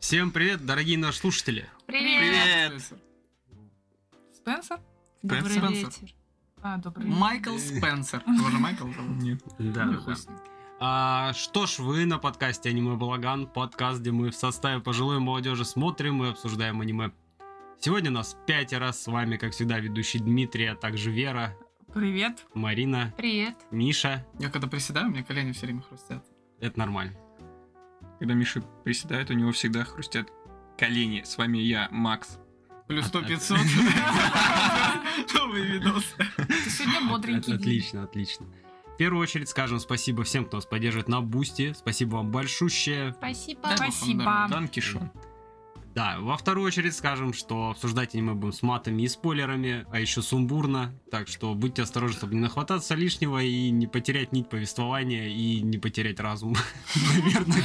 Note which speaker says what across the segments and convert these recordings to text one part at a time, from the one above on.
Speaker 1: Всем привет, дорогие наши слушатели.
Speaker 2: Привет!
Speaker 3: Спенсер?
Speaker 2: Добрый
Speaker 4: Спенсер.
Speaker 2: вечер.
Speaker 3: А, добрый.
Speaker 4: Майкл Спенсер. Тоже Майкл зовут?
Speaker 1: Нет. Да,
Speaker 4: Ну,
Speaker 1: да,
Speaker 4: хуй
Speaker 1: да.
Speaker 4: с ним.
Speaker 1: А, что ж, вы на подкасте Аниме Балаган, подкаст, где мы в составе пожилой молодежи смотрим и обсуждаем аниме. Сегодня нас пятеро, с вами, как всегда, ведущий Дмитрий, а также Вера,
Speaker 3: Привет.
Speaker 1: Марина,
Speaker 2: Привет.
Speaker 1: Миша.
Speaker 4: Я когда приседаю, мне колени все время хрустят.
Speaker 1: Это нормально.
Speaker 5: Когда Миша приседает, у него всегда хрустят колени. С вами я, Макс.
Speaker 4: Плюс
Speaker 1: От-
Speaker 4: 100
Speaker 1: от-
Speaker 4: 500. Новый видос.
Speaker 3: Ты сегодня бодренький.
Speaker 1: От- Отлично, отлично. В первую очередь скажем спасибо всем, кто нас поддерживает на Бусти. Спасибо вам большущее.
Speaker 2: Спасибо.
Speaker 4: Да,
Speaker 3: Спасибо.
Speaker 5: Данкишон.
Speaker 1: Да, во вторую очередь скажем, что обсуждать аниме будем с матами и спойлерами, а еще сумбурно, так что будьте осторожны, чтобы не нахвататься лишнего и не потерять нить повествования и не потерять разум. Наверное.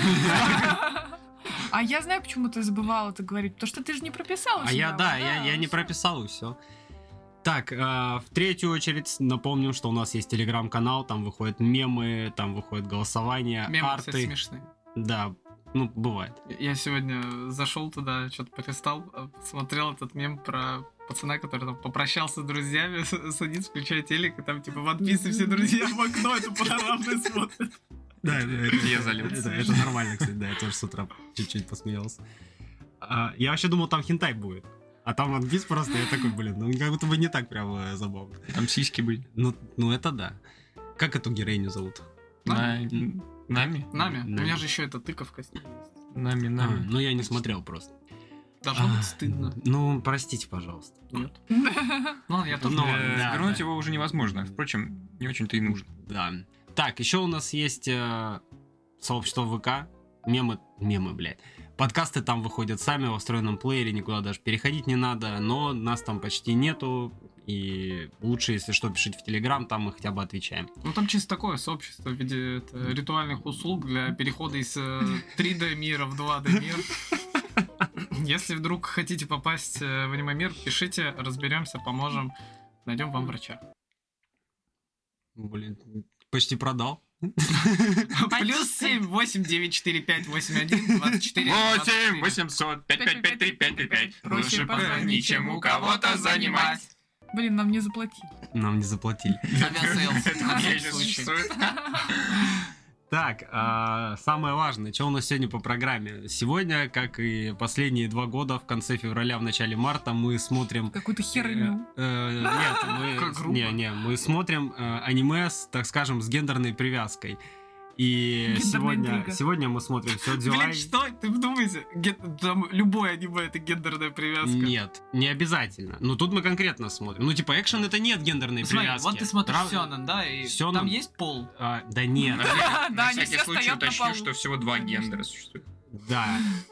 Speaker 3: А я знаю, почему ты забывала это говорить, потому что ты же не прописала
Speaker 1: А я, да, я, я не прописал и все. Так, э, в третью очередь напомним, что у нас есть телеграм-канал, там выходят мемы, там выходят голосования,
Speaker 4: Мемы, кстати,
Speaker 1: арты.
Speaker 4: смешные.
Speaker 1: Да, ну, бывает.
Speaker 4: Я сегодня зашел туда, что-то полистал, э, смотрел этот мем про пацана, который там попрощался с друзьями, с- садится, включает телек, и там типа в отписке все друзья в окно, это панорамный смотрит.
Speaker 1: Да, это
Speaker 5: я залил.
Speaker 1: Это, это нормально, кстати, да, я тоже с утра чуть-чуть посмеялся. А, я вообще думал, там хентай будет. А там ангиз просто, я такой, блин, ну как будто бы не так прямо э, забавно.
Speaker 5: Там сиськи были.
Speaker 1: Ну, ну это да. Как эту героиню зовут?
Speaker 5: Нами. Нами?
Speaker 4: Нами.
Speaker 1: Нами.
Speaker 4: У меня же еще эта тыковка с ней есть.
Speaker 5: Нами,
Speaker 1: А,
Speaker 5: нами.
Speaker 1: ну я не смотрел просто.
Speaker 4: Должно
Speaker 1: А,
Speaker 4: быть стыдно.
Speaker 1: Ну, простите, пожалуйста.
Speaker 4: Нет.
Speaker 3: я...
Speaker 4: Ну ладно, я тоже.
Speaker 1: Ну,
Speaker 5: Э,
Speaker 1: да,
Speaker 5: Вернуть
Speaker 1: да.
Speaker 5: его уже невозможно. Впрочем, не очень-то и нужно.
Speaker 1: Да. Так, еще у нас есть э, сообщество ВК. Мемы, мемы, блядь. Подкасты там выходят сами в встроенном плеере, никуда даже переходить не надо, но нас там почти нету. И лучше, если что, пишите в Телеграм, там мы хотя бы отвечаем.
Speaker 4: Ну там чисто такое сообщество в виде это, ритуальных услуг для перехода из э, 3D мира в 2D мир. Если вдруг хотите попасть э, в аниме-мир, пишите, разберемся, поможем, найдем вам врача.
Speaker 1: Блин, почти продал.
Speaker 4: Плюс 7, 8, 9, 4, 5, 8, 1, 24,
Speaker 5: 8 800 5553
Speaker 4: Проще
Speaker 5: Лучше
Speaker 4: позвони,
Speaker 5: позвони, чем у кого-то занимать.
Speaker 3: Блин, нам не заплатили.
Speaker 1: Нам не заплатили.
Speaker 4: Авиасейлс.
Speaker 5: Это
Speaker 4: На
Speaker 5: вообще
Speaker 4: всякий
Speaker 5: не
Speaker 4: случай.
Speaker 5: существует.
Speaker 1: Так, а, самое важное, что у нас сегодня по программе. Сегодня, как и последние два года, в конце февраля, в начале марта, мы смотрим
Speaker 3: Какую-то херню.
Speaker 1: Э, Нет,
Speaker 4: Как
Speaker 1: мы,
Speaker 4: грубо.
Speaker 1: не, не, мы смотрим э, аниме, с, так скажем, с гендерной привязкой. И
Speaker 3: Гендерная
Speaker 1: сегодня,
Speaker 3: интрига.
Speaker 1: сегодня мы смотрим все
Speaker 4: Блин, что? Ты вдумайся. Ген- Там любое аниме это гендерная привязка.
Speaker 1: Нет, не обязательно. Но тут мы конкретно смотрим. Ну, типа, экшен это нет гендерной
Speaker 4: Смотри,
Speaker 1: привязки.
Speaker 4: вот ты смотришь
Speaker 1: Прав-
Speaker 4: Сёнэн, да, и
Speaker 1: Сёнэн.
Speaker 4: там есть пол.
Speaker 1: А, да нет,
Speaker 3: Да,
Speaker 5: На
Speaker 3: они
Speaker 5: всякий
Speaker 3: все
Speaker 5: случай
Speaker 3: стоят на
Speaker 5: уточню,
Speaker 3: полу.
Speaker 5: что всего два
Speaker 3: Конечно.
Speaker 5: гендера существует.
Speaker 1: да.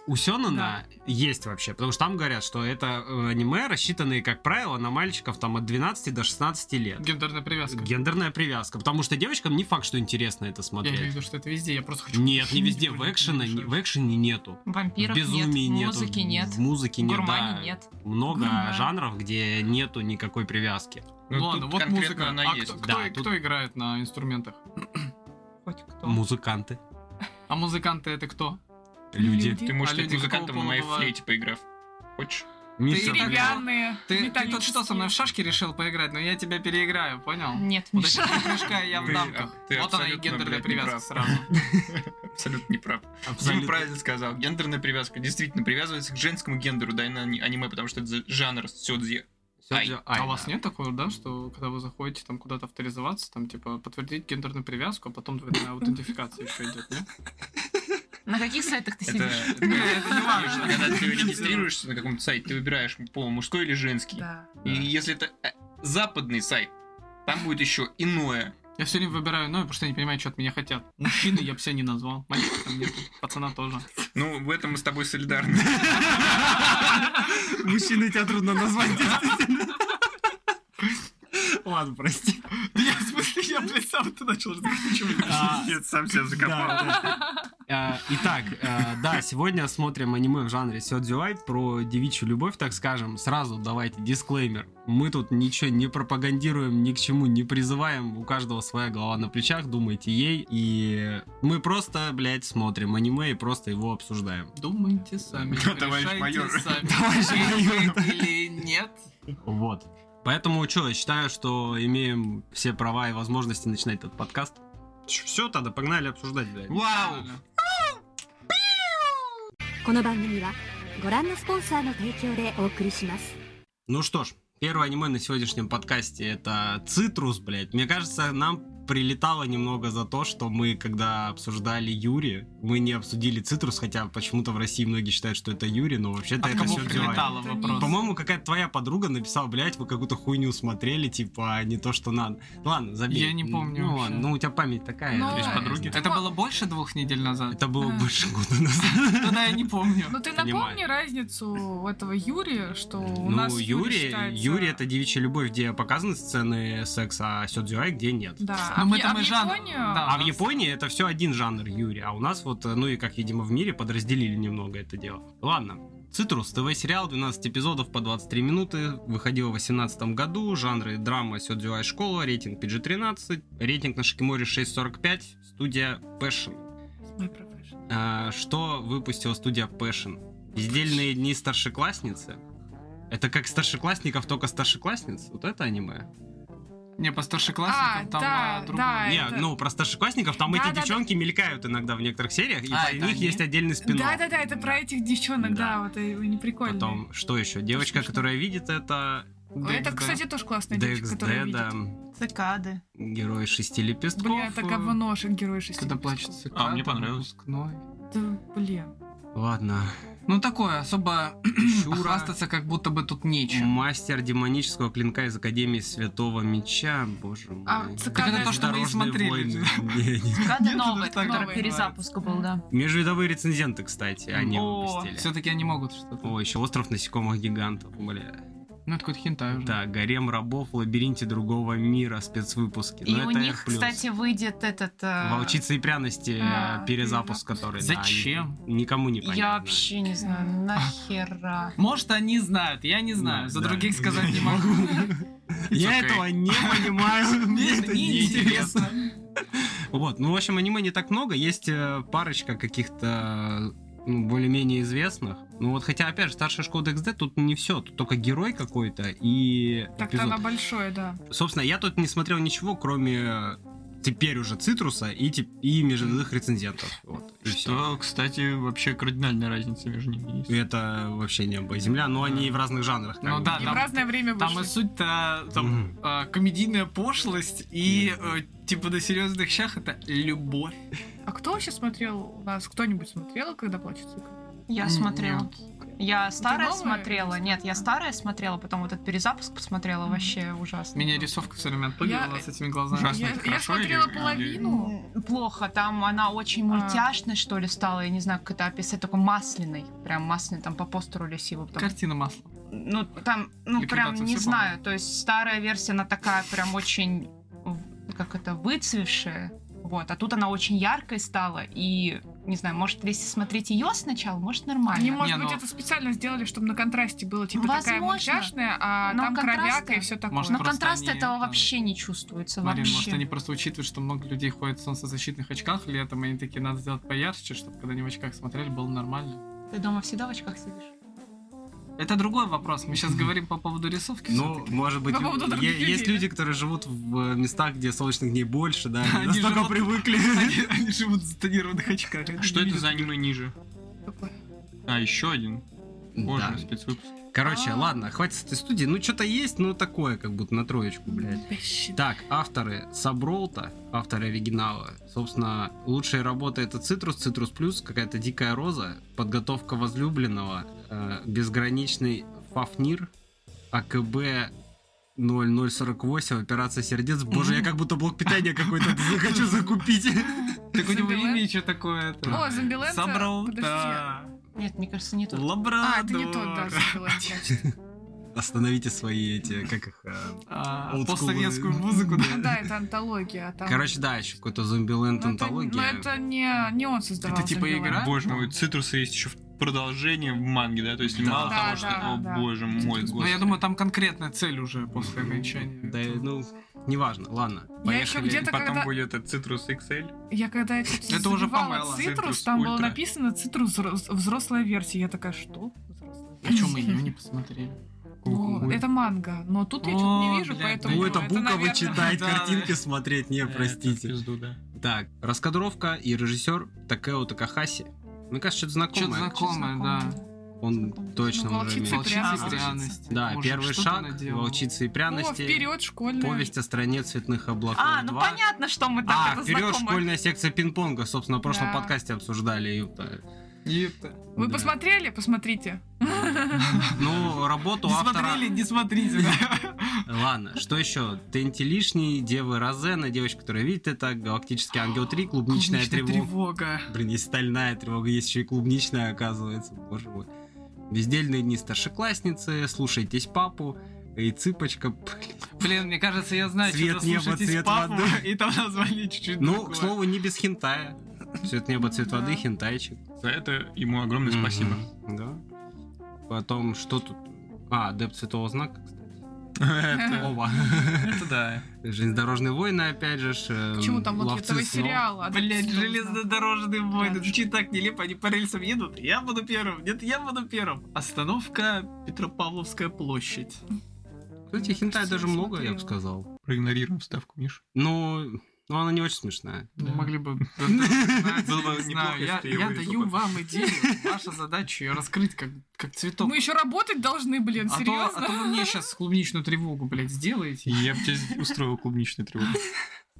Speaker 1: У Сёнэна есть вообще, потому что там говорят, что это э, аниме, рассчитанные, как правило, на мальчиков там от 12 до 16 лет.
Speaker 4: Гендерная привязка.
Speaker 1: Гендерная привязка, потому что девочкам не факт, что интересно это
Speaker 4: Я имею в
Speaker 1: смотреть.
Speaker 4: виду, что это везде, я просто хочу...
Speaker 1: Нет, не везде, в
Speaker 4: Блин,
Speaker 1: экшена-
Speaker 4: Миша.
Speaker 1: в экшене нету.
Speaker 2: Вампиров
Speaker 1: безумии
Speaker 2: нет,
Speaker 1: нету,
Speaker 2: музыки нет,
Speaker 1: В музыке нет,
Speaker 2: гурмани
Speaker 1: да.
Speaker 2: нет.
Speaker 1: Много
Speaker 3: Гурмани.
Speaker 1: жанров, где нету никакой привязки.
Speaker 5: Ну,
Speaker 4: Ну ладно,
Speaker 5: тут
Speaker 4: вот
Speaker 5: конкретно
Speaker 4: музыка.
Speaker 5: она
Speaker 4: а
Speaker 5: есть.
Speaker 4: Кто, кто
Speaker 1: Да,
Speaker 4: и-
Speaker 1: тут-
Speaker 4: кто играет на инструментах?
Speaker 2: Хоть кто.
Speaker 1: Музыканты.
Speaker 4: А музыканты это кто?
Speaker 1: Люди.
Speaker 3: Люди.
Speaker 5: Ты можешь
Speaker 4: А
Speaker 5: стать
Speaker 4: люди какого
Speaker 5: музыкантом на
Speaker 4: пола
Speaker 5: моей
Speaker 4: бывают?
Speaker 5: флейте, поиграв. Хочешь?
Speaker 1: Миша,
Speaker 4: Деревянные.
Speaker 1: блин.
Speaker 3: Деревянные,
Speaker 4: Ты, ты тут
Speaker 3: металлические.
Speaker 4: что, со мной в шашки решил поиграть, но я тебя переиграю, понял?
Speaker 2: Нет,
Speaker 4: Вот
Speaker 2: Миша.
Speaker 4: эти три прыжка, и я в
Speaker 5: Ты-
Speaker 4: дамках.
Speaker 5: ты
Speaker 4: Вот она и
Speaker 5: абсолютно,
Speaker 4: гендерная
Speaker 5: блядь,
Speaker 4: привязка
Speaker 5: неправ.
Speaker 4: сразу.
Speaker 5: Абсолютно не прав. Дима
Speaker 1: Абсолютно.
Speaker 5: правильно сказал. Гендерная привязка действительно привязывается к женскому гендеру, да, и на ани- аниме, потому что это за- жанр сёдзи.
Speaker 1: Всё
Speaker 5: Ай.
Speaker 1: же- ай,
Speaker 4: А у вас
Speaker 1: да.
Speaker 4: нет такого, да, что когда вы заходите там куда-то авторизоваться, там типа подтвердить гендерную привязку, а потом двойная аутентификация еще идет, нет?
Speaker 2: На каких сайтах ты
Speaker 5: Это,
Speaker 2: сидишь?
Speaker 5: это не важно. Когда ты
Speaker 4: Гендер.
Speaker 5: регистрируешься на каком-то сайте, ты выбираешь пол мужской или женский.
Speaker 3: Да.
Speaker 5: И если это э, западный сайт, там будет еще иное.
Speaker 4: Я все время выбираю но потому что я не понимаю, что от меня хотят. Мужчины я бы себя не назвал, мальчика там нет, пацана тоже.
Speaker 5: Ну, в этом мы с тобой солидарны.
Speaker 1: Мужчины тебя трудно назвать, действительно. Ладно, прости.
Speaker 4: Да я, в смысле, я, блядь, сам ты начал разговаривать, почему
Speaker 1: А,
Speaker 5: сам себя
Speaker 1: да, да. Э, Итак, э, да, сегодня смотрим аниме в жанре сёдзюай про девичью любовь, так скажем. Сразу давайте дисклеймер. Мы тут ничего не пропагандируем, ни к чему не призываем. У каждого своя голова на плечах, думайте ей. И мы просто, блядь, смотрим аниме и просто его обсуждаем.
Speaker 4: Думайте сами,
Speaker 5: Да, товарищ
Speaker 4: решайте
Speaker 5: майор.
Speaker 4: сами,
Speaker 1: Товарищ
Speaker 4: кликает или нет.
Speaker 1: Вот. Поэтому, что, я считаю, что имеем все права и возможности начинать этот подкаст. Все, тогда погнали обсуждать, блядь.
Speaker 5: Вау!
Speaker 6: この番組はご覧のスポンサーの提供でお送りします
Speaker 1: Ну что ж, первое аниме на сегодняшнем подкасте это Цитрус, блядь. Мне кажется, нам прилетало немного за то, что мы, когда обсуждали Юри, мы не обсудили Цитрус, хотя почему-то в России многие считают, что это Юри, но вообще-то
Speaker 4: От
Speaker 1: это
Speaker 4: кого
Speaker 1: все
Speaker 4: А прилетало
Speaker 3: Это
Speaker 4: вопрос?
Speaker 1: По-моему, какая-то твоя подруга написала, блядь, вы какую-то хуйню смотрели, типа, а не то, что надо. Ладно, забей.
Speaker 4: Я не помню
Speaker 1: Ну,
Speaker 4: вообще.
Speaker 1: ладно, ну у тебя память такая.
Speaker 3: Но-
Speaker 1: блядь,
Speaker 4: Лишь подруги.
Speaker 1: разная.
Speaker 4: Это было больше двух недель назад?
Speaker 1: Это было
Speaker 3: А.
Speaker 1: больше года назад.
Speaker 4: Тогда я не помню.
Speaker 3: Ну ты
Speaker 1: Понимаю.
Speaker 3: напомни разницу этого Юрия, что у нас
Speaker 1: Ну, Юри,
Speaker 3: считается-
Speaker 1: Юри это девичья любовь, где показаны сцены секса, а Сёдзюай, где нет.
Speaker 3: Да.
Speaker 4: Ну,
Speaker 3: А
Speaker 4: мы
Speaker 3: в-
Speaker 4: там
Speaker 3: а
Speaker 4: и
Speaker 3: в
Speaker 4: жанр-
Speaker 3: Японию-
Speaker 4: да.
Speaker 1: А в Японии это все один жанр Юри, а у нас вот, э, ну и как, видимо, в мире подразделили немного это дело. Ладно. Цитрус, ТВ-сериал, 12 эпизодов по 23 минуты, выходил в 2018 году, жанры драма Сёдзюай школа, рейтинг PG-13, рейтинг на Шикиморе 6.45, студия Passion.
Speaker 3: My profession.
Speaker 1: А, Что выпустила студия Passion? Издельные дни старшеклассницы? Это как старшеклассников, только старшеклассниц? Вот это аниме?
Speaker 4: Не, по старшеклассникам
Speaker 3: А,
Speaker 4: там
Speaker 3: да,
Speaker 4: а, другое.
Speaker 3: да. А
Speaker 1: Не,
Speaker 3: это-
Speaker 1: ну про старшеклассников там эти
Speaker 3: Да-да-да.
Speaker 1: девчонки мелькают иногда в некоторых сериях, и
Speaker 4: А,
Speaker 1: про
Speaker 4: это
Speaker 1: них
Speaker 4: они?
Speaker 1: есть отдельный спин
Speaker 3: Да-да-да, это про этих девчонок, да,
Speaker 1: Да.
Speaker 3: вот э, они прикольные.
Speaker 1: Потом, что еще? Девочка,
Speaker 3: смешно.
Speaker 1: которая видит это...
Speaker 3: Ой, Ну, Это,
Speaker 4: DXD.
Speaker 3: кстати, тоже классная девочка, которая
Speaker 1: DXD, да.
Speaker 3: видит.
Speaker 2: Цикады.
Speaker 1: Герой шести лепестков.
Speaker 3: Бля, это говно, ш- герой шести.
Speaker 4: Когда плачет цикада,
Speaker 5: мне понравилось.
Speaker 4: выпускной.
Speaker 3: Да, блин.
Speaker 1: Ладно.
Speaker 4: Ну такое, особо
Speaker 1: Щура.
Speaker 4: хвастаться как будто бы тут нечем.
Speaker 1: Мастер демонического клинка из Академии Святого Меча. Боже мой.
Speaker 3: А
Speaker 4: Так
Speaker 3: цикада
Speaker 4: это то, что мы и
Speaker 1: Дорожные
Speaker 4: смотрели.
Speaker 1: войны. Не-не.
Speaker 2: Цикады
Speaker 4: Нет,
Speaker 2: новые,
Speaker 4: это так
Speaker 2: который
Speaker 3: новые
Speaker 2: перезапуск был, да.
Speaker 1: Межвидовые рецензенты, кстати, они
Speaker 2: О,
Speaker 1: выпустили.
Speaker 4: Все-таки они могут что-то.
Speaker 1: О, еще остров насекомых гигантов, бля.
Speaker 4: Ну это какой-то хентай уже.
Speaker 1: Да, гарем рабов в лабиринте другого мира, спецвыпуски.
Speaker 2: И
Speaker 1: Но
Speaker 2: у
Speaker 1: Ну, это
Speaker 2: них,
Speaker 1: их плюс.
Speaker 2: кстати, выйдет этот... э,
Speaker 1: Волчицы и пряности,
Speaker 3: А,
Speaker 1: э, перезапуск, который. да,
Speaker 4: Зачем?
Speaker 1: ни- никому не понятно.
Speaker 2: Я вообще не знаю, нахера.
Speaker 4: Может, они знают, я не знаю. За
Speaker 1: Да.
Speaker 4: других сказать не могу.
Speaker 1: Я
Speaker 5: It's okay.
Speaker 1: этого не понимаю. Мне это неинтересно.
Speaker 4: неинтересно.
Speaker 1: Вот, ну, в общем, аниме не так много. Есть э, парочка каких-то ну, более-менее известных. Ну вот, хотя, опять же, старшая школа DxD тут не все, тут только герой какой-то и
Speaker 3: Так-то
Speaker 1: эпизод.
Speaker 3: она большое, да.
Speaker 1: Собственно, я тут не смотрел ничего, кроме э, теперь уже Цитруса и, тип- и межвидовых рецензентов. Вот, и всё.
Speaker 5: Что, кстати, вообще кардинальная разница между ними есть.
Speaker 1: И Это вообще небо и земля, но они в разных жанрах. как
Speaker 4: Ну
Speaker 1: бы.
Speaker 4: да,
Speaker 3: И
Speaker 4: там-
Speaker 3: в разное время
Speaker 4: Там и
Speaker 3: вышли.
Speaker 4: суть-то там,
Speaker 1: Мгм.
Speaker 4: э, комедийная пошлость и э, типа на серьезных щах это любовь.
Speaker 3: А кто вообще смотрел у нас? Кто-нибудь смотрел, когда плачет цикада?
Speaker 2: Я
Speaker 4: М,
Speaker 2: смотрела. Я старая
Speaker 3: новая
Speaker 2: смотрела.
Speaker 3: или
Speaker 2: Нет, я старая
Speaker 3: старая?
Speaker 2: смотрела, потом вот этот перезапуск посмотрела
Speaker 3: Мгм.
Speaker 2: вообще ужасно.
Speaker 4: Меня
Speaker 2: было.
Speaker 4: рисовка все время отпугивала
Speaker 3: Я-
Speaker 4: с этими глазами.
Speaker 5: Ужасно.
Speaker 3: Я,
Speaker 5: это
Speaker 3: я
Speaker 5: хорошо
Speaker 3: смотрела
Speaker 5: или-
Speaker 3: половину.
Speaker 2: М, Ну, Плохо, там она
Speaker 4: А.
Speaker 2: очень мультяшной, что ли, стала, я не знаю, как это описать, такой масляной, прям масляной, там по постеру лесила. потом.
Speaker 4: Картина масла.
Speaker 2: Ну, там, ну,
Speaker 4: Ликвидация
Speaker 2: прям, не
Speaker 4: всего.
Speaker 2: знаю, то есть старая версия, она такая прям очень, в- как это, выцвевшая, вот, а тут она очень яркой стала, и, не знаю, может, если смотреть ее сначала, может, нормально.
Speaker 3: Они, может
Speaker 4: Не,
Speaker 3: быть,
Speaker 4: ну-
Speaker 3: это специально сделали, чтобы на контрасте было типа такая
Speaker 2: Возможно.
Speaker 3: мультяшная, а
Speaker 2: Но
Speaker 3: там кровяка
Speaker 2: контрасты-
Speaker 3: и все такое.
Speaker 4: Может,
Speaker 2: Но
Speaker 4: просто
Speaker 2: контраст
Speaker 4: они,
Speaker 2: этого
Speaker 4: да.
Speaker 2: вообще не чувствуется
Speaker 4: Марин,
Speaker 2: вообще.
Speaker 4: может, они просто учитывают, что много людей ходят в солнцезащитных очках летом, и они такие, надо сделать поярче, чтобы когда они в очках смотрели, было нормально.
Speaker 2: Ты дома всегда в очках сидишь?
Speaker 4: Это другой вопрос. Мы сейчас говорим по поводу рисовки.
Speaker 1: Ну,
Speaker 4: всё-таки.
Speaker 1: может быть,
Speaker 3: По поводу
Speaker 1: е-
Speaker 3: других
Speaker 1: есть
Speaker 3: людей,
Speaker 1: люди, которые живут в э, местах, где солнечных дней больше, да, они
Speaker 4: Они
Speaker 1: настолько
Speaker 4: живут-
Speaker 1: привыкли.
Speaker 4: Они- они живут в затонированных очках.
Speaker 5: Что
Speaker 4: не
Speaker 5: это за
Speaker 4: видят.
Speaker 5: аниме ниже?
Speaker 3: Такое.
Speaker 5: А, еще один. Боже,
Speaker 1: Да.
Speaker 5: спецвыпуск.
Speaker 1: Короче,
Speaker 3: А.
Speaker 1: ладно, хватит с этой студии. Ну, что-то есть, но такое, как будто на троечку, блядь.
Speaker 3: Вообще.
Speaker 1: Так, авторы Сабролта, авторы оригинала. Собственно, лучшие работы это Цитрус, Цитрус Плюс, какая-то дикая роза, подготовка возлюбленного, э, безграничный Фафнир, «А АКБ 0048, операция сердец. Боже, я как будто блок питания какой-то хочу закупить.
Speaker 4: Так у него
Speaker 3: Зомбилэнд?
Speaker 4: имя еще такое. это,
Speaker 3: О, Зомбиленд.
Speaker 4: Собрал.
Speaker 3: Подожди.
Speaker 4: да.
Speaker 2: Нет, мне кажется, не то.
Speaker 4: Лабрадор.
Speaker 3: А, это не тот, да, Зомбиленд.
Speaker 1: Остановите свои эти, как их... э,
Speaker 4: А,
Speaker 1: олдскулы.
Speaker 4: Постсоветскую музыку, да.
Speaker 3: Ну да, это антология. а Там...
Speaker 1: Короче, да, еще какой-то зомбиленд
Speaker 3: Ну, это- Но
Speaker 1: антология.
Speaker 3: это не, не он создавал.
Speaker 4: Это типа
Speaker 3: Zombieland.
Speaker 4: игра?
Speaker 5: Боже мой, цитрусы есть еще в продолжении в манге, да? То есть
Speaker 1: Да.
Speaker 5: мало
Speaker 3: Да,
Speaker 5: того, что...
Speaker 3: да,
Speaker 5: О,
Speaker 3: да.
Speaker 5: боже мой,
Speaker 4: Но Ну, я
Speaker 5: господи.
Speaker 4: думаю, там конкретная цель уже после окончания.
Speaker 1: Да, ну, неважно, ладно.
Speaker 3: Я еще
Speaker 1: поехали.
Speaker 3: где-то
Speaker 5: И потом
Speaker 3: когда-
Speaker 5: будет этот цитрус XL.
Speaker 3: Я когда это,
Speaker 4: Это уже
Speaker 3: забивала
Speaker 4: помело,
Speaker 3: цитрус,
Speaker 5: «Цитрус
Speaker 3: там было
Speaker 5: Ультра».
Speaker 3: написано цитрус взрос- взрослая версия. Я такая, что? Взрослая
Speaker 4: А чё мы ее не посмотрели?
Speaker 3: Ну, это манга, но тут я
Speaker 4: О,
Speaker 3: что-то не вижу,
Speaker 4: блядь,
Speaker 3: поэтому...
Speaker 1: Ну, это буковы
Speaker 3: наверное,
Speaker 1: читать,
Speaker 4: да, да.
Speaker 1: картинки смотреть, не, простите.
Speaker 5: Пизду, Э, да.
Speaker 1: Так, раскадровка и режиссер Такео Такахаси. Мне кажется, что-то
Speaker 4: Что-то
Speaker 1: знакомое.
Speaker 4: знакомое, да.
Speaker 1: Он
Speaker 2: знакомое.
Speaker 1: точно
Speaker 3: Ну,
Speaker 1: уже
Speaker 3: волчица
Speaker 1: имеет.
Speaker 3: и
Speaker 4: Волчица и
Speaker 3: пряности.
Speaker 4: пряности.
Speaker 1: Да,
Speaker 4: Боже,
Speaker 1: первый
Speaker 4: что ты
Speaker 1: шаг,
Speaker 4: наделал?
Speaker 1: волчицы и
Speaker 3: О,
Speaker 1: пряности,
Speaker 3: вперед, школьная.
Speaker 1: повесть о стране цветных облаков
Speaker 2: А, ну
Speaker 1: 2.
Speaker 2: понятно, что мы так
Speaker 1: А,
Speaker 2: это
Speaker 1: вперед,
Speaker 2: знакомы.
Speaker 1: школьная секция пинг-понга. Собственно, в прошлом
Speaker 3: Да.
Speaker 1: подкасте обсуждали. ёпта.
Speaker 4: Епта.
Speaker 3: Вы
Speaker 1: Да.
Speaker 3: посмотрели? Посмотрите.
Speaker 1: Ну, работу автора...
Speaker 4: не смотрите. да.
Speaker 1: Ладно, что еще? Тенти лишний, Девы Розена, девочка, которая видит это, Галактический ангел 3, Клубничная тревога.
Speaker 4: тревога.
Speaker 1: Блин, есть стальная тревога, есть еще и клубничная, оказывается, боже мой. Бездельные дни старшеклассницы, слушайтесь папу, и цыпочка. блин.
Speaker 4: Блин, мне кажется, я знаю,
Speaker 1: Цвет
Speaker 4: что
Speaker 1: неба,
Speaker 4: «Слушайтесь
Speaker 1: цвет
Speaker 4: папу,
Speaker 1: воды.
Speaker 4: И там название чуть-чуть
Speaker 1: Ну,
Speaker 4: другое.
Speaker 1: к слову, не без хентая. Цвет неба, цвет
Speaker 3: Да.
Speaker 1: воды, хентайчик.
Speaker 5: За это ему огромное Ну, спасибо.
Speaker 1: Мгм, Да. Потом, что тут? А, адепт святого знака, кстати.
Speaker 5: Это
Speaker 1: Ова.
Speaker 5: это да.
Speaker 1: Железнодорожные войны, опять же. ж, э,
Speaker 3: Почему там вот
Speaker 1: ловцы
Speaker 3: этого
Speaker 1: снов.
Speaker 3: сериала?
Speaker 4: Блять,
Speaker 3: Отсюда узнал.
Speaker 4: железнодорожные войны.
Speaker 3: Да.
Speaker 4: Звучит так нелепо, они по рельсам едут. Я буду первым. Нет, я буду первым. Остановка Петропавловская площадь.
Speaker 1: Кстати, хентай даже
Speaker 3: Я
Speaker 1: много, я бы
Speaker 3: смотрела.
Speaker 1: сказал.
Speaker 5: Проигнорируем вставку, Миш.
Speaker 1: Но, но она не очень смешная.
Speaker 4: Мы Ну, Могли бы...
Speaker 5: Было бы
Speaker 4: Не
Speaker 5: неплохо,
Speaker 4: знаю, я-
Speaker 5: если ты
Speaker 4: Я
Speaker 5: его
Speaker 4: даю
Speaker 5: вырезал.
Speaker 4: вам идею. Ваша задача ее раскрыть как как цветок.
Speaker 3: Мы еще работать должны, блин,
Speaker 4: А то, а
Speaker 3: серьезно?
Speaker 4: то вы мне сейчас клубничную тревогу, блядь, сделаете.
Speaker 5: Я бы тебе устроил клубничный тревогу.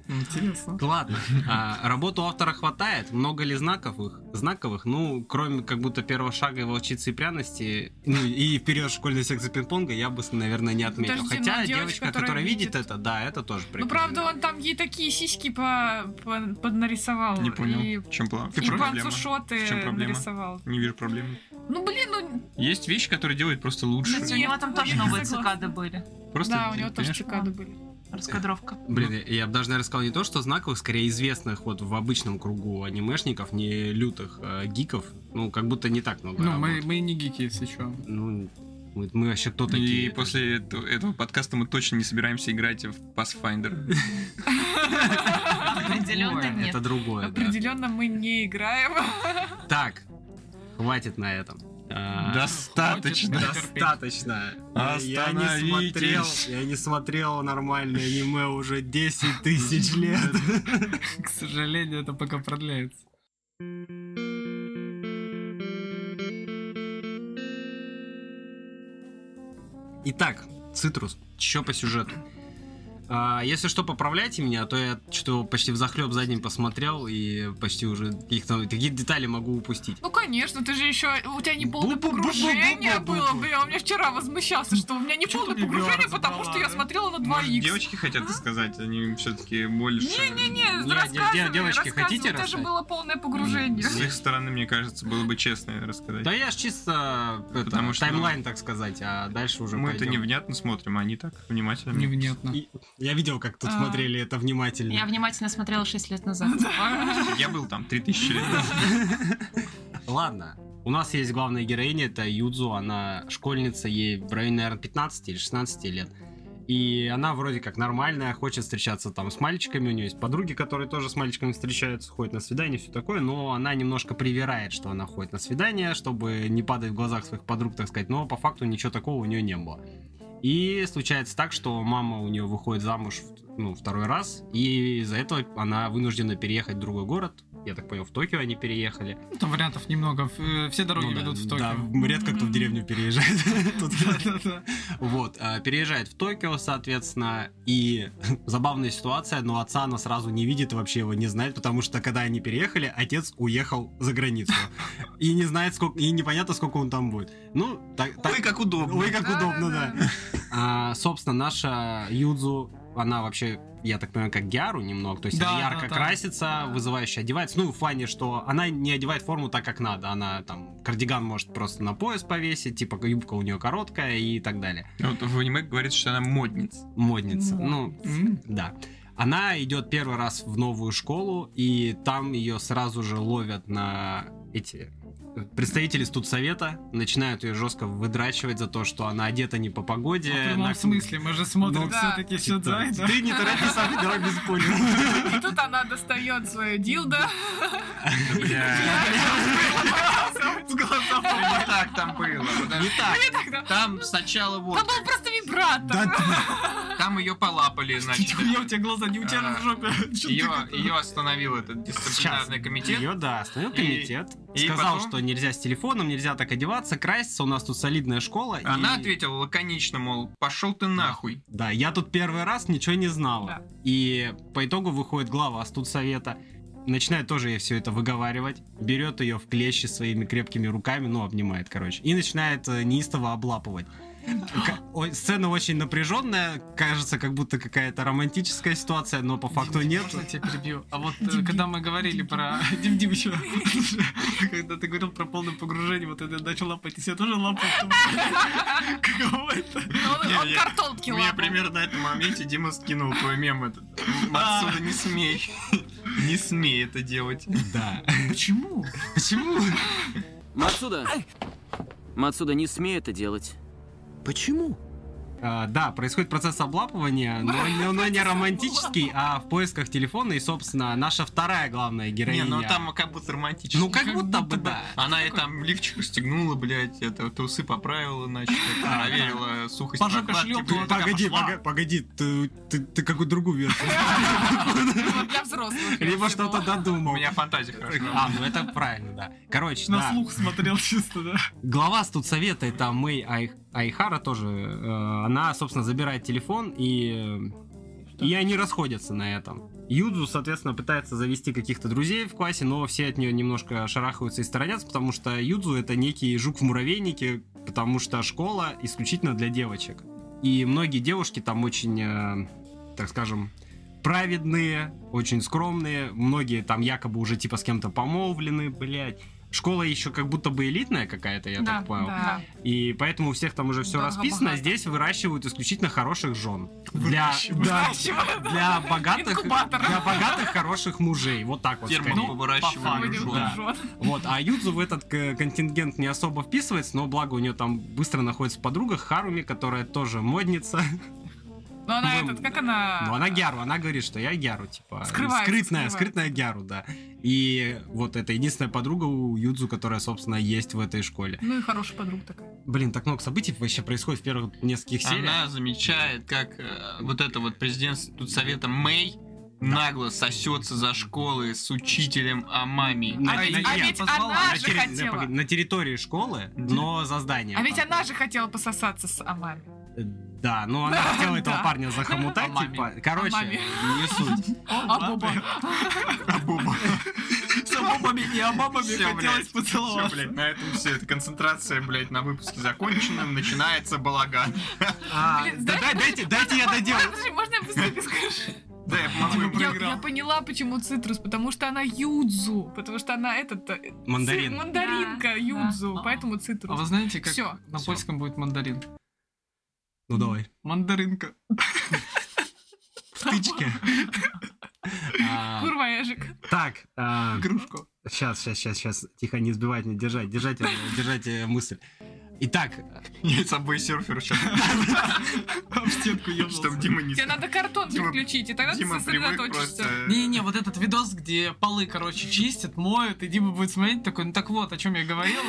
Speaker 4: Интересно.
Speaker 1: Ладно. А, работу автора хватает. Много ли знаковых? Знаковых, ну, кроме как будто первого шага и волчицы и пряности, ну, и вперед школьной секции пинг-понга, я бы, наверное, не отметил.
Speaker 3: Подожди,
Speaker 1: Хотя
Speaker 3: ну,
Speaker 1: девочка, которая, видит
Speaker 3: видит
Speaker 1: это, да, это тоже
Speaker 3: Ну,
Speaker 1: прикольно.
Speaker 3: правда, он там ей такие сиськи по, по- поднарисовал.
Speaker 5: Не
Speaker 3: И,
Speaker 5: понял, в чем план.
Speaker 3: и
Speaker 5: В чем
Speaker 3: панцушоты
Speaker 5: проблема?
Speaker 3: нарисовал.
Speaker 5: Не вижу проблемы.
Speaker 3: Ну, блин, ну...
Speaker 5: Есть вещи, которые делают просто лучше.
Speaker 2: Кстати, у него там тоже
Speaker 3: Я
Speaker 2: новые
Speaker 3: согласна.
Speaker 2: цикады были.
Speaker 5: Просто,
Speaker 3: да, у него тоже
Speaker 5: понимаешь,
Speaker 3: чекады были.
Speaker 2: Раскадровка.
Speaker 1: Блин, я- я бы даже, наверное, сказал не то, что знаковых, скорее известных вот в обычном кругу анимешников, не лютых а гиков. Ну, как будто не так много
Speaker 4: Ну,
Speaker 1: работ.
Speaker 4: мы, мы не гики, если что.
Speaker 1: Ну, мы, мы вообще кто такие?
Speaker 5: И после этого, этого подкаста мы точно не собираемся играть в Pathfinder.
Speaker 2: Определенно
Speaker 4: Другое.
Speaker 2: нет.
Speaker 1: Это другое, да.
Speaker 3: Определенно мы не играем.
Speaker 1: Так, хватит на этом. А,
Speaker 5: Достаточно.
Speaker 4: Хватит.
Speaker 1: Достаточно. Я я не
Speaker 5: Остановитесь.
Speaker 1: смотрел, я не смотрел нормальное аниме уже 10 тысяч лет.
Speaker 4: К сожалению, это пока продляется.
Speaker 1: Итак, Цитрус, еще по сюжету. А, если что, поправляйте меня, а то я что-то почти в захлеб за день посмотрел и почти уже каких-то какие детали могу упустить.
Speaker 3: Ну, конечно, ты же еще... У тебя не полное
Speaker 1: Бу-бу-бу-бу-бу-бу-бу.
Speaker 3: погружение было. Блин, у меня вчера возмущался, что у меня не
Speaker 4: Чё
Speaker 3: полное
Speaker 4: ты меня
Speaker 3: погружение,
Speaker 4: разобрала,
Speaker 3: потому что я
Speaker 4: да?
Speaker 3: смотрела на
Speaker 5: Может,
Speaker 3: 2х.
Speaker 5: девочки хотят сказать, они все-таки больше...
Speaker 3: Не-не-не,
Speaker 1: Не, де-
Speaker 3: рассказывай,
Speaker 1: девочки,
Speaker 3: рассказывай,
Speaker 1: хотите
Speaker 3: у тебя же
Speaker 1: рассказать?
Speaker 3: было полное погружение.
Speaker 5: С их стороны, мне кажется, было бы честно рассказать.
Speaker 1: Да я ж чисто это,
Speaker 5: Потому что-
Speaker 1: таймлайн, так сказать, а дальше уже
Speaker 5: Мы это
Speaker 1: пойдем.
Speaker 5: невнятно смотрим, а они так внимательно.
Speaker 4: Невнятно.
Speaker 1: И- Я видел, как тут
Speaker 3: А.
Speaker 1: смотрели это внимательно.
Speaker 2: Я внимательно смотрела 6 лет назад.
Speaker 5: Я был там 3000 лет. назад.
Speaker 1: Ладно. У нас есть главная героиня, это Юдзу, она школьница, ей в районе, наверное, 15 или 16 лет. И она вроде как нормальная, хочет встречаться там с мальчиками, у нее есть подруги, которые тоже с мальчиками встречаются, ходят на свидание, все такое, но она немножко привирает, что она ходит на свидание, чтобы не падать в глазах своих подруг, так сказать, но по факту ничего такого у нее не было. И случается так, что мама у нее выходит замуж ну, второй раз, и из-за этого она вынуждена переехать в другой город. Я так понял, в Токио они переехали.
Speaker 4: Ну, Там вариантов немного. Ф- э, Все дороги
Speaker 1: Ну да,
Speaker 4: ведут в Токио.
Speaker 1: Да, редко кто в деревню переезжает. Тут-
Speaker 4: Да-да-да.
Speaker 1: Вот, а, переезжает в Токио, соответственно, и забавная ситуация, но отца она сразу не видит, вообще его не знает, потому что когда они переехали, отец уехал за границу. И не знает, сколько, и непонятно, сколько он там будет. Ну, так... так-
Speaker 5: Ой, как удобно.
Speaker 1: Ой, как удобно, да. А, собственно, наша Юдзу она вообще, я так понимаю, как Гиару немного, то есть
Speaker 4: Да,
Speaker 1: она
Speaker 4: да,
Speaker 1: ярко
Speaker 4: да.
Speaker 1: красится, вызывающе одевается, ну, в плане, что она не одевает форму так, как надо, она там кардиган может просто на пояс повесить, типа юбка у нее короткая и так далее.
Speaker 5: Вот в аниме говорится, что она модница.
Speaker 1: Модница, ну,
Speaker 5: М.
Speaker 1: да. Она идет первый раз в новую школу, и там ее сразу же ловят на эти представители студсовета, начинают ее жестко выдрачивать за то, что она одета не по погоде.
Speaker 4: А В прямом
Speaker 1: на-
Speaker 4: смысле, мы же смотрим
Speaker 1: Ну,
Speaker 3: да.
Speaker 4: все-таки
Speaker 1: Типа,
Speaker 4: Сидзай, да?
Speaker 1: Ты не торопись, а дурак без поля.
Speaker 3: И тут она достает свое дилдо.
Speaker 5: В глаза попали. Не так там было. Подожди.
Speaker 1: Не так.
Speaker 5: Там сначала
Speaker 3: Там
Speaker 5: вот,
Speaker 3: был просто вибратор.
Speaker 5: там ее полапали, значит.
Speaker 4: Я у тебя глаза не у тебя
Speaker 5: А,
Speaker 4: в жопе. Чё ты
Speaker 5: Ее,
Speaker 4: как-то-
Speaker 5: ее остановил этот дисциплинарный комитет.
Speaker 1: Ее, да, остановил
Speaker 5: И-
Speaker 1: комитет.
Speaker 5: и
Speaker 1: Сказал,
Speaker 5: потом-
Speaker 1: что нельзя с телефоном, нельзя так одеваться, краситься, у нас тут солидная школа. и-
Speaker 5: Она ответила лаконично, мол, пошел ты нахуй.
Speaker 1: Да, я тут первый раз ничего не знала.
Speaker 2: Да.
Speaker 1: И по итогу выходит глава Астудсовета, начинает тоже ей все это выговаривать, берет ее в клещи своими крепкими руками, ну, обнимает, короче, и начинает э, неистово облапывать. К- о- Сцена очень напряженная, кажется, как будто какая-то романтическая ситуация, но по факту
Speaker 4: Дим,
Speaker 1: нет.
Speaker 4: Можно я тебя перебью? А вот э, когда мы говорили про... Дим Дим еще. Когда ты говорил про полное погружение, вот это я начал лапать, и я тоже лапал. Каково это?
Speaker 3: Он
Speaker 5: Не,
Speaker 3: он
Speaker 5: Ну, я-
Speaker 3: картонки
Speaker 5: У меня
Speaker 3: лапал.
Speaker 5: примерно на этом моменте Дима скинул твой мем этот. Отсюда не смей. Не смей это делать.
Speaker 1: Да.
Speaker 4: Почему?
Speaker 1: Почему?
Speaker 7: Мацуда! Мацуда, не смей это делать.
Speaker 8: Почему?
Speaker 1: А, Да, происходит процесс облапывания, но, не- но не романтический, а в поисках телефона и, собственно, наша вторая главная
Speaker 5: Не,
Speaker 1: героиня.
Speaker 5: ну там как будто романтично.
Speaker 1: Ну, как, будто, бы, да.
Speaker 5: Она и там лифчик расстегнула, блядь, это трусы поправила, значит,
Speaker 1: Да,
Speaker 5: проверила сухость
Speaker 4: Пожука
Speaker 5: прокладки,
Speaker 4: шлёпнула,
Speaker 5: блядь, такая
Speaker 1: Погоди,
Speaker 5: пошла.
Speaker 1: пога- погоди, ты, ты, ты какую другую версию.
Speaker 3: Вот Для взрослых.
Speaker 1: Либо
Speaker 3: вообще
Speaker 1: что-то
Speaker 3: было.
Speaker 5: У
Speaker 1: додумал.
Speaker 5: меня фантазия хорошо.
Speaker 1: А, ну это правильно, да. Короче,
Speaker 4: На
Speaker 1: да.
Speaker 4: слух смотрел чисто, да?
Speaker 1: Глава студсовета, это Мэй Ай- Айхара тоже, э, она, собственно, забирает телефон и... э, И они расходятся на этом. Юдзу, соответственно, пытается завести каких-то друзей в классе, но все от нее немножко шарахаются и сторонятся, потому что Юдзу это некий жук в муравейнике, потому что школа исключительно для девочек. И многие девушки там очень, э, так скажем, праведные, очень скромные, многие там якобы уже типа с кем-то помолвлены, блядь. Школа еще как будто бы элитная какая-то, я
Speaker 2: Да,
Speaker 1: так понял.
Speaker 2: да.
Speaker 1: И поэтому у всех там уже все
Speaker 3: Дорого,
Speaker 1: расписано, а
Speaker 3: богато.
Speaker 1: здесь выращивают исключительно хороших жен. Для, да, для богатых,
Speaker 3: Инкубатор.
Speaker 1: для богатых хороших мужей. Вот так вот.
Speaker 5: Термин
Speaker 1: скорее.
Speaker 5: Ну, по выращиванию
Speaker 1: факту,
Speaker 5: жён.
Speaker 1: да.
Speaker 3: Жжёт.
Speaker 1: Вот, а Юдзу в этот к- контингент не особо вписывается, но благо у нее там быстро находится подруга Харуми, которая тоже модница.
Speaker 3: Но она
Speaker 1: Ну,
Speaker 3: этот, как она?
Speaker 1: Но она Гяру, она говорит, что я Гяру, типа.
Speaker 3: Скрывается,
Speaker 1: скрытная,
Speaker 3: скрывается.
Speaker 1: скрытная Гяру, да. И вот это единственная подруга у Юдзу, которая, собственно, есть в этой школе.
Speaker 3: Ну и хорошая подруга такая.
Speaker 1: Блин, так много событий вообще происходит в первых нескольких сериях.
Speaker 5: Она замечает, как э, вот это вот президент тут совета Мэй нагло сосется за школы с учителем о маме.
Speaker 1: На-
Speaker 3: А ведь-
Speaker 1: на-
Speaker 3: а
Speaker 1: нет,
Speaker 3: ведь
Speaker 1: позвала.
Speaker 3: она
Speaker 1: На
Speaker 3: же
Speaker 1: терри-
Speaker 3: хотела.
Speaker 1: не, погоди, На территории школы, но за зданием.
Speaker 3: А ведь она же хотела пососаться с Амами.
Speaker 1: Да, ну она хотела этого парня захомутать, типа. Короче,
Speaker 3: Амами.
Speaker 1: не суть.
Speaker 3: А Боба.
Speaker 4: С обобами и обобами
Speaker 5: Всё,
Speaker 4: хотелось
Speaker 5: блядь. Всё,
Speaker 4: поцеловаться.
Speaker 5: блядь, на этом все. Это концентрация, блядь, на выпуске закончена. Начинается балаган.
Speaker 1: А,
Speaker 3: Блин,
Speaker 1: да- да- Дайте дайте я доделаю.
Speaker 3: Подожди, можно я быстренько скажу?
Speaker 5: Да, я помогу
Speaker 4: Дима,
Speaker 5: ему.
Speaker 4: блядь,
Speaker 3: Я,
Speaker 4: Проиграл.
Speaker 3: я поняла, почему цитрус, потому что она юдзу, потому что она этот... э, ци-
Speaker 1: Мандарин.
Speaker 3: мандаринка
Speaker 2: Да,
Speaker 3: юдзу,
Speaker 2: да.
Speaker 3: поэтому
Speaker 4: А вы
Speaker 3: цитрус.
Speaker 4: знаете, как
Speaker 3: Всё.
Speaker 4: на
Speaker 1: Всё.
Speaker 4: польском будет мандарин?
Speaker 1: Ну давай.
Speaker 4: Мандаринка.
Speaker 1: В тычке. А,
Speaker 3: Курва ежик.
Speaker 1: Так, а,
Speaker 4: Игрушку.
Speaker 1: сейчас, сейчас, сейчас, сейчас, тихо, не сбивать, не держать, держать, э, держать э, мысль. Итак,
Speaker 5: Я с собой серфер сейчас.
Speaker 4: Об стенку
Speaker 5: Чтобы
Speaker 4: ебнулся.
Speaker 5: Дима не...
Speaker 3: Тебе надо картонки
Speaker 5: Дима-
Speaker 3: включить, и тогда ты
Speaker 5: Дима привык
Speaker 3: сосредоточишься.
Speaker 5: просто...
Speaker 4: Не-не, вот этот видос, где полы, короче, чистят, моют, и Дима будет смотреть такой, ну так вот, о чем я говорил.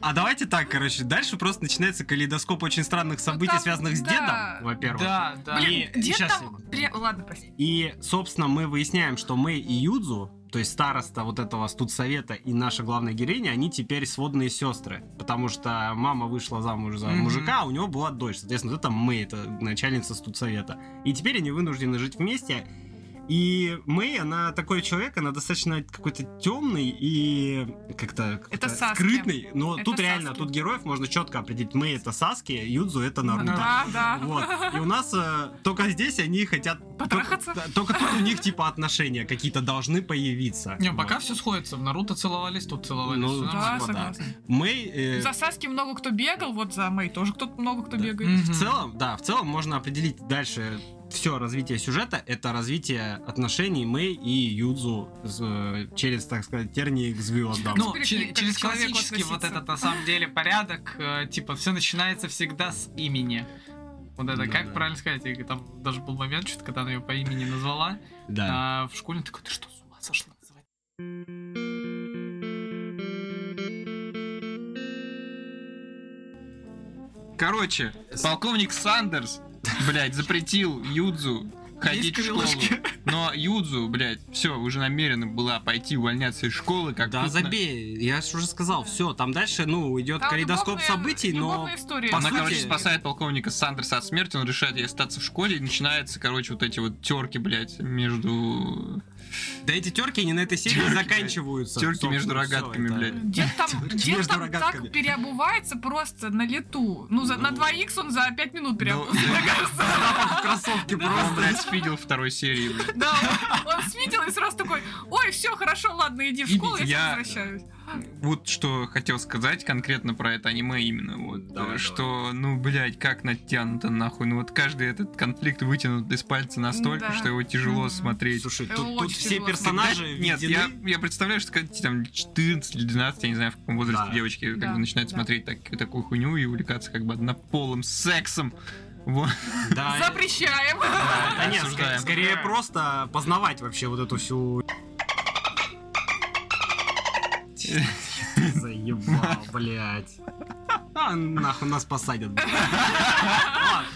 Speaker 1: а давайте так, короче, дальше просто начинается калейдоскоп очень странных событий,
Speaker 3: там,
Speaker 1: связанных с
Speaker 3: да.
Speaker 1: дедом, во-первых.
Speaker 4: Да, да.
Speaker 1: Блин. И
Speaker 3: Дед
Speaker 1: щас
Speaker 3: там... пре- Ладно, прости.
Speaker 1: И, собственно, мы выясняем, что мы и Юдзу, то есть староста вот этого студсовета и наша главная героиня, они теперь сводные сестры. Потому что мама вышла замуж за
Speaker 4: Мгм.
Speaker 1: мужика, а у него была дочь. Соответственно, вот это мы, это начальница студсовета. И теперь они вынуждены жить вместе. И Мэй, она такой человек, она достаточно какой-то темный и как-то как-то
Speaker 3: Саски.
Speaker 1: скрытный. Но
Speaker 3: Это
Speaker 1: тут реально,
Speaker 3: Саски.
Speaker 1: тут героев можно четко определить. Мэй это Саски, Юдзу это Наруто.
Speaker 3: Да, да.
Speaker 1: ну Вот. И у нас э, только здесь они хотят...
Speaker 3: Потрахаться?
Speaker 1: Только, только тут у них типа отношения какие-то должны появиться.
Speaker 4: Не,
Speaker 1: Вот.
Speaker 4: пока все сходится. В Наруто целовались, тут целовались.
Speaker 1: Ну, да,
Speaker 4: всё
Speaker 3: Да,
Speaker 4: нормально.
Speaker 1: типа, да.
Speaker 3: согласна.
Speaker 1: Мэй... э,
Speaker 3: За Саски много кто бегал, вот за Мэй тоже кто-то много кто
Speaker 1: Да.
Speaker 3: бегает.
Speaker 1: В целом, да, в целом можно определить дальше все развитие сюжета. Это развитие отношений Мэй и Юдзу с, э, через, так сказать, тернии к звездам.
Speaker 4: Ну,
Speaker 3: Теперь
Speaker 4: че-
Speaker 3: к- к
Speaker 4: через
Speaker 3: человеку
Speaker 4: классический вот
Speaker 3: относиться.
Speaker 4: этот на самом деле порядок, э, типа, все начинается всегда с имени. Вот это,
Speaker 1: Да,
Speaker 4: как
Speaker 1: да.
Speaker 4: правильно сказать, И там даже был момент, что-то, когда она ее по имени назвала,
Speaker 1: да.
Speaker 4: а в школе такой, ты что, с ума сошла называть?
Speaker 5: Короче, полковник Сандерс, блядь, запретил Юдзу ходить в школу.
Speaker 4: крылышки.
Speaker 5: Но Юдзу, блядь, все, уже намерена была пойти увольняться из школы. Как
Speaker 1: Да
Speaker 5: тут на-
Speaker 1: забей, я же уже сказал, все, там дальше, ну, идет
Speaker 3: Там
Speaker 1: калейдоскоп
Speaker 3: любовная-
Speaker 1: событий, но...
Speaker 3: любовная история.
Speaker 1: по
Speaker 5: Она,
Speaker 1: сути-
Speaker 5: короче, спасает полковника Сандерса от смерти, он решает ей остаться в школе, и начинаются, короче, вот эти вот терки, блядь, между...
Speaker 1: Да эти терки не на этой серии
Speaker 5: Тёрки, блядь.
Speaker 1: заканчиваются.
Speaker 5: Тёрки между
Speaker 1: собственно, всё,
Speaker 5: рогатками,
Speaker 1: это-
Speaker 5: блядь.
Speaker 3: Дед там, дед
Speaker 1: Между
Speaker 3: там
Speaker 1: рогатками.
Speaker 3: так переобувается просто на лету. Ну, за, на
Speaker 1: Ну.
Speaker 3: 2х он за 5 минут
Speaker 5: Ну,
Speaker 3: переобувается, мне кажется.
Speaker 1: Запах в кроссовке
Speaker 5: Он,
Speaker 1: просто.
Speaker 5: блядь, спидил второй серии, блядь.
Speaker 3: Да, он, он свидел и сразу такой, ой, все, хорошо, ладно, иди в школу, я,
Speaker 5: Видите,
Speaker 3: тебя
Speaker 5: я-
Speaker 3: возвращаюсь.
Speaker 5: Вот что хотел сказать конкретно про это аниме именно. Вот,
Speaker 1: Давай,
Speaker 5: э, что, ну, блядь, как натянуто нахуй. Ну вот каждый этот конфликт вытянут из пальца настолько,
Speaker 3: Да.
Speaker 5: что его тяжело
Speaker 3: Мгм.
Speaker 5: смотреть.
Speaker 1: Слушай,
Speaker 3: Это
Speaker 1: тут, тут
Speaker 3: очень
Speaker 1: все
Speaker 3: тяжело.
Speaker 1: персонажи
Speaker 5: Нет,
Speaker 1: введены.
Speaker 5: я, я представляю, что когда тебе там 14 или 12, я не знаю, в каком возрасте
Speaker 1: Да.
Speaker 5: девочки как
Speaker 3: Да,
Speaker 5: бы начинают
Speaker 3: да.
Speaker 5: смотреть так- такую хуйню и увлекаться как бы однополым сексом. Вот.
Speaker 1: Да,
Speaker 3: Запрещаем.
Speaker 1: Да нет,
Speaker 5: Осуждаем.
Speaker 1: ск- А, скорее просто познавать вообще вот эту всю... Заебал, блядь. А, нахуй нас посадят.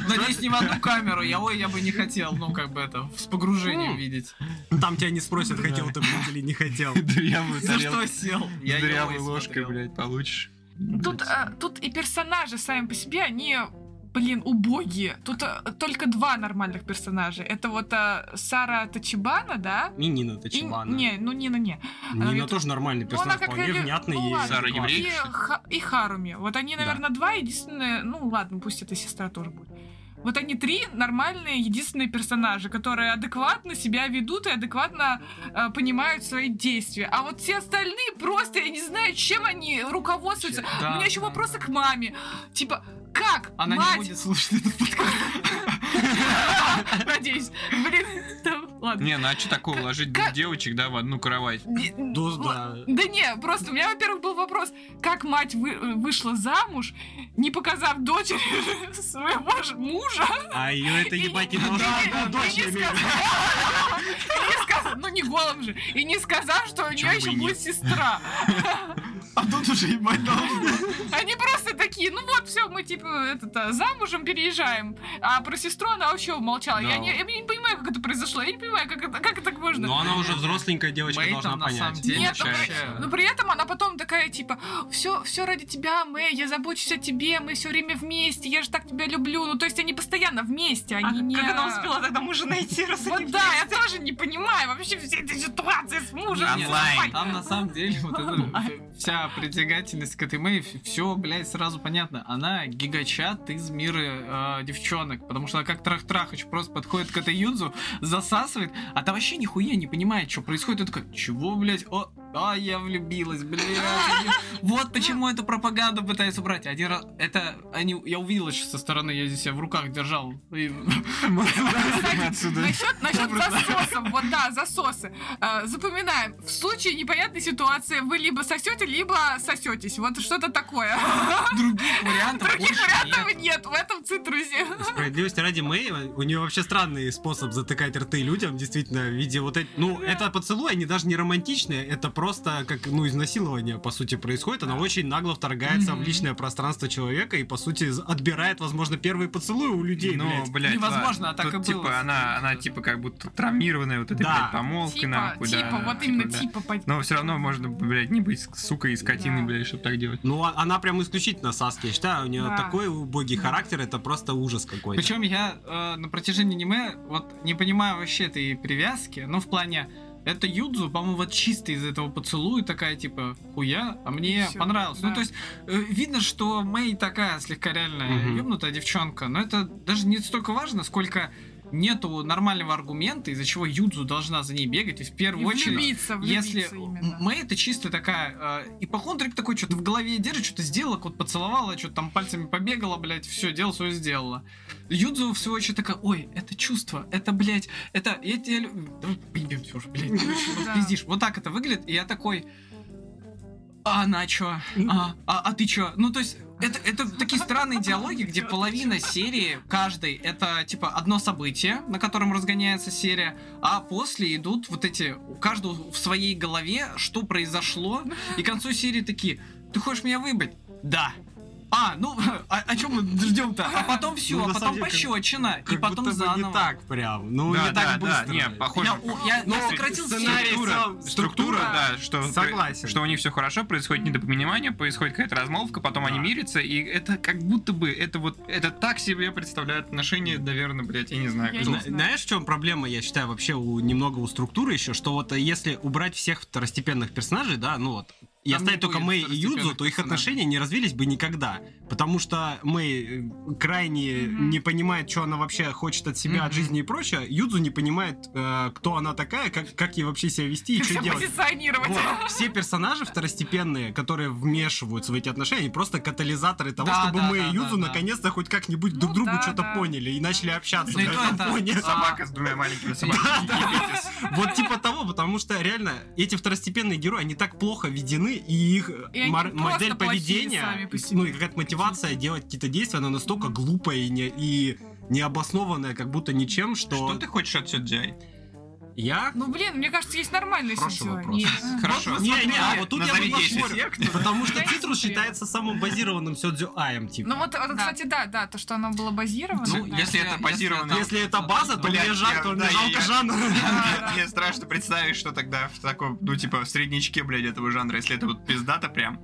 Speaker 4: Надеюсь, не в одну камеру, я, ой, я бы не хотел, ну, как бы это, с погружением
Speaker 1: М.
Speaker 4: видеть.
Speaker 1: Там тебя не спросят, хотел ты, блядь, или не хотел.
Speaker 5: Дырявую
Speaker 4: За что
Speaker 5: тарелку.
Speaker 4: сел?
Speaker 5: с
Speaker 4: Я
Speaker 5: Дырявой
Speaker 4: его и
Speaker 5: ложкой,
Speaker 4: смотрел.
Speaker 5: блядь, получишь.
Speaker 3: Тут, а, тут и персонажи сами по себе, они, блин, убогие. Тут а, только два нормальных персонажа. Это вот а, Сара Тачибана, да?
Speaker 1: И Нина
Speaker 3: И-
Speaker 1: Тачибана.
Speaker 3: не, ну Нина не. она
Speaker 1: Нина
Speaker 3: ведь-
Speaker 1: тоже нормальный
Speaker 3: Ну,
Speaker 1: персонаж,
Speaker 3: она как
Speaker 1: вполне
Speaker 3: или-
Speaker 1: внятный.
Speaker 3: ну,
Speaker 1: и
Speaker 3: ладно.
Speaker 5: Сара
Speaker 1: адекватный.
Speaker 5: еврей?
Speaker 3: И,
Speaker 5: Еврейка, что ли?
Speaker 3: Ха- и Харуми. Вот они,
Speaker 1: Да.
Speaker 3: наверное, два единственные... Ну ладно, пусть эта сестра тоже будет. Вот они три нормальные единственные персонажа, которые адекватно себя ведут и адекватно э, понимают свои действия. А вот все остальные просто, я не знаю, чем они руководствуются.
Speaker 4: Да,
Speaker 3: У меня еще
Speaker 4: да,
Speaker 3: вопросы к маме. Типа, как
Speaker 4: Она не
Speaker 3: мать?
Speaker 4: будет слушать этот подкаст.
Speaker 3: Надеюсь. Блин, там, ладно.
Speaker 5: Не, ну а что такого, ложить двух
Speaker 3: как-
Speaker 5: девочек, да, в одну кровать?
Speaker 3: Не-
Speaker 1: Да,
Speaker 3: л-
Speaker 1: да.
Speaker 3: Да не, просто у меня, во-первых, был вопрос, как мать вы- э, вышла замуж, не показав дочери своего ж- мужа,
Speaker 1: А ее это
Speaker 3: И-
Speaker 1: ебать не
Speaker 3: и-
Speaker 1: должно.
Speaker 3: и-
Speaker 1: Да,
Speaker 3: и
Speaker 1: дочь,
Speaker 3: не
Speaker 1: я имею в виду.
Speaker 3: и не сказав, ну не голым же, и не сказав, что у
Speaker 5: Чё
Speaker 3: нее
Speaker 5: бы
Speaker 3: еще
Speaker 5: и
Speaker 3: будет сестра.
Speaker 4: А тут уже ебать должен.
Speaker 3: Они просто такие, ну вот, все, мы типа этот, а, замужем переезжаем, а про сестру она вообще умолчала. Я
Speaker 1: Да.
Speaker 3: не я не понимаю, как это произошло, я не понимаю, как это- как это так можно.
Speaker 1: Но она уже взросленькая девочка
Speaker 4: Мэй
Speaker 1: должна
Speaker 4: там, на самом
Speaker 1: понять.
Speaker 4: деле
Speaker 3: Нет, ну,
Speaker 5: вообще.
Speaker 4: вообще-
Speaker 3: Но при этом она потом такая, типа, все, все ради тебя, Мэй, я забочусь о тебе, мы все время вместе, я же так тебя люблю. Ну, то есть они постоянно вместе, они не...
Speaker 2: Как она успела тогда мужа найти, раз
Speaker 3: Вот да, я тоже не понимаю вообще всей этой ситуации с мужем.
Speaker 4: Нет,
Speaker 5: Онлайн.
Speaker 4: Там на самом деле вот эта вся притягательность к этой Мэй, все, блядь, сразу понятно. Она гигачат из мира э, девчонок, потому что она как трах-трахач просто подходит к этой Юдзу, засасывает, а та вообще нихуя не понимает, что происходит. Это как, чего, блядь, о, а, я влюбилась, блядь. Вот почему эту пропаганду пытаются брать. Один раз, это, они, я увидел еще со стороны, я здесь себя в руках держал. И-
Speaker 5: Отсюда.
Speaker 3: Насчет, насчет засосов, вот да, засосы. Э, запоминаем, в случае непонятной ситуации вы либо сосете, либо сосетесь. Вот что-то такое.
Speaker 4: Других вариантов
Speaker 3: Других
Speaker 4: больше
Speaker 3: вариантов
Speaker 4: нет.
Speaker 3: нет в этом цитрусе.
Speaker 1: Справедливости ради Мэй, у нее вообще странный способ затыкать рты людям, действительно, в виде вот этой... Ну, это поцелуй, они даже не романтичные, это просто как, ну, изнасилование, по сути, происходит. Она очень нагло вторгается в
Speaker 3: Мгм.
Speaker 1: личное пространство человека и, по сути, з- отбирает, возможно, первые поцелуи у людей,
Speaker 5: Ну,
Speaker 1: блядь.
Speaker 5: блядь,
Speaker 4: Невозможно,
Speaker 5: ладно.
Speaker 4: а так
Speaker 5: Тут,
Speaker 4: и было.
Speaker 5: Типа, она, она типа как будто травмированная вот этой,
Speaker 1: Да.
Speaker 5: блядь, помолвкой
Speaker 3: Типа,
Speaker 5: нахуй, да,
Speaker 3: типа, вот
Speaker 5: типа,
Speaker 3: именно
Speaker 5: да.
Speaker 3: типа. пойти.
Speaker 5: Но все равно можно, блядь, не быть сукой и скотиной,
Speaker 3: Да.
Speaker 5: блядь, чтобы так делать.
Speaker 1: Ну, а- она прям исключительно Саски, я считаю. У нее
Speaker 3: Да.
Speaker 1: такой убогий
Speaker 3: Да.
Speaker 1: характер, это просто ужас какой-то.
Speaker 4: Причем я э, на протяжении аниме вот не понимаю вообще этой привязки, но в плане это Юдзу, по-моему, вот чисто из этого поцелуя такая типа хуя, а мне
Speaker 3: всё,
Speaker 4: понравилось.
Speaker 3: да.
Speaker 4: Ну то есть э, видно, что Мэй такая слегка реально
Speaker 1: Мгм.
Speaker 4: ёбнутая девчонка, но это даже не столько важно, сколько нету нормального аргумента, из-за чего Юдзу должна за ней бегать, и в
Speaker 3: И
Speaker 4: первую очередь
Speaker 3: влюбиться, влюбиться
Speaker 4: если
Speaker 3: именно.
Speaker 4: Мэй это чисто такая э, ипохондрик такой, что-то в голове держит, что-то сделала, кот поцеловала, что-то там пальцами побегала, блядь, все, дело свое сделала. Юдзу, в свою очередь, такая, ой, это чувство, это, блядь, это, я тебя люблю». Давай поебем все уже, блядь, ты что
Speaker 3: Да.
Speaker 4: пиздишь. Вот так это выглядит, и я такой, а она чё? А, а, а ты чё? Ну, то есть, это, это такие странные диалоги, где половина серии, каждый, это, типа, одно событие, на котором разгоняется серия, а после идут вот эти, у каждого в своей голове, что произошло, и к концу серии такие, ты хочешь меня выбить? Да. А, ну, а, о чем мы ждем-то? А потом все,
Speaker 1: Ну, на
Speaker 4: а
Speaker 1: самом
Speaker 4: потом
Speaker 1: деле, как-
Speaker 4: пощечина, и
Speaker 1: Как
Speaker 4: потом
Speaker 1: будто бы
Speaker 4: заново.
Speaker 1: не так прям. Ну,
Speaker 5: да,
Speaker 1: не
Speaker 5: да,
Speaker 1: так быстро.
Speaker 5: да, не, похоже.
Speaker 4: Я, у- я- я
Speaker 1: Ну,
Speaker 4: сократил
Speaker 1: сценарий
Speaker 4: серию.
Speaker 1: в
Speaker 5: Структура,
Speaker 1: целом-
Speaker 5: структура,
Speaker 1: структура,
Speaker 5: да, что,
Speaker 1: согласен.
Speaker 5: что у них все хорошо, происходит недопонимание, происходит какая-то размолвка, потом
Speaker 1: Да.
Speaker 5: они мирятся, и это как будто бы, это вот, это так себе представляет отношения, наверное, блядь, я не знаю.
Speaker 3: Я
Speaker 5: как
Speaker 3: не
Speaker 5: бы.
Speaker 1: Зна- Знаешь, в чем проблема, я считаю, вообще у немного у структуры еще, что вот э, если убрать всех второстепенных персонажей, да, ну вот, и
Speaker 4: Там
Speaker 1: оставить
Speaker 4: не
Speaker 1: только
Speaker 4: будет
Speaker 1: Мэй и Юдзу, то их
Speaker 4: второстепенных
Speaker 1: отношения не развились бы никогда. Потому что Мэй э, крайне
Speaker 3: Мгм.
Speaker 1: не понимает, что она вообще хочет от себя, от
Speaker 4: Мгм.
Speaker 1: жизни и прочее. Юдзу не понимает, э, кто она такая, как, как ей вообще себя вести и что
Speaker 3: Как себя
Speaker 1: делать.
Speaker 3: позиционировать.
Speaker 1: Вот. Все персонажи второстепенные, которые вмешиваются в эти отношения, они просто катализаторы того,
Speaker 4: Да,
Speaker 1: чтобы
Speaker 4: да,
Speaker 1: мы
Speaker 4: да,
Speaker 1: и Юдзу
Speaker 4: да, да.
Speaker 1: наконец-то хоть как-нибудь
Speaker 3: Ну
Speaker 1: друг другу
Speaker 3: да,
Speaker 1: что-то
Speaker 3: да.
Speaker 1: поняли и начали общаться.
Speaker 4: Ну и
Speaker 1: на
Speaker 4: то
Speaker 1: этом
Speaker 4: это-
Speaker 1: фоне.
Speaker 5: Собака с двумя маленькими собаками.
Speaker 4: Ну,
Speaker 5: Ебитесь.
Speaker 1: Вот типа того, потому что реально эти второстепенные герои, они так плохо введены, и их э,
Speaker 3: И они
Speaker 1: мор-
Speaker 3: просто
Speaker 1: модель
Speaker 3: плохие сами
Speaker 1: поведения,
Speaker 3: по себе.
Speaker 1: ну и какая-то мотивация делать какие-то действия, она настолько глупая и, не- и необоснованная, как будто ничем, что,
Speaker 5: Что ты хочешь от Сёдзяй?
Speaker 1: я...
Speaker 3: Ну, блин, мне кажется, есть нормальные
Speaker 1: Хороший
Speaker 3: сетевые.
Speaker 1: вопрос.
Speaker 3: Есть.
Speaker 5: Хорошо.
Speaker 1: Не, не, а
Speaker 5: Смотри,
Speaker 1: вот тут я
Speaker 5: назови
Speaker 1: бы
Speaker 5: 10
Speaker 1: поспорил,
Speaker 5: сект.
Speaker 1: потому что
Speaker 3: Я не
Speaker 1: Цитрус
Speaker 3: смотрела.
Speaker 1: считается самым базированным сёдзю аем, типа.
Speaker 3: Ну вот,
Speaker 2: Да.
Speaker 3: вот, кстати, да, да, то, что оно было базировано.
Speaker 5: Ну,
Speaker 3: да.
Speaker 5: если это базировано...
Speaker 1: Если это база, то
Speaker 5: Блядь,
Speaker 1: мне жаль,
Speaker 5: я-
Speaker 1: то
Speaker 5: да,
Speaker 1: мне
Speaker 5: я-
Speaker 1: жалко
Speaker 5: я-
Speaker 1: жанр.
Speaker 3: Да,
Speaker 5: Мне страшно представить, что тогда в таком, ну, типа, в среднячке, блядь, этого жанра, если это вот пиздата прям.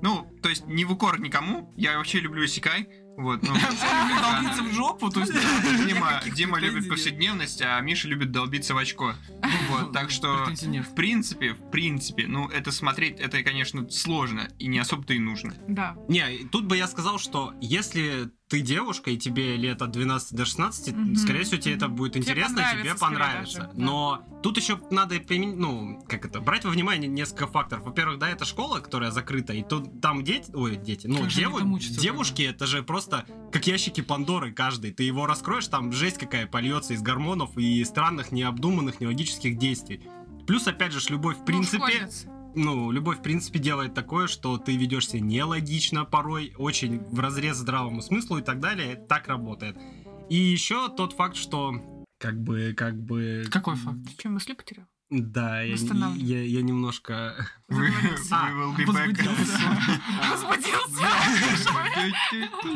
Speaker 5: Ну, то есть, не в укор никому, я вообще люблю Исикай, вот, ну... да.
Speaker 4: Долбиться в жопу, то есть...
Speaker 5: Дима,
Speaker 4: никаких
Speaker 5: Дима
Speaker 4: претензий
Speaker 5: любит
Speaker 4: нет.
Speaker 5: повседневность, а Миша любит долбиться в очко. Ну, Вот, так что,
Speaker 4: Претензий нет.
Speaker 5: в принципе, в принципе, ну, это смотреть, это, конечно, сложно и не особо-то и нужно.
Speaker 3: Да. Ну,
Speaker 1: Не, и тут бы я сказал, что если ты девушка и тебе лет от 12 до 16,
Speaker 3: Мгм.
Speaker 1: скорее всего, тебе это
Speaker 3: Мгм.
Speaker 1: будет
Speaker 3: Тебе
Speaker 1: интересно, и тебе
Speaker 3: понравится, скорее
Speaker 1: понравится.
Speaker 3: даже, да.
Speaker 1: Но тут еще надо применить, ну, как это, брать во внимание несколько факторов. Во-первых, да, это школа, которая закрыта, и тут там дети, ой, дети, ну,
Speaker 4: Как же они
Speaker 1: деву-
Speaker 4: там учатся,
Speaker 1: девушки, это же просто как ящики Пандоры каждый. Ты его раскроешь, там жесть какая польется из гормонов и странных, необдуманных, нелогических действий. Плюс, опять же, ж, любовь, в
Speaker 3: Ну,
Speaker 1: принципе,
Speaker 3: школьница.
Speaker 1: ну, любовь, в принципе, делает такое, что ты ведешь себя нелогично порой, очень в разрез здравому смыслу и так далее. Это Так работает. И еще тот факт, что как бы, как бы...
Speaker 4: Какой факт?
Speaker 3: Ты что, мысли потерял?
Speaker 1: Да, я,
Speaker 3: Восстанавливай.
Speaker 1: я, я немножко...
Speaker 5: We
Speaker 1: А,
Speaker 5: will be
Speaker 4: возбудился.
Speaker 5: back.
Speaker 3: Возбудился.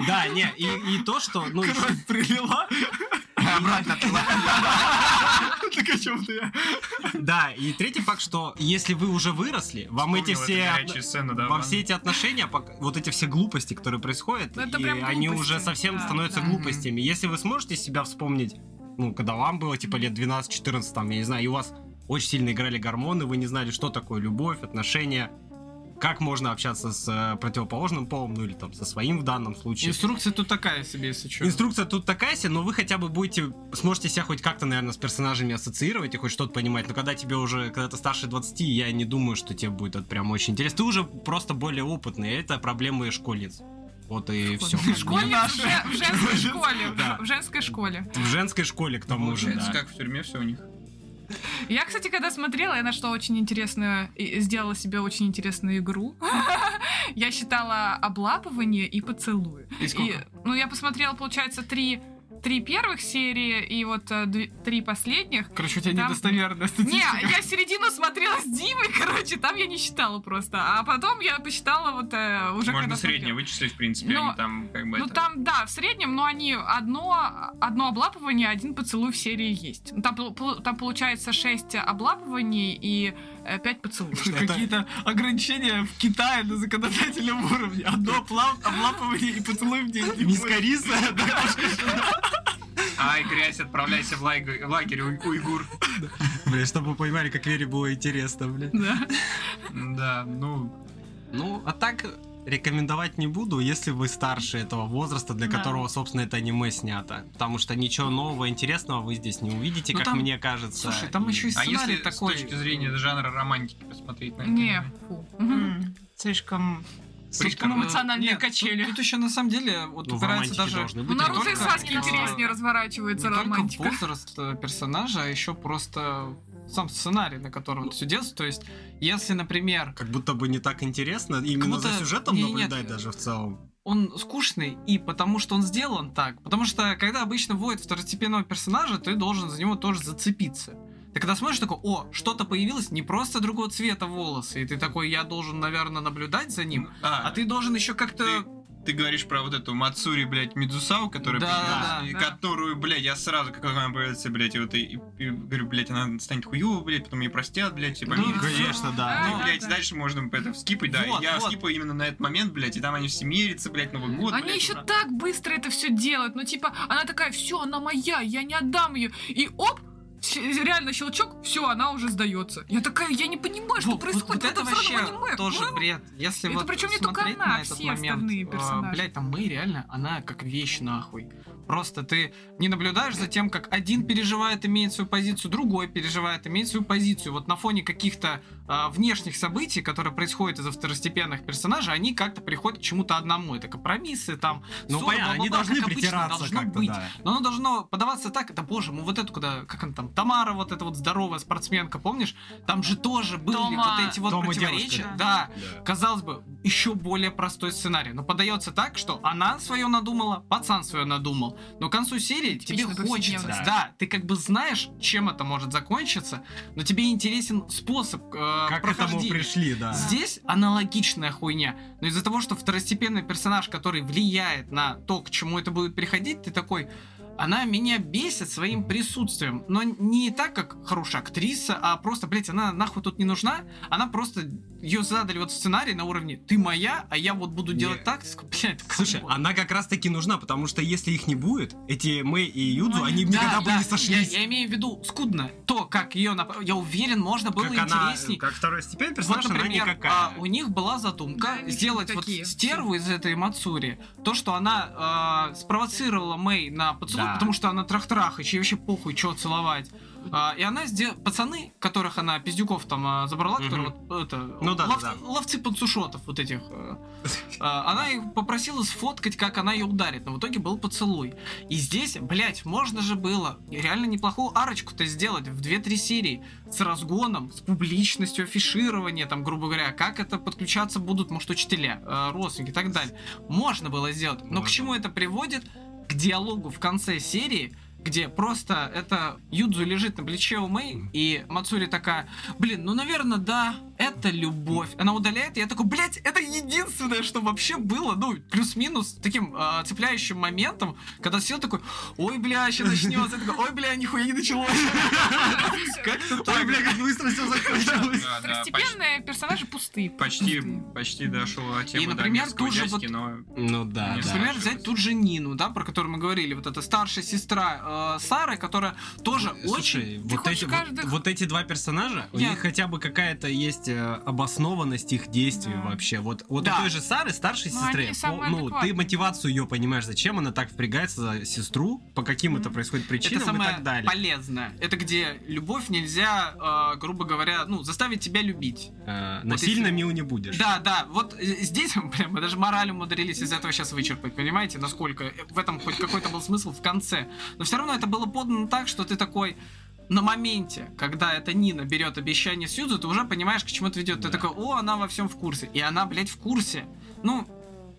Speaker 1: Да, не, и, и то, что... Ну,
Speaker 4: Кровь прилила.
Speaker 5: Обратно туда.
Speaker 4: Так о чем ты?
Speaker 1: да, и третий факт, что если вы уже выросли, вам А эти
Speaker 5: Вспомнил
Speaker 1: все...
Speaker 5: эту горячую сцену, да,
Speaker 1: Во
Speaker 5: ванной.
Speaker 1: все эти отношения, пока- вот эти все глупости, которые происходят,
Speaker 3: Ну, это
Speaker 1: и
Speaker 3: прям
Speaker 1: они
Speaker 3: глупости,
Speaker 1: уже совсем
Speaker 3: да,
Speaker 1: становятся
Speaker 3: да.
Speaker 1: глупостями. Если вы сможете себя вспомнить, ну, когда вам было типа лет 12-14, там, я не знаю, и у вас очень сильно играли гормоны, вы не знали, что такое любовь, отношения, как можно общаться с э, противоположным полом, ну или там со своим в данном случае.
Speaker 4: Инструкция тут такая себе, если что.
Speaker 1: Инструкция тут такая себе, но вы хотя бы будете, сможете себя хоть как-то, наверное, с персонажами ассоциировать и хоть что-то понимать. Но когда тебе уже, когда ты старше 20, я не думаю, что тебе будет это прям очень интересно. Ты уже просто более опытный, а это проблемы школьниц. Вот и все.
Speaker 3: Школьница в жен- в женской школе.
Speaker 1: Да.
Speaker 3: В женской школе.
Speaker 1: В женской школе, к тому же,
Speaker 5: Получается,
Speaker 1: да.
Speaker 5: как в тюрьме все у них.
Speaker 3: Я, кстати, когда смотрела, я нашла очень интересную... и- Сделала себе очень интересную игру. Я считала облапывание и поцелуи.
Speaker 4: И сколько?
Speaker 3: И, ну, я посмотрела, получается, три три первых серии и вот э, две- три последних.
Speaker 4: Короче, у тебя
Speaker 3: Там-
Speaker 4: недостоверная
Speaker 3: Не,
Speaker 1: а
Speaker 4: статистика.
Speaker 3: я середину смотрела с Димой, короче, там я не считала просто. А потом я посчитала вот э, уже
Speaker 5: Можно
Speaker 3: когда
Speaker 5: среднее
Speaker 3: смотрела.
Speaker 5: вычислить, в принципе,
Speaker 3: Но-
Speaker 5: они там как бы
Speaker 3: Ну
Speaker 5: это-
Speaker 3: там, да, в среднем, но они одно, одно облапывание, один поцелуй в серии есть. Ну, Там, пол- пол- там получается шесть облапываний и э, пять поцелуев.
Speaker 4: Какие-то ограничения в Китае на законодательном уровне. Одно плав- облапывание и поцелуй в день.
Speaker 1: Мисс Кариса, да?
Speaker 5: Ай, грязь, отправляйся в лагерь, в лагерь у- уйгур.
Speaker 1: Бля, чтобы вы понимали, как Вере было интересно, бля.
Speaker 3: Да.
Speaker 5: Да, ну...
Speaker 1: Ну, а так рекомендовать не буду, если вы старше этого возраста, для
Speaker 3: Да.
Speaker 1: которого, собственно, это аниме снято. Потому что ничего нового, интересного вы здесь не увидите,
Speaker 4: Ну
Speaker 1: как
Speaker 4: там-
Speaker 1: мне кажется.
Speaker 4: Слушай, там
Speaker 1: И-
Speaker 4: еще и
Speaker 5: А если
Speaker 4: сценарий
Speaker 5: с
Speaker 4: такой.
Speaker 5: точки зрения жанра романтики посмотреть на это?
Speaker 3: Не, фу. Мгм.
Speaker 2: М, Слишком
Speaker 5: Слишком
Speaker 4: э,
Speaker 2: эмоциональные качели.
Speaker 4: Тут, еще на самом деле вот
Speaker 1: Ну, в
Speaker 4: упирается
Speaker 1: романтике
Speaker 4: даже
Speaker 1: должны
Speaker 3: Ну,
Speaker 1: быть.
Speaker 3: Наруто и
Speaker 4: только-
Speaker 3: Саски
Speaker 4: не
Speaker 3: интереснее
Speaker 4: только- не
Speaker 3: разворачивается
Speaker 4: только
Speaker 3: романтика.
Speaker 4: возраст э, персонажа, а еще просто сам сценарий, на котором все детство. То есть, если, например,
Speaker 1: Как будто бы не так интересно, именно за
Speaker 4: будто-
Speaker 1: сюжетом
Speaker 4: не, не,
Speaker 1: наблюдать
Speaker 4: нет.
Speaker 1: даже в целом.
Speaker 4: он скучный, и потому что он сделан так. Потому что, когда обычно вводят второстепенного персонажа, ты должен за него тоже зацепиться. Ты когда смотришь, такой, о, что-то появилось не просто другого цвета волосы, и ты такой, я должен, наверное, наблюдать за ним, а
Speaker 5: А, ты,
Speaker 4: ты должен еще как-то...
Speaker 5: ты говоришь про вот эту Мацури, блядь, Медусау, которая...
Speaker 4: Да,
Speaker 5: приезжала,
Speaker 4: да,
Speaker 5: и
Speaker 3: да.
Speaker 5: Которую, блядь, я сразу, как она появится, блядь, и вот и, и- и говорю, блядь, она станет хуёвой, блядь, потом ее простят, блядь, типа, и
Speaker 4: Ну,
Speaker 5: помирятся.
Speaker 1: Конечно,
Speaker 3: да,
Speaker 1: да.
Speaker 5: Ну,
Speaker 3: да,
Speaker 5: блядь,
Speaker 3: да.
Speaker 5: дальше можно это скипать, да.
Speaker 4: Вот,
Speaker 5: я
Speaker 4: вот.
Speaker 5: скипаю именно на этот момент, блядь, и там они все мерятся, блядь, Новый год,
Speaker 3: Они
Speaker 5: блядь, типа.
Speaker 3: еще
Speaker 5: ура.
Speaker 3: так быстро это все делают. Ну, типа, она такая, все, она моя, я не отдам ее. И оп, щ- реально щелчок, все, она уже сдается. Я такая, я не понимаю, что
Speaker 4: Вот,
Speaker 3: происходит.
Speaker 4: вот это
Speaker 3: в этом
Speaker 4: вообще
Speaker 3: сраном аниме.
Speaker 4: тоже
Speaker 3: Бла-
Speaker 4: бред. Если
Speaker 3: Это
Speaker 4: вот
Speaker 3: причем не только
Speaker 4: смотреть
Speaker 3: она,
Speaker 4: на этот
Speaker 3: все
Speaker 4: момент,
Speaker 3: остальные
Speaker 4: а,
Speaker 3: персонажи.
Speaker 4: блядь, там мы реально, она как вещь нахуй. Просто ты не наблюдаешь за тем, как один переживает, имеет свою позицию, другой переживает, имеет свою позицию. Вот на фоне каких-то а, внешних событий, которые происходят из-за второстепенных персонажей, они как-то приходят к чему-то одному. Это компромиссы там.
Speaker 1: Ну,
Speaker 4: ссоры,
Speaker 1: понятно, они
Speaker 4: бла-бла-бла,
Speaker 1: должны
Speaker 4: как обычно
Speaker 1: притираться
Speaker 4: должно
Speaker 1: как-то,
Speaker 4: быть.
Speaker 1: да.
Speaker 4: Но оно должно подаваться так, да боже, мы вот эту куда, как она там, Тамара, вот эта вот здоровая спортсменка, помнишь? Там же тоже были
Speaker 3: Тома.
Speaker 4: вот эти вот
Speaker 1: Тома
Speaker 4: противоречия.
Speaker 1: девушка.
Speaker 4: Да. Казалось бы, еще более простой сценарий. Но подается так, что она свое надумала, пацан свое надумал. Но к концу серии
Speaker 3: Типичная
Speaker 4: тебе хочется. Да.
Speaker 3: повседневность.
Speaker 4: ты как бы знаешь, чем это может закончиться, но тебе интересен способ э,
Speaker 1: Как к этому
Speaker 4: прохождения.
Speaker 1: пришли, да.
Speaker 4: Здесь аналогичная хуйня. Но из-за того, что второстепенный персонаж, который влияет на то, к чему это будет приходить, ты такой. Она меня бесит своим присутствием. Но не так, как хорошая актриса, а просто, блядь, она нахуй тут не нужна. Она просто ее задали вот в сценарий на уровне ты моя, а я вот буду
Speaker 1: Не.
Speaker 4: делать так. Блядь,
Speaker 1: Слушай, а
Speaker 4: камон.
Speaker 1: она как раз таки нужна, потому что если их не будет, эти мы и Юдзу,
Speaker 3: Ну,
Speaker 1: они
Speaker 4: Да,
Speaker 1: никогда бы
Speaker 4: да,
Speaker 1: не сошлись.
Speaker 4: Я, я имею в виду скудно. То, как ее, нап- я уверен, можно было
Speaker 1: как она, э,
Speaker 4: интересней.
Speaker 1: как второй степень
Speaker 4: Вот,
Speaker 1: персонаж,
Speaker 4: например,
Speaker 1: она
Speaker 4: а,
Speaker 1: никакая.
Speaker 4: у них была задумка
Speaker 3: Да, они
Speaker 4: сделать вот
Speaker 3: такие.
Speaker 4: стерву из этой Мацури. То, что она а, спровоцировала Мэй на поцелуй,
Speaker 1: Да.
Speaker 4: потому что она трах-трахач, ей вообще похуй, чего целовать. А, и она сделала... Пацаны, которых она, пиздюков там а, забрала, которые вот это...
Speaker 1: Ну да,
Speaker 4: лов-
Speaker 1: да,
Speaker 4: Ловцы панцушотов вот этих. э, а, она их попросила сфоткать, как она ее ударит, но в итоге был поцелуй. И здесь, блядь, можно же было реально неплохую арочку-то сделать в 2-3 серии с разгоном, с публичностью афиширования, там, грубо говоря, как это подключаться будут, может, учителя, э, родственники и так далее. Можно было сделать. Но к
Speaker 1: Можно.
Speaker 4: чему это приводит? К диалогу в конце серии, где просто это Юдзу лежит на плече у Мэй, и Мацури такая, блин, ну, наверное, да, это любовь. Она удаляет, и я такой, блядь, это единственное, что вообще было, ну, плюс-минус таким э, цепляющим моментом, когда сел такой, ой, бля, сейчас начнется, Я такой, ой, бля, нихуя не началось. Как-то так.
Speaker 1: Ой, бля, как быстро все закончилось.
Speaker 5: Да, да, почти-
Speaker 3: Второстепенные персонажи пустые.
Speaker 5: Почти,
Speaker 3: пустые.
Speaker 5: почти дошел от темы до
Speaker 4: например,
Speaker 5: мерзкого
Speaker 4: тут же
Speaker 5: дядьки,
Speaker 4: вот-
Speaker 5: но
Speaker 1: Ну да, да.
Speaker 5: Не знаю.
Speaker 4: Например, взять тут же Нину, да, про которую мы говорили, вот эта старшая сестра э, Сары, которая тоже очень...
Speaker 1: Слушай, вот
Speaker 3: хочешь
Speaker 1: эти, вот-
Speaker 3: каждых-
Speaker 1: вот эти два персонажа, у
Speaker 4: Я-
Speaker 1: них хотя бы какая-то есть э, обоснованность их действий
Speaker 3: Да.
Speaker 1: вообще. Вот, вот
Speaker 4: Да.
Speaker 1: у той же Сары, старшей
Speaker 3: Ну,
Speaker 1: сестре,
Speaker 3: они самые
Speaker 1: ну, ты
Speaker 3: адекватные.
Speaker 1: мотивацию ее понимаешь, зачем она так впрягается за сестру, по каким это
Speaker 3: Мгм.
Speaker 1: происходит
Speaker 4: Это
Speaker 1: причинам и
Speaker 4: самое
Speaker 1: так далее.
Speaker 4: полезное. Это где любовь нельзя, э, грубо говоря, ну, заставить тебя любить.
Speaker 1: Э, насильно
Speaker 4: если-
Speaker 1: мил не будешь.
Speaker 4: Да, да, вот э, здесь, прям, мы даже мораль умудрились из этого сейчас вычерпать, понимаете, насколько э, в этом хоть какой-то был смысл в конце. Но все равно это было подано так, что ты такой на моменте, когда эта Нина берет обещание Сьюзу, ты уже понимаешь, к чему это ведет.
Speaker 1: Да.
Speaker 4: Ты такой, о, она во всем в курсе. И она, блядь, в курсе. Ну,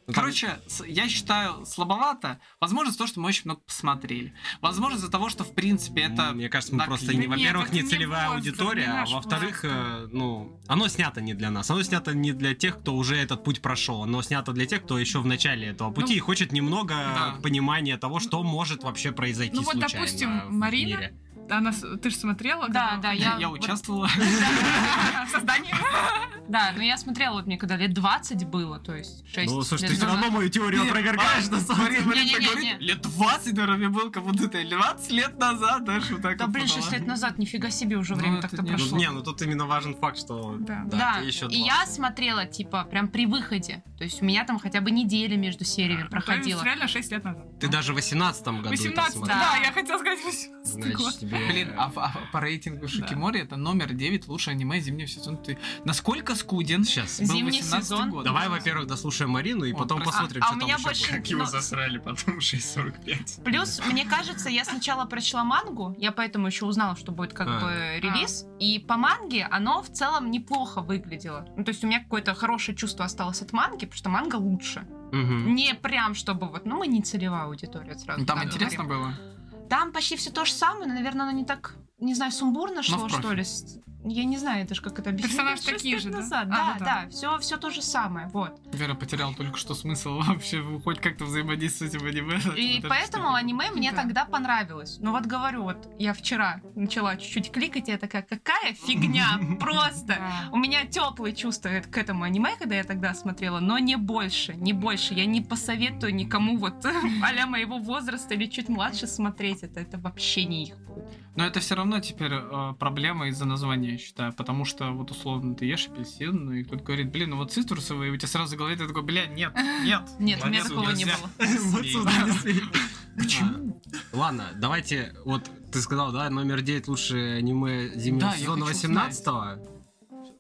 Speaker 1: Ну, там-
Speaker 4: Короче, с- я считаю слабовато. Возможно, за то, что мы очень много посмотрели. Возможно, из-за того, что, в принципе, это...
Speaker 1: Мне кажется, мы
Speaker 4: так
Speaker 1: просто,
Speaker 4: и-
Speaker 1: не,
Speaker 3: Нет,
Speaker 1: во-первых,
Speaker 3: это
Speaker 1: не
Speaker 3: не
Speaker 1: целевая
Speaker 3: возраст,
Speaker 1: аудитория,
Speaker 3: не
Speaker 1: а
Speaker 3: наш
Speaker 1: во-вторых,
Speaker 3: возраст.
Speaker 1: э, ну, оно снято не для нас, оно снято не для тех, кто уже этот путь прошел, оно снято для тех, кто еще в начале этого пути и хочет немного
Speaker 4: да.
Speaker 1: понимания того, что может вообще произойти
Speaker 3: ну вот,
Speaker 1: случайно
Speaker 3: допустим,
Speaker 1: в
Speaker 3: Марина,
Speaker 1: мире. Ну,
Speaker 3: Она, с- ты же смотрела?
Speaker 2: Да,
Speaker 3: когда-
Speaker 2: да, А я...
Speaker 4: Я
Speaker 2: вот-
Speaker 4: участвовала.
Speaker 3: В создании.
Speaker 2: Да, но я смотрела, вот мне когда лет 20 было, то есть 6
Speaker 1: Ну, слушай, ты
Speaker 2: лет
Speaker 1: все равно
Speaker 2: назад.
Speaker 1: мою теорию
Speaker 4: Нет,
Speaker 1: опровергаешь, на самом деле.
Speaker 4: Марина
Speaker 2: Не-не-не-не.
Speaker 4: говорит, лет 20, наверное, мне было, как будто это 20 лет назад, даже вот так
Speaker 2: Да
Speaker 4: вот
Speaker 2: блин,
Speaker 4: подала.
Speaker 2: 6 лет назад, нифига себе, уже
Speaker 4: Ну,
Speaker 2: время
Speaker 4: это
Speaker 2: так-то
Speaker 4: не-
Speaker 1: Ну,
Speaker 2: прошло.
Speaker 1: Не, ну тут именно важен факт, что...
Speaker 3: Да.
Speaker 2: Да,
Speaker 1: ты еще
Speaker 2: и
Speaker 1: два.
Speaker 2: я смотрела, типа, прям при выходе. То есть у меня там хотя бы неделя между сериями проходила.
Speaker 3: ну, То есть Реально 6 лет назад.
Speaker 1: Ты даже в 18 году это
Speaker 3: 18, да,
Speaker 2: смотрела.
Speaker 3: я хотела сказать 18
Speaker 1: смотрела.
Speaker 3: год.
Speaker 1: Значит, тебе- э,
Speaker 4: Блин, а, в- а по рейтингу Шикимори это номер 9 лучшее аниме зимнего сезона. Ты насколько скуден
Speaker 1: Сейчас.
Speaker 4: был
Speaker 2: Зимний
Speaker 4: 18-й
Speaker 2: сезон.
Speaker 4: год?
Speaker 1: Давай, во-первых, дослушаем Марину, и
Speaker 4: О,
Speaker 1: потом
Speaker 4: а-
Speaker 1: посмотрим,
Speaker 2: а
Speaker 1: что
Speaker 2: у
Speaker 1: там
Speaker 2: меня
Speaker 1: еще
Speaker 2: больше
Speaker 1: будет.
Speaker 5: Как его засрали потом 6.45.
Speaker 2: Плюс, мне кажется, я сначала прочла мангу, я поэтому еще узнала, что будет как
Speaker 1: А.
Speaker 2: бы релиз. И по манге оно в целом неплохо выглядело. Ну, то есть у меня какое-то хорошее чувство осталось от манги, потому что манга лучше.
Speaker 1: Мгм.
Speaker 2: Не прям, чтобы вот, ну, мы не целевая аудитория сразу.
Speaker 4: Ну, Там
Speaker 2: так
Speaker 4: интересно
Speaker 2: говорим.
Speaker 4: было.
Speaker 2: Там почти все то же самое, но, наверное, оно не так, не знаю, сумбурно шло,
Speaker 4: впрочем.
Speaker 2: что ли. С- Я не знаю даже, как это объяснить.
Speaker 3: Персонажи
Speaker 2: Шесть
Speaker 3: такие
Speaker 2: лет
Speaker 3: же, да?
Speaker 2: назад,
Speaker 3: А,
Speaker 2: Да,
Speaker 3: ну
Speaker 2: да,
Speaker 3: да.
Speaker 2: все, все то же самое, вот.
Speaker 4: Вера потерял только что смысл вообще хоть как-то взаимодействовать с этим аниме.
Speaker 2: И
Speaker 4: Вот это
Speaker 2: поэтому
Speaker 4: штука.
Speaker 2: аниме мне
Speaker 3: Да.
Speaker 2: тогда понравилось. Ну вот говорю, вот я вчера начала чуть-чуть кликать, и я такая, какая фигня, просто.
Speaker 3: Да.
Speaker 2: У меня теплые чувства к к этому аниме, когда я тогда смотрела, но не больше, не больше. Я не посоветую никому вот а моего возраста или чуть младше смотреть это. Это вообще не их.
Speaker 4: Но это все равно теперь э, проблема из-за названия, я считаю. Потому что вот условно ты ешь апельсин, ну, и кто-то говорит, блин, ну вот цитрусовый, и у тебя сразу в голове ты такой, блядь, нет, нет.
Speaker 2: Нет, у меня
Speaker 4: Отсюда
Speaker 2: такого не
Speaker 4: нельзя.
Speaker 2: было.
Speaker 1: Вот сюда не смей. А, Ладно, давайте, вот ты сказал, да, номер 9 лучше аниме зимнего
Speaker 4: Да, я
Speaker 1: сезона
Speaker 4: хочу
Speaker 1: 18-го.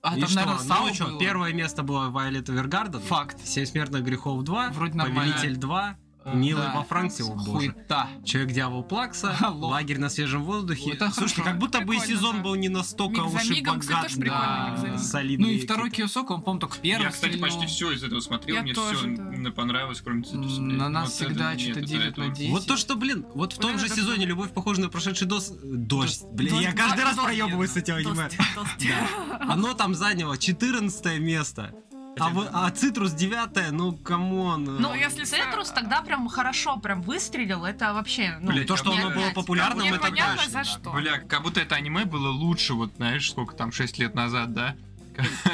Speaker 4: А
Speaker 1: И
Speaker 4: там,
Speaker 1: что?
Speaker 4: наверное,
Speaker 1: Ну
Speaker 4: сало
Speaker 1: что,
Speaker 4: было.
Speaker 1: первое место было Вайолет Эвергарден.
Speaker 4: Факт.
Speaker 1: Семь смертных грехов 2.
Speaker 4: Вроде нормально.
Speaker 1: Повелитель 2.
Speaker 4: Э,
Speaker 1: Милый
Speaker 4: да.
Speaker 1: во Франции, о боже.
Speaker 4: Хуета.
Speaker 1: Человек-дьявол Плакса,
Speaker 4: Ха, лох.
Speaker 1: лагерь на свежем воздухе.
Speaker 4: Вот это
Speaker 1: Слушайте,
Speaker 4: хорошо.
Speaker 1: как будто бы и
Speaker 3: Прикольно,
Speaker 1: сезон
Speaker 3: да.
Speaker 1: был не настолько
Speaker 3: Миг за
Speaker 1: уж и
Speaker 3: мигом, кстати,
Speaker 1: богат
Speaker 3: тоже прикольно, миг за
Speaker 1: на
Speaker 3: мигом.
Speaker 1: солидные
Speaker 4: Ну и второй
Speaker 1: какие-то-
Speaker 4: Киосок, он, по-моему, только первый.
Speaker 5: Я, кстати,
Speaker 4: стрельнул.
Speaker 5: почти все из этого смотрел,
Speaker 3: Я
Speaker 5: мне
Speaker 3: тоже,
Speaker 5: все
Speaker 3: да.
Speaker 5: понравилось, кроме цитрусовых.
Speaker 4: На нас
Speaker 5: Вот это
Speaker 4: всегда
Speaker 5: нет,
Speaker 4: что-то
Speaker 5: это
Speaker 4: делят
Speaker 5: этого.
Speaker 4: на 10.
Speaker 1: Вот то, что, блин, вот в
Speaker 3: Вот
Speaker 1: том же
Speaker 3: это
Speaker 1: сезоне
Speaker 3: прикольно.
Speaker 1: «Любовь похожа на прошедший дос... дождь». Блин,
Speaker 4: Дождь.
Speaker 1: я каждый раз
Speaker 4: Дождь.
Speaker 1: проебываюсь с этим аниме. Да. Оно там заняло 14 место. А, вы- а «Цитрус» 9 ну, камон.
Speaker 2: Ну,
Speaker 3: если
Speaker 2: если Цитрус тогда прям хорошо прям выстрелил, это вообще, ну,
Speaker 1: Ну, то, что
Speaker 2: не
Speaker 1: оно было
Speaker 2: отнять.
Speaker 1: популярным, это
Speaker 3: Непонятно,
Speaker 1: точно,
Speaker 3: за
Speaker 1: да.
Speaker 3: что.
Speaker 5: Бля, как будто это аниме было лучше, вот знаешь, сколько там, 6 лет назад, да?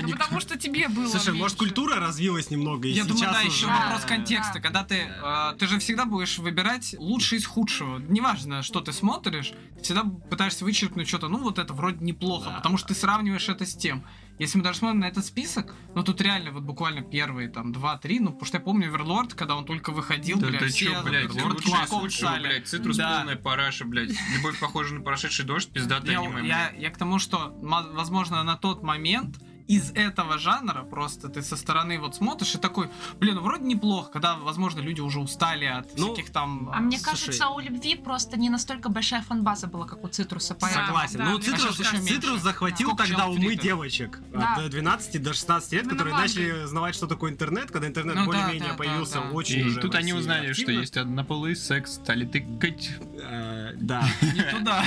Speaker 3: Ну, потому что тебе было
Speaker 1: Слушай, может,
Speaker 3: меньше.
Speaker 1: культура развилась немного, и
Speaker 4: Я думаю,
Speaker 1: сейчас
Speaker 4: да,
Speaker 1: уже-
Speaker 4: еще
Speaker 2: Да,
Speaker 4: вопрос
Speaker 2: да,
Speaker 4: контекста.
Speaker 2: да.
Speaker 4: Когда ты, э, ты же всегда будешь выбирать лучшее из худшего. Неважно, что ты смотришь, ты всегда пытаешься вычеркнуть что-то. Ну вот это вроде неплохо,
Speaker 1: Да.
Speaker 4: потому что ты сравниваешь это с тем. Если мы даже смотрим на этот список, ну тут реально вот буквально первые там два-три, ну потому что я помню Верлорд, когда он только выходил,
Speaker 5: Да
Speaker 4: блядь,
Speaker 5: ты
Speaker 4: все
Speaker 5: чё, блядь,
Speaker 4: Overlord
Speaker 5: лучше из
Speaker 4: классно
Speaker 5: худшего,
Speaker 4: писали.
Speaker 5: блядь, цитрус
Speaker 4: Да.
Speaker 5: полная параша, блядь. Любовь похожа на прошедший дождь, пиздатое
Speaker 4: Я,
Speaker 5: аниме.
Speaker 4: я-
Speaker 5: блядь.
Speaker 4: я к тому, что, м- возможно, на тот момент из этого жанра просто ты со стороны вот смотришь и такой, блин, ну вроде неплохо, когда, возможно, люди уже устали от
Speaker 1: Ну,
Speaker 4: всяких там...
Speaker 2: А мне
Speaker 1: Слушай.
Speaker 2: кажется, у любви просто не настолько большая фанбаза была, как у цитруса. поэтому-
Speaker 1: Согласен.
Speaker 3: Да,
Speaker 1: ну,
Speaker 3: мне
Speaker 1: цитрус,
Speaker 4: кажется, еще
Speaker 1: Цитрус
Speaker 4: меньше.
Speaker 1: захватил
Speaker 4: Сколько
Speaker 1: тогда
Speaker 4: человек
Speaker 1: умы
Speaker 4: фриков?
Speaker 1: девочек
Speaker 2: Да.
Speaker 1: от 12 до 16 лет,
Speaker 3: Ну,
Speaker 1: которые
Speaker 3: на банке.
Speaker 1: начали знавать, что такое интернет, когда интернет
Speaker 4: Ну, да,
Speaker 1: более-менее
Speaker 4: да, да,
Speaker 1: появился
Speaker 4: да.
Speaker 1: очень
Speaker 5: И
Speaker 1: уже
Speaker 5: тут
Speaker 1: в
Speaker 5: они
Speaker 1: России
Speaker 5: узнали, что
Speaker 1: активно.
Speaker 5: есть однополый секс, стали тыкать.
Speaker 1: Э, Да.
Speaker 4: Не туда.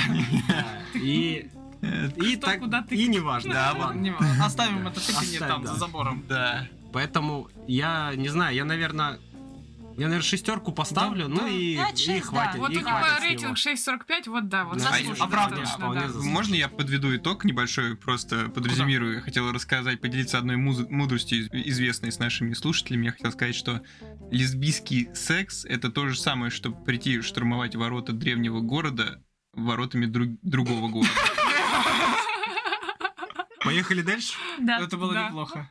Speaker 1: Да. И... И
Speaker 3: Кто
Speaker 1: так...
Speaker 3: куда тыкает?
Speaker 1: И неважно.
Speaker 4: Да, вот
Speaker 1: Ладно.
Speaker 4: не- оставим это тыканье
Speaker 1: Оставь,
Speaker 4: там,
Speaker 1: да.
Speaker 4: за забором.
Speaker 5: Да.
Speaker 1: Поэтому я не знаю, я, наверное... Я, наверное, шестерку поставлю, ну и,
Speaker 2: Да,
Speaker 1: и
Speaker 2: шесть, да.
Speaker 1: хватит.
Speaker 3: Вот
Speaker 1: и
Speaker 3: у
Speaker 1: хватит
Speaker 3: него
Speaker 1: с него.
Speaker 3: рейтинг 6.45, вот да, вот
Speaker 1: Да,
Speaker 3: заслуженно,
Speaker 4: оправдывает,
Speaker 3: точно,
Speaker 1: вполне
Speaker 3: да.
Speaker 1: заслуженно.
Speaker 5: Можно я подведу итог небольшой, просто подрезюмирую? Я хотел рассказать, поделиться одной муз- мудростью, из- известной с нашими слушателями. Я хотел сказать, что лесбийский секс — это то же самое, что прийти штурмовать ворота древнего города воротами друг- другого города.
Speaker 1: Поехали дальше.
Speaker 2: Да.
Speaker 4: Это было
Speaker 3: Да.
Speaker 4: неплохо.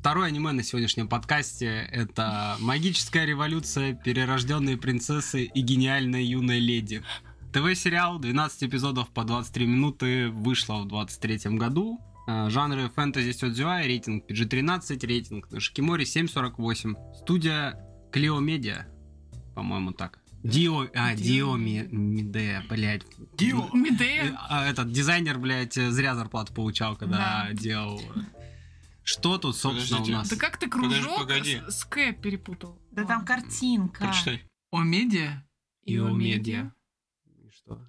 Speaker 1: Второе аниме на сегодняшнем подкасте — это «Магическая революция. Перерожденные принцессы и гениальная юная леди». ТВ-сериал, 12 эпизодов по 23 минуты, вышло в 23 году. Э, Жанры фэнтези сёдзюай, рейтинг PG-13, рейтинг на Шикимори 7.48. Студия Клео Медиа, по-моему, так. Дио, а, Дио Ми- Мидея, блядь.
Speaker 4: Дио.
Speaker 1: Э,
Speaker 3: Медея.
Speaker 1: а Этот дизайнер, блядь, э, зря зарплату получал, когда
Speaker 2: Да.
Speaker 1: делал. Что тут, собственно, у
Speaker 5: Подождите.
Speaker 1: нас?
Speaker 3: Да как ты
Speaker 5: Подожди,
Speaker 3: кружок
Speaker 5: погоди.
Speaker 3: с, с К перепутал?
Speaker 2: Да там картинка.
Speaker 5: Прочитай.
Speaker 4: О медиа?
Speaker 1: Иомедиа. И Что?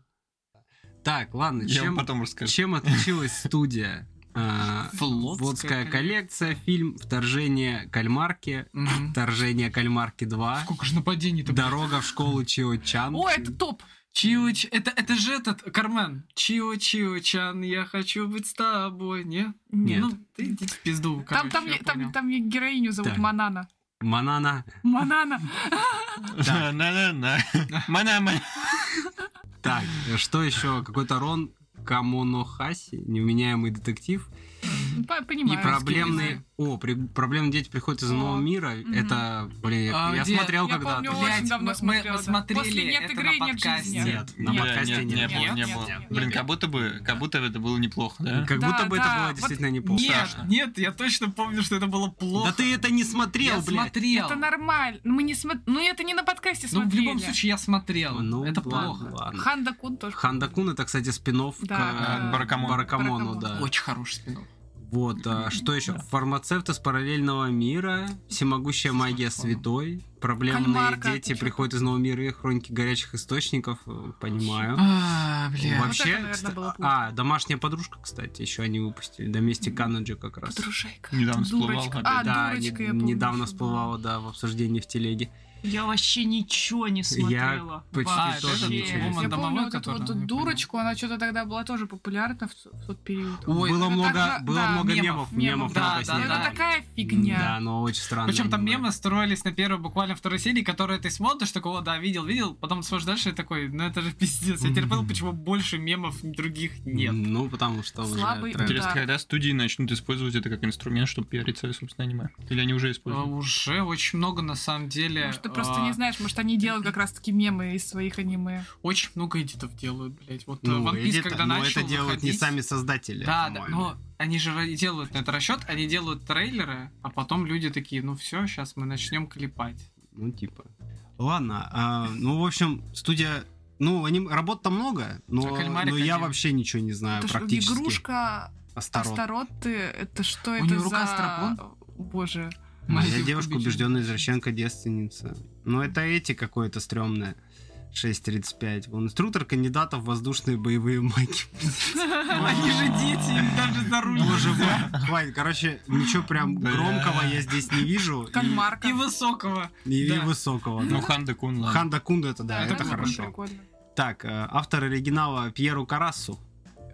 Speaker 1: Так, ладно,
Speaker 5: Я вам
Speaker 1: чем,
Speaker 5: потом расскажу.
Speaker 1: чем отличилась студия? А, Флотская коллекция, фильм «Вторжение кальмарки»,
Speaker 4: Мгм.
Speaker 1: «Вторжение кальмарки 2»,
Speaker 4: Сколько же нападений-то? было?
Speaker 1: «Дорога в школу Чио-Чан».
Speaker 3: О, это топ.
Speaker 4: Чио, Ч- это, это же этот, Кармен. Чио, Чио, Чан, я хочу быть с тобой, не?
Speaker 1: Нет.
Speaker 4: Ну, ты иди в пизду,
Speaker 3: Там,
Speaker 4: короче,
Speaker 3: там,
Speaker 4: я
Speaker 3: е- там,
Speaker 4: понял.
Speaker 3: там е- героиню зовут
Speaker 1: Так.
Speaker 3: Манана.
Speaker 1: «Манана».
Speaker 3: Манана.
Speaker 1: Да.
Speaker 5: На-на-на. Мана-мана.
Speaker 1: Так, э, что еще? Какой-то Рон Камонохаси, невменяемый детектив.
Speaker 3: П-
Speaker 1: И
Speaker 3: Понимаю.
Speaker 1: проблемные... О, при- проблемные дети приходят из иного
Speaker 3: О,
Speaker 1: мира.
Speaker 3: мгм.
Speaker 1: Это, блин, я-
Speaker 4: А,
Speaker 1: я
Speaker 4: где-
Speaker 1: смотрел
Speaker 3: я
Speaker 1: когда-то.
Speaker 3: помню, очень давно
Speaker 4: мы-
Speaker 3: смотрела,
Speaker 4: мы
Speaker 3: да.
Speaker 4: смотрели
Speaker 3: После «Нет
Speaker 4: это
Speaker 3: игры»
Speaker 4: на
Speaker 3: нет
Speaker 4: подкасте.
Speaker 3: жизни.
Speaker 1: Нет, на
Speaker 5: Бля,
Speaker 1: подкасте
Speaker 5: нет,
Speaker 1: не
Speaker 5: не
Speaker 1: было.
Speaker 5: было, не
Speaker 3: Нет, нет,
Speaker 5: было.
Speaker 3: нет,
Speaker 5: Блин,
Speaker 1: нет.
Speaker 5: как будто бы, как будто бы это было неплохо, да?
Speaker 1: Как
Speaker 3: Да,
Speaker 1: будто бы это
Speaker 3: да,
Speaker 1: было
Speaker 3: вот
Speaker 1: действительно неплохо.
Speaker 4: Нет, нет, я точно помню, что это было плохо.
Speaker 1: Да ты это не смотрел,
Speaker 4: я
Speaker 1: блядь.
Speaker 4: смотрел.
Speaker 3: Это нормально. Ну, Мы не смотрели. Ну, это не на подкасте
Speaker 4: Ну,
Speaker 3: смотрели.
Speaker 4: в любом случае, я смотрел.
Speaker 1: Ну,
Speaker 4: это
Speaker 1: ладно,
Speaker 4: плохо.
Speaker 1: ладно.
Speaker 3: Ханда Кун тоже.
Speaker 1: Ханда Кун это, кстати, спин
Speaker 3: Да,
Speaker 5: э,
Speaker 1: к
Speaker 5: Баракамон.
Speaker 1: Баракамону,
Speaker 3: Баракамон.
Speaker 1: да.
Speaker 4: Очень хороший спинов.
Speaker 1: Вот, а, что еще? Фармацевт из параллельного мира, всемогущая магия святой, проблемные
Speaker 3: Кальмарка,
Speaker 1: дети
Speaker 3: чё-то.
Speaker 1: приходят из нового мира и хроники горячих источников, э, понимаю.
Speaker 4: А, бля.
Speaker 1: Вообще,
Speaker 3: это, наверное,
Speaker 1: кста-
Speaker 3: было плохо.
Speaker 1: а, домашняя подружка, кстати, еще они выпустили, Доместик Канаджи как раз.
Speaker 3: Подружайка.
Speaker 5: Недавно
Speaker 3: ты дурочка.
Speaker 5: всплывал опять.
Speaker 3: А,
Speaker 1: да,
Speaker 3: дурочка,
Speaker 1: не-
Speaker 3: я помню,
Speaker 1: недавно
Speaker 3: что
Speaker 1: всплывала, да, в обсуждении в телеге.
Speaker 2: Я вообще ничего не смотрела.
Speaker 1: почти
Speaker 2: Вообще.
Speaker 4: тоже ничего не
Speaker 3: Я
Speaker 4: Вумен
Speaker 3: помню
Speaker 4: домовой,
Speaker 3: вот эту
Speaker 4: которая,
Speaker 3: вот
Speaker 4: я помню.
Speaker 3: дурочку, она что-то тогда была тоже популярна в, т- в тот период.
Speaker 4: Ой,
Speaker 1: было
Speaker 3: это
Speaker 1: много,
Speaker 3: так на-
Speaker 1: было
Speaker 3: да,
Speaker 1: много
Speaker 4: мемов,
Speaker 1: мемов, мемов,
Speaker 3: мемов.
Speaker 1: много
Speaker 4: Да, да,
Speaker 1: с ней.
Speaker 4: да.
Speaker 3: Это такая фигня.
Speaker 1: Да, но очень странно.
Speaker 4: Причем там мемы строились на первой буквально второй серии, которые ты смотришь, такого, да, видел, видел, потом смотришь дальше и такой, ну это же пиздец. Я терпел, почему больше мемов других нет.
Speaker 1: Ну, потому что уже
Speaker 3: Слабый
Speaker 1: тренд.
Speaker 3: удар.
Speaker 5: Интересно,
Speaker 3: Да.
Speaker 5: когда студии начнут использовать это как инструмент, чтобы пиарить свое собственное аниме? Или они уже
Speaker 4: А,
Speaker 5: используют?
Speaker 4: Уже очень много, на самом деле.
Speaker 3: Может, ты просто
Speaker 4: а,
Speaker 3: не знаешь, может, они делают как раз-таки мемы из своих аниме.
Speaker 4: Очень много эдитов делают, блядь. Вот э,
Speaker 1: Ну,
Speaker 4: One Piece,
Speaker 1: эдит-
Speaker 4: когда
Speaker 1: но
Speaker 4: начал
Speaker 1: это делают не
Speaker 4: выходить-
Speaker 1: сами создатели.
Speaker 4: Да, да,
Speaker 1: по-моему.
Speaker 4: но они же ра- делают на это расчет, они делают трейлеры, а потом люди такие, ну все, сейчас мы начнем клепать.
Speaker 1: Ну, типа. Ладно, а, ну, в общем, студия... Ну, они, работ-то много, но,
Speaker 4: А «Кальмарик»
Speaker 1: но я
Speaker 4: один.
Speaker 1: вообще ничего не знаю
Speaker 3: это ж
Speaker 1: А, практически.
Speaker 3: игрушка
Speaker 1: Астарот.
Speaker 3: Астаротты. Это что
Speaker 4: У
Speaker 3: это
Speaker 4: неё рука
Speaker 3: за...
Speaker 4: страпон?
Speaker 3: Боже.
Speaker 1: Моя
Speaker 4: Мальчик
Speaker 1: девушка
Speaker 4: кубичек.
Speaker 1: убежденная извращенка девственница. Ну, это эти какое-то стрёмное. 6.35. Он инструктор кандидатов в воздушные боевые маги.
Speaker 4: Они же дети, им даже за руль.
Speaker 1: Боже мой. Хватит. Короче, ничего прям
Speaker 5: Бля.
Speaker 1: громкого я здесь не вижу. и-
Speaker 3: Кальмарка.
Speaker 4: И высокого.
Speaker 1: И, и
Speaker 4: Да.
Speaker 1: высокого.
Speaker 5: Ну, Ханда Кун, ладно.
Speaker 1: Ханда Кунда это да, это
Speaker 3: было
Speaker 1: хорошо.
Speaker 3: прикольно.
Speaker 1: Так, э, автор оригинала Пьеру Карасу.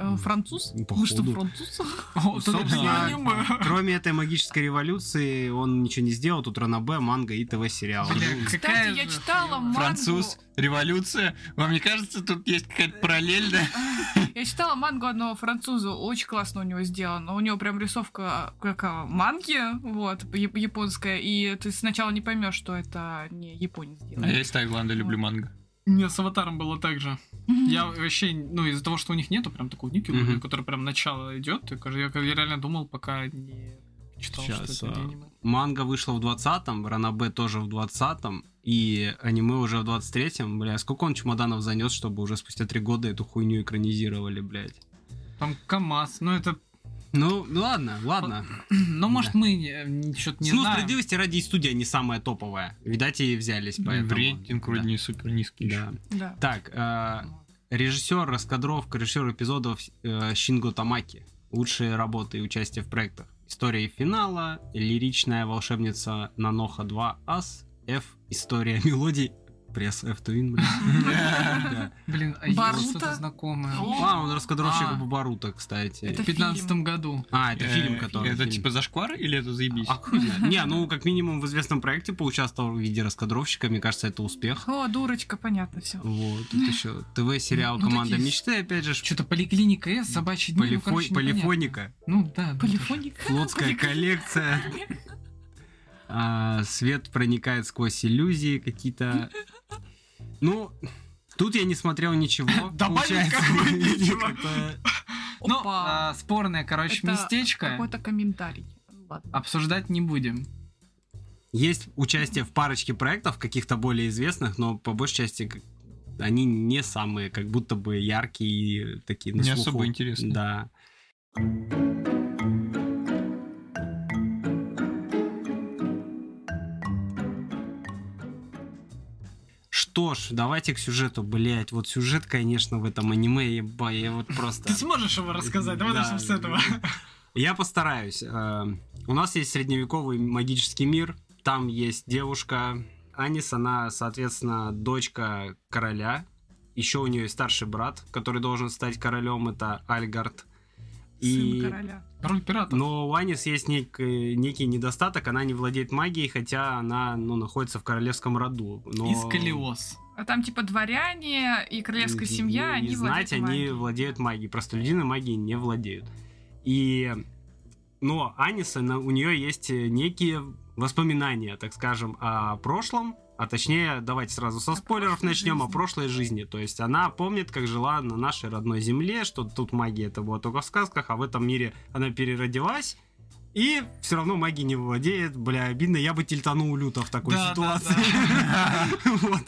Speaker 3: Э, Француз?
Speaker 1: Ну,
Speaker 3: Мы что,
Speaker 1: походу.
Speaker 3: француз?
Speaker 4: О, тут
Speaker 1: Собственно,
Speaker 4: аниме.
Speaker 1: Кроме этой магической революции, он ничего не сделал. Тут ранобэ, манга и ТВ-сериал.
Speaker 4: Бля,
Speaker 1: Ну,
Speaker 4: какая
Speaker 3: Кстати, я
Speaker 4: же
Speaker 3: читала
Speaker 4: хуёвая.
Speaker 3: мангу.
Speaker 5: Француз, революция. Вам не кажется, тут есть какая-то
Speaker 3: Э,
Speaker 5: параллель, да?
Speaker 3: Я читала мангу одного француза, очень классно у него сделано. У него прям рисовка как а, манги, вот, я- японская, и ты сначала не поймешь, что это не японец
Speaker 5: А я
Speaker 3: делает.
Speaker 5: из Таиланда люблю манго.
Speaker 4: У меня с аватаром было так же.
Speaker 1: Э,
Speaker 4: Я вообще, ну, из-за того, что у них нету прям такого ники,
Speaker 1: Мгм.
Speaker 4: который прям начало идет, я, я реально думал, пока не читал,
Speaker 1: Щас,
Speaker 4: что это
Speaker 1: а,
Speaker 4: не аниме.
Speaker 1: Манга вышла в 20-м, Ранабе тоже в 20-м, и аниме уже в 23-м. Бля, сколько он чемоданов занес, чтобы уже спустя три года эту хуйню экранизировали, блядь.
Speaker 4: Там КамАЗ, ну это...
Speaker 1: Ну, ну ладно, ладно.
Speaker 4: Ну, может,
Speaker 1: Да.
Speaker 4: мы не- что-то не
Speaker 1: ну,
Speaker 4: знаем.
Speaker 1: справедливости ради, и студия не самая топовая. Видать, и взялись, поэтому...
Speaker 5: В Ну, рейтинг вроде
Speaker 1: Да.
Speaker 5: не супер низкий еще.
Speaker 1: Да.
Speaker 3: Да.
Speaker 1: Так, э, режиссер, раскадровка, режиссер эпизодов э, Шинго Тамаки. Лучшие работы и участие в проектах. История финала, лиричная волшебница Наноха 2 Ас, F, история мелодий, пресс F Twin, блин. Да.
Speaker 4: Блин, а я
Speaker 3: Баруто?
Speaker 4: что-то знакомое.
Speaker 3: О,
Speaker 1: А, он раскадровщик
Speaker 4: А.
Speaker 1: Барута, кстати.
Speaker 4: В
Speaker 3: Это
Speaker 4: пятнадцатом
Speaker 3: фильм.
Speaker 4: году.
Speaker 1: А, это
Speaker 5: Э,
Speaker 1: фильм, который...
Speaker 5: Это
Speaker 1: фильм.
Speaker 5: типа зашквар или это заебись?
Speaker 1: А, хуй знает. Не, ну, как минимум в известном проекте поучаствовал в виде раскадровщика, мне кажется, это успех.
Speaker 3: О, дурочка, понятно все.
Speaker 1: Вот, тут еще ТВ-сериал
Speaker 4: Ну,
Speaker 1: «Команда
Speaker 4: такие-
Speaker 1: мечты», опять же,
Speaker 4: Что-то поликлиника С, собачий дни, ну,
Speaker 1: полифо-
Speaker 4: короче, непонятно.
Speaker 1: полифоника.
Speaker 4: Ну, да. да.
Speaker 3: Полифоника.
Speaker 1: Флотская коллекция. А, свет проникает сквозь иллюзии какие-то. Ну, тут я не смотрел ничего.
Speaker 4: Добавить какое-нибудь
Speaker 1: Получается,
Speaker 4: ничего.
Speaker 1: как-то
Speaker 4: Ну,
Speaker 3: Опа.
Speaker 4: а, спорное, короче,
Speaker 3: Это
Speaker 4: местечко.
Speaker 3: Какой-то комментарий. Ну, Ладно.
Speaker 4: Обсуждать не будем.
Speaker 1: есть участие в парочке проектов, каких-то более известных, но по большей части к- они не самые, как будто бы яркие и такие на
Speaker 5: Не
Speaker 1: слуху.
Speaker 5: особо интересно.
Speaker 1: Да. Что ж, давайте к сюжету, блять. Вот сюжет, конечно, в этом аниме, еба, я вот просто...
Speaker 4: Ты сможешь его рассказать? Давай
Speaker 1: Да.
Speaker 4: начнем с этого.
Speaker 1: Я постараюсь. Э, У нас есть средневековый магический мир. Там есть девушка Анис, она, соответственно, дочка короля. Еще у нее есть старший брат, который должен стать королем, это Альгард. И...
Speaker 3: Сын короля.
Speaker 4: Король пиратов.
Speaker 1: Но у Анис есть нек- э, некий недостаток, она не владеет магией, хотя она ну, находится в королевском роду. Но...
Speaker 4: Искалиос.
Speaker 3: А там типа дворяне и королевская
Speaker 1: Н-
Speaker 3: семья,
Speaker 1: не
Speaker 3: они
Speaker 1: знать,
Speaker 3: владеют
Speaker 1: они
Speaker 3: магией.
Speaker 1: владеют магией. Простолюдины магией не владеют. И... Но Аниса, она- у нее есть э, некие воспоминания, так скажем, о прошлом, а точнее, давайте сразу со
Speaker 3: О
Speaker 1: спойлеров
Speaker 3: прошлой
Speaker 1: начнем, о
Speaker 3: жизни.
Speaker 1: прошлой жизни. То есть она помнит, как жила на нашей родной земле, что тут магия это была только в сказках, а в этом мире она переродилась, и все равно магии не владеет. Бля, обидно, я бы тильтанул люто в такой
Speaker 4: Да, да,
Speaker 1: ситуации. Вот.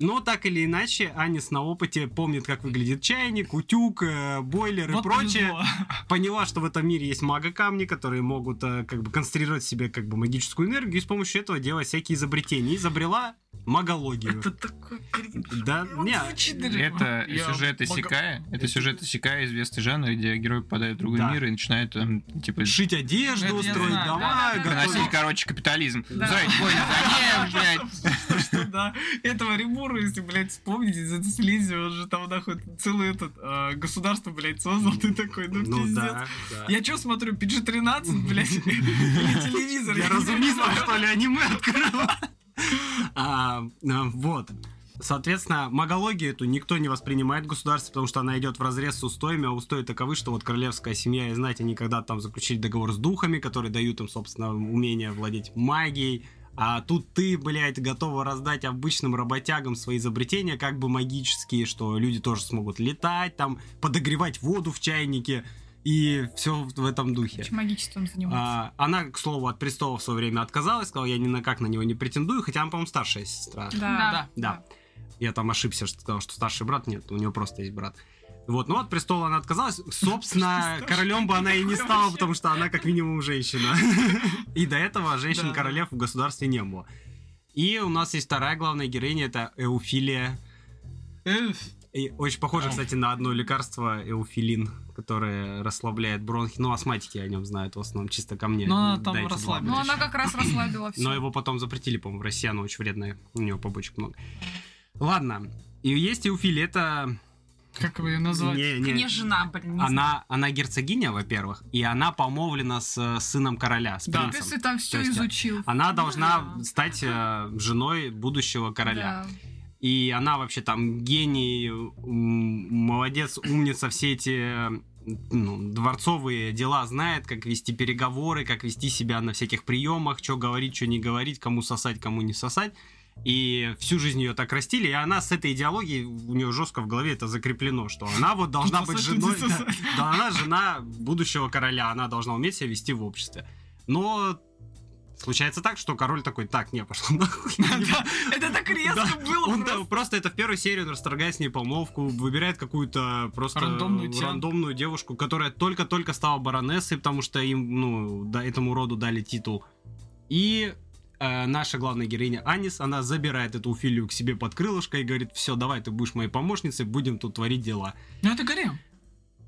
Speaker 1: Но так или иначе, Анис на опыте помнит, как выглядит чайник, утюг, э, бойлер и
Speaker 4: Вот
Speaker 1: прочее.
Speaker 4: повезло.
Speaker 1: Поняла, что в этом мире есть мага-камни, которые могут э, как бы концентрировать в себе как бы магическую энергию и с помощью этого делать всякие изобретения. И Изобрела магологию.
Speaker 4: Это такой кринж.
Speaker 1: Да,
Speaker 4: Он
Speaker 1: не, э,
Speaker 4: звучит даже.
Speaker 5: Это
Speaker 4: Я
Speaker 5: сюжет
Speaker 4: мог-
Speaker 5: Исекая. Это сюжет Исекая, известный жанр, где герой попадает в другой
Speaker 1: Да.
Speaker 5: мир и начинает там, типа,
Speaker 1: шить одежду,
Speaker 4: Это я
Speaker 1: строить
Speaker 4: знаю,
Speaker 1: дома,
Speaker 3: да-да-да.
Speaker 5: выносить,
Speaker 1: готовить.
Speaker 5: короче, капитализм.
Speaker 3: Да.
Speaker 5: Строить войны, зачем, блядь?
Speaker 4: Что, что, да. Этого Римура, если, блядь, вспомнить из этой слизи, он же там, нахуй, целый этот э, государство, блядь, создал. Ты такой, ну,
Speaker 1: Ну
Speaker 4: пиздец.
Speaker 1: да, да.
Speaker 4: Я что смотрю, PG-13, блядь, или телевизор?
Speaker 1: Я
Speaker 4: не
Speaker 1: разумистом,
Speaker 4: понимаю.
Speaker 1: что ли, аниме открыла? А, а, Вот. Соответственно, магологию эту никто не воспринимает в государстве, потому что она идет в разрез с устоями, а устои таковы, что вот королевская семья и знать, они когда там заключили договор с духами, которые дают им, собственно, умение владеть магией, а тут ты, блядь, готова раздать обычным работягам свои изобретения, как бы магические, что люди тоже смогут летать, там, подогревать воду в чайнике, и все в этом духе.
Speaker 3: Чем магичеством
Speaker 1: А,
Speaker 3: занимаются.
Speaker 1: она, к слову, от престола в свое время отказалась, сказала, я ни на как на него не претендую, хотя она, по-моему, старшая сестра.
Speaker 3: Да.
Speaker 1: Да. Я там ошибся, что сказал, что старший брат нет, у нее просто есть брат. Вот, ну от престола она отказалась. Собственно, королем бы она и не стала, потому что она как минимум женщина. И до этого женщин-королев в государстве не было. И у нас есть вторая главная героиня, это Эуфилия.
Speaker 4: Эф,
Speaker 1: И очень похоже, кстати, на одно лекарство, эуфилин, которое расслабляет бронхи. Ну, астматики о нем знают в основном, чисто ко мне.
Speaker 4: Ну, она там
Speaker 1: дайте бабла.
Speaker 4: расслабилась.
Speaker 3: Но она как раз расслабила все.
Speaker 1: Но его потом запретили, по-моему, в России, оно очень вредное, у него побочек много. Ладно, и есть и у Фили, это...
Speaker 4: Как вы ее назвали?
Speaker 1: Не, не.
Speaker 2: Княжна, блин. не знаю.
Speaker 1: Она, она герцогиня, во-первых, и она помолвлена с э, сыном короля, с
Speaker 4: Да.
Speaker 1: принцем.
Speaker 3: Ты там
Speaker 1: То
Speaker 3: все
Speaker 1: есть, а,
Speaker 3: изучил.
Speaker 1: Она должна
Speaker 3: Да.
Speaker 1: стать э, женой будущего короля.
Speaker 3: Да.
Speaker 1: И она вообще там гений, м, молодец, умница, все эти э, ну, дворцовые дела знает, как вести переговоры, как вести себя на всяких приемах, что говорить, что не говорить, кому сосать, кому не сосать. И всю жизнь ее так растили, и она с этой идеологией, у нее жестко в голове это закреплено, что она вот должна быть
Speaker 4: Сосать,
Speaker 1: женой,
Speaker 4: не
Speaker 1: да.
Speaker 4: сосать.
Speaker 1: да, она жена будущего короля, она должна уметь себя вести в обществе. Но случается так, что король такой, так, не, пошел нахуй.
Speaker 4: Это так
Speaker 1: Да.
Speaker 4: резко было
Speaker 1: Он да,
Speaker 4: просто.
Speaker 1: просто. это в первую серию он расторгает с ней помолвку, выбирает какую-то просто
Speaker 4: Рандомную тян.
Speaker 1: рандомную девушку, которая только-только стала баронессой, потому что им, ну, да, этому роду дали титул. И э, наша главная героиня Анис, она забирает эту Уфилию к себе под крылышко и говорит, все, давай, ты будешь моей помощницей, будем тут творить дела.
Speaker 4: Ну, это гарем.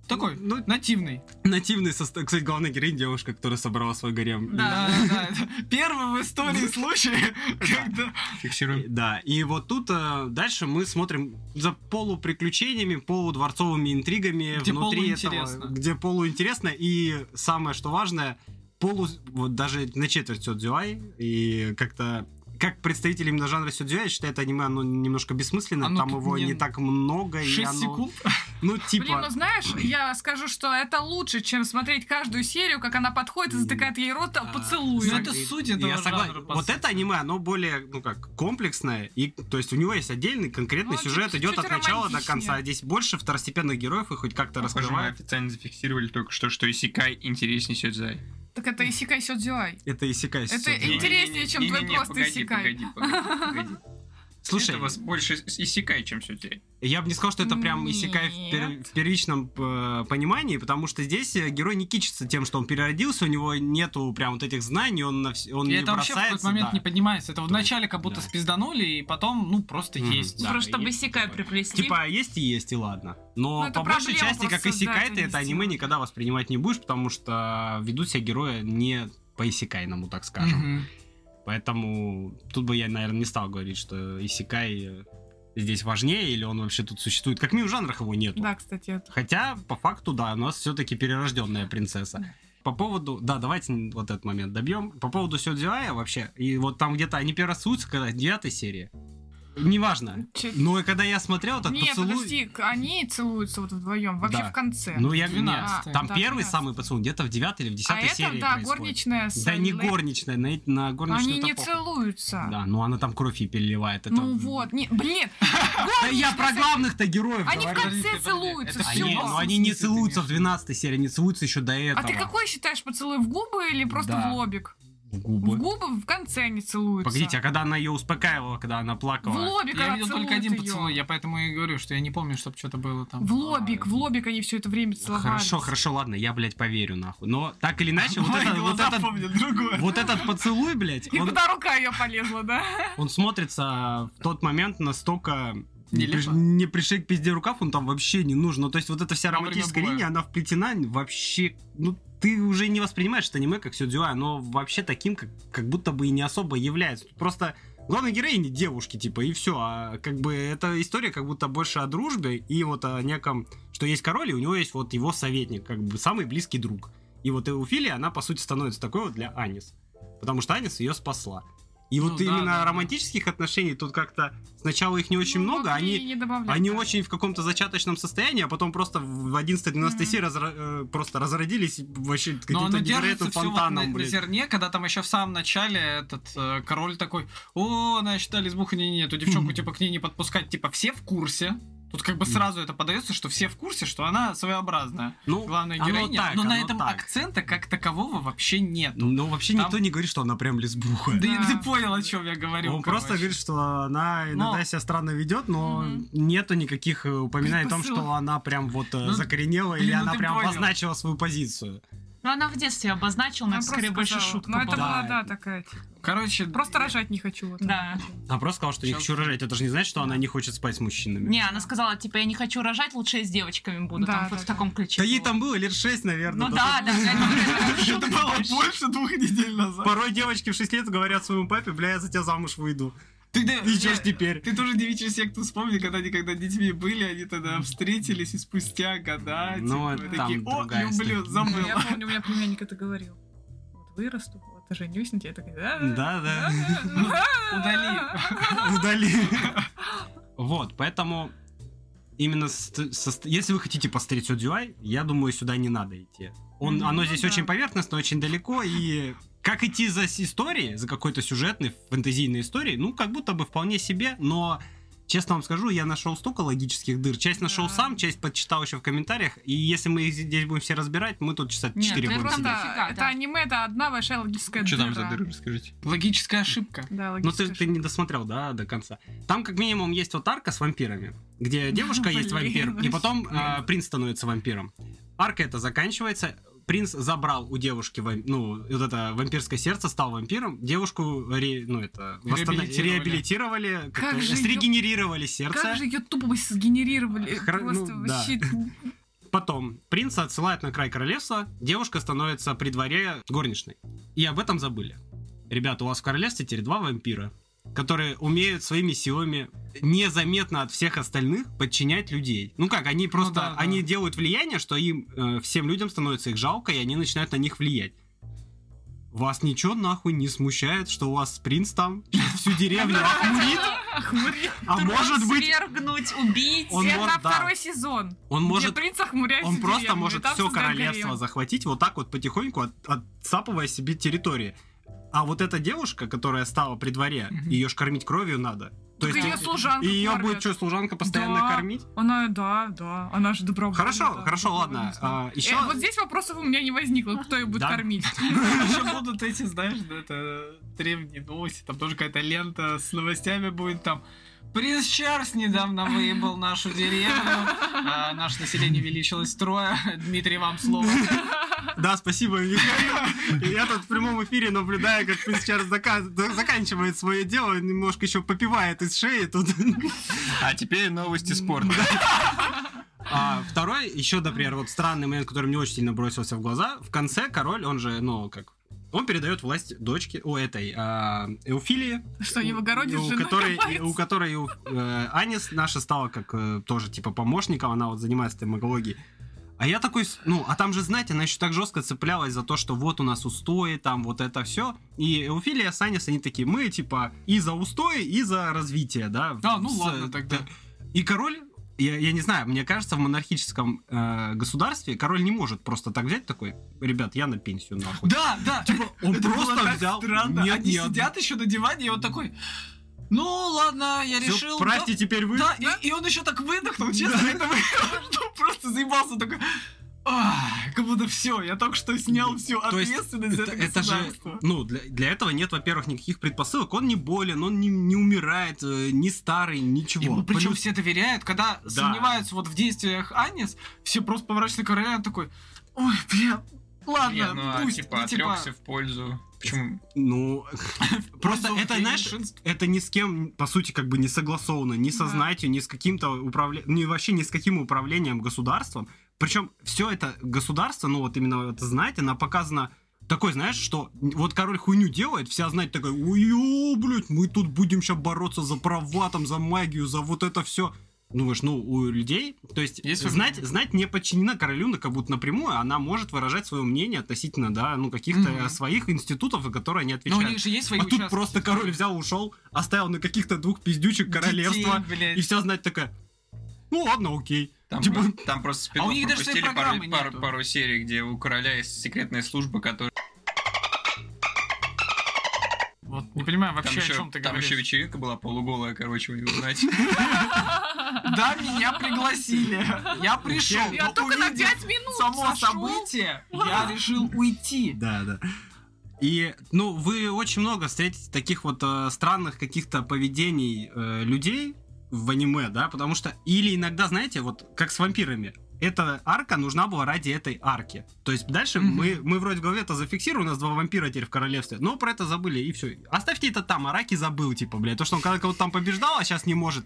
Speaker 4: Такой,
Speaker 1: Ну,
Speaker 4: нативный.
Speaker 1: нативный состав. Кстати, главная героиня девушка, которая собрала свой гарем.
Speaker 4: Да, да, да. Первый в истории случай, когда...
Speaker 1: И-
Speaker 5: Фиксируем.
Speaker 1: Да, и вот тут э, дальше мы смотрим за полуприключениями, полудворцовыми интригами
Speaker 4: Где
Speaker 1: внутри
Speaker 4: полуинтересно.
Speaker 1: этого, где полуинтересно, и самое что важное, полу, вот даже на четверть сёдзюай, и как-то как представитель именно жанра сюдзюай, я считаю, это аниме, оно немножко бессмысленно,
Speaker 4: Оно
Speaker 1: там
Speaker 4: тут
Speaker 1: его
Speaker 4: не-
Speaker 1: не так много, и
Speaker 4: 6
Speaker 1: оно-
Speaker 4: секунд.
Speaker 1: Ну,
Speaker 3: Блин, ну
Speaker 1: типа,
Speaker 3: знаешь, я скажу, что это лучше, чем смотреть каждую серию, как она подходит и затыкает ей рот а,
Speaker 1: А,
Speaker 4: Ну,
Speaker 3: поцелуем.
Speaker 4: это суть этого
Speaker 1: я
Speaker 4: жанра,
Speaker 1: согласен.
Speaker 4: по
Speaker 1: Вот
Speaker 4: сути.
Speaker 1: это аниме, оно более, ну как, комплексное. И, то есть у него есть отдельный конкретный
Speaker 3: Ну,
Speaker 1: сюжет,
Speaker 3: чуть-
Speaker 1: идет
Speaker 3: чуть
Speaker 1: от начала до
Speaker 3: романтичнее.
Speaker 1: конца. а Здесь больше второстепенных героев и хоть как-то
Speaker 5: Похоже, мы
Speaker 1: раскрывают.
Speaker 5: официально зафиксировали только что, что Исикай интереснее Сёдзай.
Speaker 3: Так это Исикай Сёдзюай.
Speaker 1: Это Исикай.
Speaker 3: Это
Speaker 1: всё, да.
Speaker 3: Интереснее, чем твой
Speaker 5: Не-не-не,
Speaker 3: просто
Speaker 5: погоди,
Speaker 3: Исикай.
Speaker 5: Погоди, погоди, погоди.
Speaker 1: Слушай,
Speaker 5: Это вас больше с- Исикай, чем Сёдзай.
Speaker 1: Я бы не сказал, что это прям
Speaker 3: Нет.
Speaker 1: Исикай в, пер- в первичном э, понимании, потому что здесь э, герой не кичится тем, что он переродился, у него нету прям вот этих знаний, он, на вс- он
Speaker 4: И
Speaker 1: не
Speaker 4: это вообще в какой-то
Speaker 1: бросается.
Speaker 4: момент
Speaker 1: да.
Speaker 4: не поднимается.
Speaker 1: То
Speaker 4: Это
Speaker 1: есть,
Speaker 4: вначале как будто
Speaker 1: да.
Speaker 4: спизданули, и потом, ну, просто
Speaker 1: Мгм.
Speaker 4: есть.
Speaker 1: Да,
Speaker 2: Просто чтобы
Speaker 4: есть.
Speaker 2: Сикай приплести.
Speaker 1: Типа есть и есть, и ладно.
Speaker 3: Ну,
Speaker 1: Но
Speaker 3: это
Speaker 1: по большей
Speaker 3: проблема
Speaker 1: части, как
Speaker 3: просто, да,
Speaker 1: Исикай,
Speaker 3: это
Speaker 1: ты это
Speaker 3: везде
Speaker 1: аниме
Speaker 3: уже.
Speaker 1: никогда воспринимать не будешь, потому что ведут себя героя не по Исикайному, так скажем.
Speaker 4: Мгм.
Speaker 1: Поэтому тут бы я, наверное, не стал говорить, что Исикай э, здесь важнее, или он вообще тут существует. Как минимум в жанрах его нету.
Speaker 3: Да, кстати, это.
Speaker 1: Хотя, по факту, да, у нас все-таки перерожденная принцесса. По поводу... Да, давайте вот этот момент добьем. По поводу Сёдзюая вообще. И вот там где-то они перерастутся, когда в девятой серии. Неважно.
Speaker 3: Чё-
Speaker 1: Ну и когда я смотрел этот
Speaker 3: Нет,
Speaker 1: поцелуй...
Speaker 3: подожди, к- они целуются вот вдвоем, вообще
Speaker 1: Да.
Speaker 3: в конце.
Speaker 1: Ну я...
Speaker 4: Двенадцатая.
Speaker 1: Нет,
Speaker 3: А,
Speaker 1: там
Speaker 3: да,
Speaker 1: первый
Speaker 3: двенадцатая.
Speaker 1: самый поцелуй где-то в девятой или в
Speaker 3: а
Speaker 1: десятой
Speaker 3: это,
Speaker 1: серии
Speaker 3: да,
Speaker 1: происходит.
Speaker 3: горничная с
Speaker 1: Да не
Speaker 3: Лэй-
Speaker 1: горничная, на, на горничную
Speaker 3: Они
Speaker 1: это
Speaker 3: не
Speaker 1: похуй.
Speaker 3: целуются.
Speaker 1: Да, ну она там кровь ей переливает. Это...
Speaker 3: Ну вот, не, блин,
Speaker 1: Да я про главных-то героев
Speaker 3: они в
Speaker 1: говорю.
Speaker 4: Подожди,
Speaker 3: конце
Speaker 4: подожди,
Speaker 3: целуются,
Speaker 4: это
Speaker 1: Они, ну,
Speaker 4: всё.
Speaker 3: все.
Speaker 4: они
Speaker 1: они не
Speaker 4: Смысле ты
Speaker 1: целуются в
Speaker 4: имеешь?
Speaker 1: 12 серии, они целуются еще до
Speaker 3: А
Speaker 1: этого.
Speaker 3: ты какой считаешь поцелуй, в губы или просто
Speaker 1: Да.
Speaker 3: в лобик?
Speaker 1: В
Speaker 3: В
Speaker 1: губы.
Speaker 3: губы в конце они целуются.
Speaker 1: Погодите, а когда она ее успокаивала, когда она
Speaker 3: В
Speaker 1: плакала?
Speaker 3: лобик
Speaker 4: Я
Speaker 3: она
Speaker 4: видел только
Speaker 3: целует
Speaker 4: один
Speaker 3: её.
Speaker 4: поцелуй, я поэтому и говорю, что я не помню, чтобы что-то было там.
Speaker 3: В лобик, в лобик они все это время целовались.
Speaker 1: Хорошо, хорошо, ладно, я, блядь, поверю, нахуй. Но так или иначе, вот, этот- вот, этот,
Speaker 4: другое.
Speaker 1: вот этот поцелуй, блядь,
Speaker 3: И
Speaker 1: он,
Speaker 3: куда рука ее полезла, да?
Speaker 1: он смотрится в тот момент настолько... Не,
Speaker 4: Нелепо.
Speaker 1: приш- не пришей к пизде рукав, он там вообще не нужен. Ну, то есть вот эта вся
Speaker 4: Во время
Speaker 1: романтическая
Speaker 4: боя.
Speaker 1: линия, она вплетена вообще... Ну, ты уже не воспринимаешь это аниме как Сёдзюа, оно вообще таким, как, как будто бы и не особо является. Тут Просто главной героини девушки, типа, и все. А как бы эта история как будто больше о дружбе и вот о неком, что есть король, и у него есть вот его советник, как бы самый близкий друг. И вот Эуфилия, она, по сути, становится такой вот для Анис. Потому что Анис ее спасла. И
Speaker 4: Ну
Speaker 1: вот
Speaker 4: да,
Speaker 1: именно
Speaker 4: да, да.
Speaker 1: романтических отношений тут как-то сначала их не очень
Speaker 3: Ну,
Speaker 1: много,
Speaker 3: могли
Speaker 1: они
Speaker 3: и не добавлять,
Speaker 1: они
Speaker 3: да.
Speaker 1: очень в каком-то зачаточном состоянии, а потом просто в 11-12
Speaker 3: Мгм.
Speaker 1: серии разра- э, просто разродились и вообще
Speaker 4: Но оно
Speaker 1: каким-то
Speaker 4: держится
Speaker 1: невероятным
Speaker 4: все вот на,
Speaker 1: фонтаном,
Speaker 4: на
Speaker 1: блядь.
Speaker 4: зерне, когда там еще в самом начале этот э, король такой, о, значит, Алисбуха, не-не-не, эту девчонку,
Speaker 1: Мгм.
Speaker 4: типа, к ней не подпускать, типа, все в курсе. Тут как бы
Speaker 1: Мгм.
Speaker 4: сразу это подается, что все в курсе, что она своеобразная.
Speaker 1: Ну,
Speaker 4: Главная
Speaker 1: оно
Speaker 4: героиня.
Speaker 1: так,
Speaker 4: но на
Speaker 1: оно
Speaker 4: этом
Speaker 1: так.
Speaker 4: акцента как такового вообще нету.
Speaker 1: ну, вообще
Speaker 4: Там-
Speaker 1: никто не говорит, что она прям лесбуха.
Speaker 4: Да, и
Speaker 3: Да.
Speaker 4: ты понял, о чем я говорю.
Speaker 1: Он просто
Speaker 4: короче.
Speaker 1: говорит, что она иногда
Speaker 4: Но-
Speaker 1: себя странно ведет, но
Speaker 3: Мгм.
Speaker 1: нету никаких э, упоминаний о том,
Speaker 3: Посылок.
Speaker 1: что она прям вот э,
Speaker 4: Ну,
Speaker 1: закоренела
Speaker 4: блин,
Speaker 1: или
Speaker 4: ну
Speaker 1: она
Speaker 4: ты
Speaker 1: прям
Speaker 4: понял.
Speaker 1: обозначила свою позицию.
Speaker 2: Ну, она в детстве обозначила, но
Speaker 3: Она
Speaker 2: это
Speaker 3: просто
Speaker 2: скорее больше
Speaker 3: сказала.
Speaker 2: шутка
Speaker 3: Ну,
Speaker 2: была.
Speaker 3: это была,
Speaker 1: Да.
Speaker 3: да, такая.
Speaker 4: Короче,
Speaker 3: Просто рожать не хочу. вот.
Speaker 2: Да.
Speaker 1: Она просто сказала, что не
Speaker 4: Сейчас-
Speaker 1: хочу рожать. Это же не значит, что она не хочет спать с мужчинами.
Speaker 2: Не, она сказала, типа, я не хочу рожать, лучше я с девочками буду.
Speaker 3: Да,
Speaker 2: там
Speaker 3: да,
Speaker 2: вот в
Speaker 3: да.
Speaker 2: таком ключе.
Speaker 1: Да ей
Speaker 2: было.
Speaker 1: там было лет 6, наверное.
Speaker 2: Ну да, да, да, это
Speaker 4: это было больше двух недель назад.
Speaker 1: Порой девочки в 6 лет говорят своему папе, бля, я за тебя замуж выйду.
Speaker 4: Ты, да,
Speaker 1: И чё ж
Speaker 4: бля,
Speaker 1: теперь?
Speaker 4: Ты тоже девичью секту вспомни, когда они когда детьми были, они тогда встретились и спустя года,
Speaker 1: Ну,
Speaker 4: типа,
Speaker 1: это там
Speaker 4: такие, о,
Speaker 1: другая
Speaker 4: люблю,
Speaker 1: история».
Speaker 4: забыл.
Speaker 3: Ну, Я помню, у меня племянник это говорил. Вот вырасту, вот женюсь на тебе. Так, да,
Speaker 1: Да, да. Ну,
Speaker 3: Удали.
Speaker 1: Удали. Вот, поэтому именно с- со- если вы хотите посмотреть Сюдзюай, я думаю, сюда не надо идти. Он,
Speaker 3: Мгм,
Speaker 1: оно
Speaker 3: ну
Speaker 1: здесь
Speaker 3: да.
Speaker 1: очень поверхностно, очень далеко, и как идти за с- историей, за какой-то сюжетной, фэнтезийной историей, ну, как будто бы вполне себе, но, честно вам скажу, я нашел столько логических дыр. Часть нашел
Speaker 3: Да.
Speaker 1: сам, часть подчитал еще в комментариях, и если мы их здесь будем все разбирать, мы тут часа
Speaker 2: Нет,
Speaker 1: 4
Speaker 2: ты
Speaker 1: будем
Speaker 2: просто-
Speaker 1: сидеть.
Speaker 3: Да,
Speaker 2: Дофига,
Speaker 3: это
Speaker 2: да.
Speaker 3: аниме, это одна большая логическая
Speaker 5: Что
Speaker 3: дыра.
Speaker 5: там за дыры, расскажите?
Speaker 4: Логическая ошибка.
Speaker 3: Да,
Speaker 1: Ну, ты,
Speaker 3: логическая
Speaker 1: ты не досмотрел, да, до конца. Там, как минимум, есть вот арка с вампирами, где девушка есть вампир, и
Speaker 3: вообще.
Speaker 1: потом а, принц становится вампиром. Арка эта заканчивается. Принц забрал у девушки, вам- ну, вот это вампирское сердце, стал вампиром. Девушку, ре- ну, это, восстан-
Speaker 4: Реабилитировали.
Speaker 1: реабилитировали, как-то
Speaker 3: Как же её-
Speaker 1: срегенерировали сердце.
Speaker 3: Как же ее тупо сгенерировали?
Speaker 1: Хра- ну,
Speaker 3: Просто
Speaker 1: да.
Speaker 3: вообще...
Speaker 1: Потом принца отсылают на край королевства, девушка становится при дворе горничной. И об этом забыли. Ребята, у вас в королевстве теперь два вампира, которые умеют своими силами незаметно от всех остальных подчинять людей. Ну как, они просто,
Speaker 4: да, да.
Speaker 1: они делают влияние, что им э, всем людям становится их жалко, и они начинают на них влиять. Вас ничего нахуй не смущает, что у вас принц там щас всю деревню охмурит?
Speaker 3: Ахмурит.
Speaker 1: А может быть,
Speaker 2: Свергнуть, убить.
Speaker 1: Он
Speaker 3: Это
Speaker 1: может, да.
Speaker 3: второй сезон.
Speaker 1: он может
Speaker 3: где принц охмуряется
Speaker 1: Он просто
Speaker 3: деревню,
Speaker 1: может
Speaker 3: там
Speaker 1: все
Speaker 3: создать
Speaker 1: королевство
Speaker 3: гарем.
Speaker 1: захватить, вот так вот потихоньку от- отцапывая себе территории. А вот эта девушка, которая стала при дворе,
Speaker 4: Мгм.
Speaker 1: ее ж кормить кровью надо. То
Speaker 3: Так её служанка
Speaker 1: и ее
Speaker 3: кормит.
Speaker 1: будет что, служанка постоянно
Speaker 3: Да.
Speaker 1: кормить?
Speaker 3: Она, да, да, она же добровольная.
Speaker 1: Хорошо,
Speaker 3: да,
Speaker 1: хорошо, ладно. А,
Speaker 3: добровольница.
Speaker 1: еще...
Speaker 3: Э, вот здесь вопросов у меня не возникло, кто ее будет
Speaker 1: Да.
Speaker 3: кормить.
Speaker 4: Еще будут эти, знаешь, да, это древние новости, там тоже какая-то лента с новостями будет там. Принц Чарльз недавно выебал нашу деревню, а наше население увеличилось трое. Дмитрий, вам слово.
Speaker 1: Да, спасибо, Михаил. И Я тут в прямом эфире наблюдаю, как принц Чарльз зака- да- заканчивает свое дело, немножко еще попивает из шеи тут.
Speaker 5: А теперь новости спорта.
Speaker 1: А второй, еще, например, вот странный момент, который мне очень сильно бросился в глаза. В конце король, он же, ну, как... Он передает власть дочке, у этой, а, Эуфилии,
Speaker 3: Что, не в огороде
Speaker 1: у,
Speaker 3: жена
Speaker 1: которой,
Speaker 3: копается?
Speaker 1: у которой у, э, Анис наша стала как э, тоже типа помощником, она вот занимается этой магологией. А я такой, с- ну, а там же, знаете, она еще так жестко цеплялась за то, что вот у нас устои, там вот это все. И Эуфилия с Анис, они такие, мы типа и за устои, и за развитие, да.
Speaker 4: А, ну
Speaker 1: С-
Speaker 4: ладно тогда.
Speaker 1: да. И король, я, я не знаю, мне кажется, в монархическом э, государстве король не может просто так взять такой, ребят, я на пенсию нахуй.
Speaker 4: Да, да.
Speaker 1: он
Speaker 4: Это было
Speaker 1: просто
Speaker 4: так
Speaker 1: взял.
Speaker 4: странно.
Speaker 1: Нет,
Speaker 4: Они
Speaker 1: ни одной.
Speaker 4: сидят еще на диване, и он такой... Ну ладно, я
Speaker 1: Всё,
Speaker 4: решил... да,
Speaker 1: Правьте теперь вы.
Speaker 4: Да, и- и, он еще так выдохнул, Ну, честно, это он просто заебался такой. «Ах, Как будто все, я только что снял всю
Speaker 1: То есть
Speaker 4: ответственность за
Speaker 1: это,
Speaker 4: это
Speaker 1: это же,
Speaker 4: государство».
Speaker 1: ну, для, для этого нет, во-первых, никаких предпосылок. Он не болен, он не, не умирает, э, не старый, ничего.
Speaker 4: Ему причем
Speaker 1: Плюс-
Speaker 4: все доверяют, когда сомневаются вот в действиях Анис, все просто поворачиваются к королю, и он такой, ой, бля, ладно,
Speaker 5: Не, ну, а,
Speaker 4: пусть,
Speaker 5: типа,
Speaker 4: ну, типа,
Speaker 5: отрекся в пользу. Почему?
Speaker 1: Ну, просто это, знаешь,
Speaker 4: меньшинств.
Speaker 1: это ни с кем, по сути, как бы не согласовано, ни со
Speaker 3: Да.
Speaker 1: знатью, ни с каким-то управлением, ни вообще ни с каким управлением государством. Причем все это государство, ну вот именно это знать, она показана такой, знаешь, что вот король хуйню делает, вся знать такая, ой, блядь, мы тут будем сейчас бороться за права, там, за магию, за вот это все. Думаешь, ну, у людей, то есть,
Speaker 4: Есть
Speaker 1: знать, знать не подчинена королю, ну, как будто напрямую, она может выражать свое мнение относительно, да, ну, каких-то
Speaker 4: Мгм.
Speaker 1: своих институтов, за которые они
Speaker 4: Но ну, у
Speaker 1: отвечают.
Speaker 4: них же есть свои
Speaker 1: А тут
Speaker 4: участки.
Speaker 1: просто король взял, ушел, оставил на каких-то двух пиздючек королевство.
Speaker 4: Детей, блядь.
Speaker 1: И вся знать такая. Ну ладно, окей.
Speaker 5: Там,
Speaker 1: Типа-
Speaker 5: про- там просто спин
Speaker 4: А у них даже своей
Speaker 5: пропустили пару,
Speaker 4: программы
Speaker 5: пару-
Speaker 4: нету.
Speaker 5: пару серий, где у короля есть секретная служба, которая...
Speaker 4: Вот, не понимаю
Speaker 5: Там
Speaker 4: вообще, о
Speaker 5: еще,
Speaker 4: чем ты
Speaker 5: там
Speaker 4: говоришь.
Speaker 5: еще вечеринка была полуголая, короче, у него, знаете.
Speaker 4: Да, меня пригласили. Я пришел.
Speaker 3: Я
Speaker 1: ну,
Speaker 4: но
Speaker 3: только на
Speaker 4: увидев
Speaker 3: 5 минут
Speaker 4: само
Speaker 3: сошёл.
Speaker 4: событие, я решил уйти.
Speaker 1: Да, да. И, ну, вы очень много встретите таких вот э, странных каких-то поведений э, людей в аниме, да, потому что... Или иногда, знаете, вот как с вампирами. Эта арка нужна была ради этой арки. То есть дальше
Speaker 4: Мгм.
Speaker 1: мы, мы вроде в голове это зафиксируем, у нас два вампира теперь в королевстве, но про это забыли, и все. Оставьте это там, Араки забыл, типа, блядь. То, что он когда кого-то там побеждал, а сейчас не может.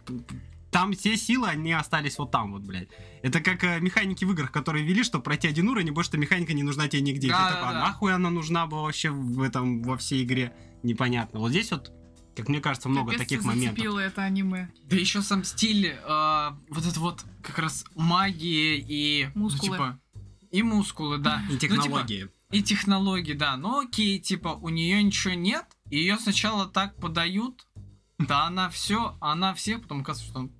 Speaker 1: Там все силы, они остались вот там вот, блядь. Это как э, механики в играх, которые вели, что пройти один уровень, и больше эта механика не нужна тебе нигде. И ты
Speaker 4: Да, да,
Speaker 1: такой, а
Speaker 4: да.
Speaker 1: нахуй она нужна была вообще в этом, во всей игре? Непонятно. Вот здесь вот, как мне кажется, много
Speaker 3: Капец,
Speaker 1: таких
Speaker 3: ты
Speaker 1: моментов.
Speaker 3: зацепила это аниме.
Speaker 4: Да еще сам стиль, э, вот это вот как раз магии и... ну,
Speaker 3: Мускулы.
Speaker 4: типа, и мускулы, да.
Speaker 1: И
Speaker 4: Ну, типа,
Speaker 1: технологии.
Speaker 4: и технологии, да. Но окей, типа, у нее ничего нет, и ее сначала так подают, да она все, она всех, потом оказывается, что он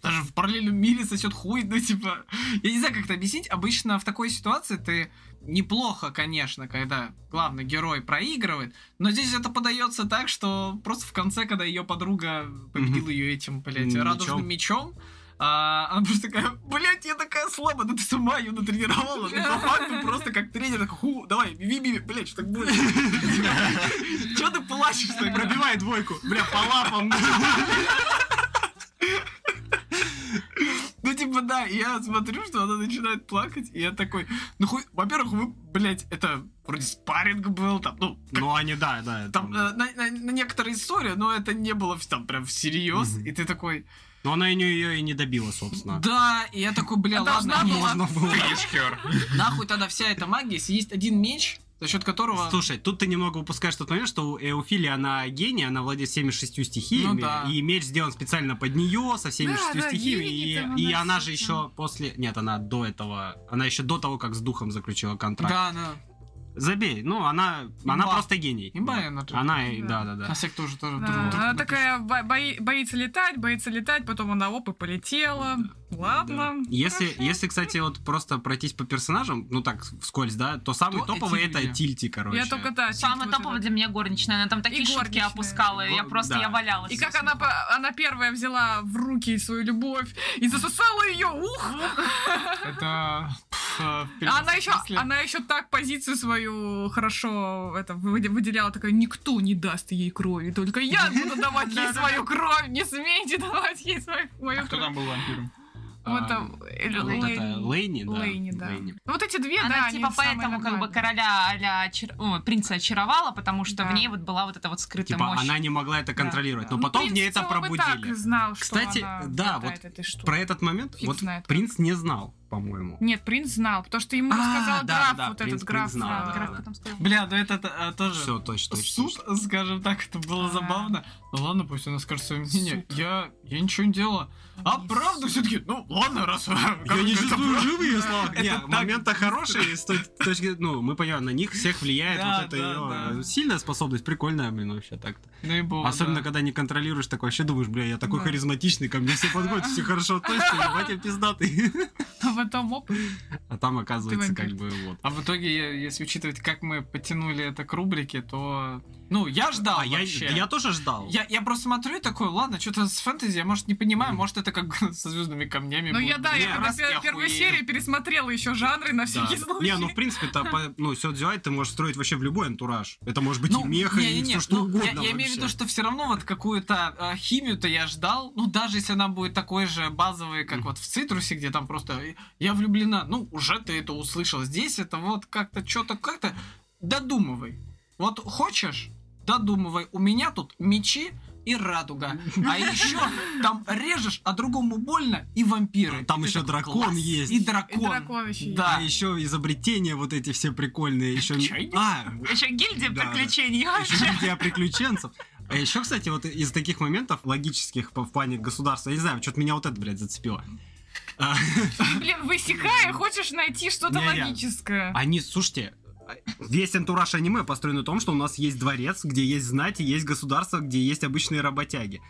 Speaker 4: даже в параллельном мире сосет хуй, ну, типа, я не знаю, как это объяснить. Обычно в такой ситуации ты неплохо, конечно, когда главный герой проигрывает, но здесь это подается так, что просто в конце, когда ее подруга победила ее этим, блядь,
Speaker 1: Мечом.
Speaker 4: радужным мечом, а, она просто такая, блядь, я такая слабая, да ты сама ее натренировала. Ты по факту просто как тренер, такой, ху, давай, виби, блядь, что так будет. Че ты плачешь? так, блядь?»
Speaker 1: Пробивай двойку. Бля, по лапам.
Speaker 4: Ну, типа, да, и я смотрю, что она начинает плакать, и я такой, ну, хуй, во-первых, вы, блядь, это вроде спарринг был, там, ну, как
Speaker 1: Ну, они, да, да.
Speaker 4: там
Speaker 1: там.
Speaker 4: э, на, на- на некоторые истории, но это не было вс- там прям всерьез,
Speaker 1: Мгм.
Speaker 4: и ты такой,
Speaker 1: Но она и не- ее и не добила, собственно.
Speaker 4: да, и я такой, бля,
Speaker 3: А
Speaker 4: ладно,
Speaker 3: должна
Speaker 4: нет,
Speaker 3: была.
Speaker 1: Можно было.
Speaker 5: Фишкер.
Speaker 4: нахуй тогда вся эта магия, если есть один меч, за счет которого...
Speaker 1: Слушай, тут ты немного упускаешь тот момент, что у Эуфили она гений, она владеет всеми шестью стихиями,
Speaker 4: Ну да.
Speaker 1: и меч сделан специально под нее со всеми
Speaker 3: Да,
Speaker 1: шестью
Speaker 3: да,
Speaker 1: стихиями,
Speaker 3: гений там
Speaker 1: и, и
Speaker 3: она
Speaker 1: она
Speaker 3: всё,
Speaker 1: же
Speaker 3: да.
Speaker 1: еще после, нет, она до этого, она еще до того, как с духом заключила контракт,
Speaker 4: Да, да.
Speaker 1: забей. Ну, она, она
Speaker 4: Имба.
Speaker 1: просто гений.
Speaker 4: Имба, она же-
Speaker 1: Она, и-
Speaker 3: Да.
Speaker 1: да, да,
Speaker 4: А
Speaker 1: да.
Speaker 4: все, кто же тоже друг
Speaker 3: Да,
Speaker 4: друга
Speaker 3: Она
Speaker 4: написал.
Speaker 3: такая бо- бои- боится летать, боится летать, потом она оп и полетела. Ладно.
Speaker 1: Если,
Speaker 3: хорошо.
Speaker 1: если, кстати, вот просто пройтись по персонажам, ну так вскользь, да, то самый
Speaker 4: Кто
Speaker 1: топовый
Speaker 4: эти
Speaker 1: это
Speaker 4: люди?
Speaker 1: Тильти, короче.
Speaker 3: Я только да.
Speaker 2: Самая
Speaker 3: чуть вот
Speaker 2: топовая
Speaker 3: это.
Speaker 2: для меня горничная. Она там такие шутки
Speaker 3: горничная.
Speaker 2: опускала. и Я
Speaker 1: Гор-
Speaker 2: просто,
Speaker 1: да.
Speaker 2: я валялась.
Speaker 3: И как она, по- она первая взяла в руки свою любовь и засосала ее, ух!
Speaker 4: Это... пф, э, в
Speaker 3: А
Speaker 4: переносном
Speaker 3: она еще,
Speaker 4: смысле.
Speaker 3: она еще так позицию свою хорошо это, выде- выделяла, такая, никто не даст ей крови, только я буду давать ей свою кровь, не смейте давать ей свою мою
Speaker 5: А кто
Speaker 3: кровь.
Speaker 5: там был вампиром?
Speaker 3: Вот
Speaker 1: А,
Speaker 3: там, э,
Speaker 1: Вот это
Speaker 3: Лэйни.
Speaker 1: Лейни, да.
Speaker 3: Лэйни, да.
Speaker 1: Лэйни.
Speaker 3: Ну, Вот эти две, да,
Speaker 2: Она
Speaker 3: они
Speaker 2: типа
Speaker 3: самые
Speaker 2: поэтому как бы
Speaker 3: нормальные.
Speaker 2: короля а-ля очар- о, принца очаровала, потому что
Speaker 3: Да.
Speaker 2: в ней вот была вот эта вот скрытая
Speaker 1: Типа,
Speaker 2: мощь.
Speaker 1: она не могла это
Speaker 2: Да,
Speaker 1: контролировать. Но
Speaker 2: да.
Speaker 3: Ну,
Speaker 1: потом
Speaker 3: принц
Speaker 1: в ней это
Speaker 3: в целом и так
Speaker 1: пробудили.
Speaker 3: знал, что
Speaker 1: Кстати,
Speaker 3: она
Speaker 1: да,
Speaker 3: обладает
Speaker 1: вот
Speaker 3: этой штукой.
Speaker 1: Про этот момент
Speaker 3: Фиг
Speaker 1: вот
Speaker 3: знает как.
Speaker 1: принц не знал, по-моему.
Speaker 3: Нет, принц знал, потому что ему
Speaker 1: А,
Speaker 3: рассказал
Speaker 1: да,
Speaker 3: граф,
Speaker 1: да,
Speaker 3: вот
Speaker 1: принц-
Speaker 3: этот граф.
Speaker 1: принц знал,
Speaker 3: да.
Speaker 1: да,
Speaker 2: Граф
Speaker 1: да.
Speaker 2: потом сказал,
Speaker 4: Бля, ну это а, тоже...
Speaker 1: Все, точно, точно.
Speaker 4: Суд,
Speaker 1: точно.
Speaker 4: скажем так, это было
Speaker 3: Да.
Speaker 4: забавно. Ну ладно, пусть она скажет свое мнение.
Speaker 3: Суд.
Speaker 4: Я, я ничего не делала. А правда все-таки, ну ладно, раз...
Speaker 1: Я не чувствую живые слова.
Speaker 4: Это
Speaker 1: Нет,
Speaker 4: так
Speaker 1: момент-то хороший, с той точки, ну, мы понимаем, на них всех влияет
Speaker 4: Да,
Speaker 1: вот эта
Speaker 4: да,
Speaker 1: ее
Speaker 4: да.
Speaker 1: сильная способность, прикольная, блин, вообще так-то.
Speaker 4: Ну и бог,
Speaker 1: Особенно,
Speaker 4: да.
Speaker 1: когда не контролируешь, так вообще думаешь, бля, я такой
Speaker 3: Да.
Speaker 1: харизматичный, ко мне все подходят, все хорошо относятся, ебать, я пиздатый.
Speaker 3: А потом оп,
Speaker 1: А там оказывается,
Speaker 3: Ты
Speaker 1: как
Speaker 3: вампир.
Speaker 1: бы, вот.
Speaker 4: А в итоге, е- если учитывать, как мы потянули это к рубрике, то... Ну, я ждал
Speaker 1: А я,
Speaker 4: вообще.
Speaker 1: да я тоже ждал.
Speaker 4: Я, я просто смотрю и такой, ладно, что-то с фэнтези, я, может, не понимаю, может, это как со звездными камнями
Speaker 3: Ну
Speaker 4: будет.
Speaker 3: я да,
Speaker 1: Не,
Speaker 3: я когда
Speaker 4: раз
Speaker 3: пе-
Speaker 4: я
Speaker 3: первую
Speaker 4: охуею.
Speaker 3: серию пересмотрела еще жанры на
Speaker 1: Да.
Speaker 3: всякий случай.
Speaker 1: Не, ну в принципе, то по- ну, Сёдзюай ты можешь строить вообще в любой антураж. Это может быть и меха, и
Speaker 4: не-не-не,
Speaker 1: все что
Speaker 4: ну,
Speaker 1: угодно.
Speaker 4: Я, я имею в
Speaker 1: вообще.
Speaker 4: виду, что все равно вот какую-то а, химию-то я ждал. Ну, даже если она будет такой же базовой, как
Speaker 1: Мгм.
Speaker 4: вот в цитрусе, где там просто э, я влюблена. Ну, уже ты это услышал. Здесь это вот как-то что-то как-то. Додумывай. Вот хочешь, додумывай. У меня тут мечи и радуга. А еще там режешь, а другому больно, и вампиры.
Speaker 1: Там
Speaker 4: И ты
Speaker 1: еще
Speaker 4: такой,
Speaker 1: дракон
Speaker 4: «Класс!»
Speaker 1: есть.
Speaker 4: И
Speaker 3: И
Speaker 4: дракон.
Speaker 3: дракон еще
Speaker 4: Да.
Speaker 1: А еще изобретения вот эти все прикольные. Еще...
Speaker 4: Чайник?
Speaker 1: А,
Speaker 2: Еще гильдия
Speaker 1: Да, да.
Speaker 2: приключений. а?
Speaker 1: еще для приключенцев. А еще, кстати, вот из таких моментов логических по- в плане государства, я не знаю, что-то меня вот это, блядь, зацепило. А,
Speaker 3: есть. Блин, высекая, хочешь найти что-то
Speaker 1: Не-не.
Speaker 3: логическое.
Speaker 1: Они, слушайте, а, весь антураж аниме построен на том, что у нас есть дворец, где есть знать, и есть государство, где есть обычные работяги.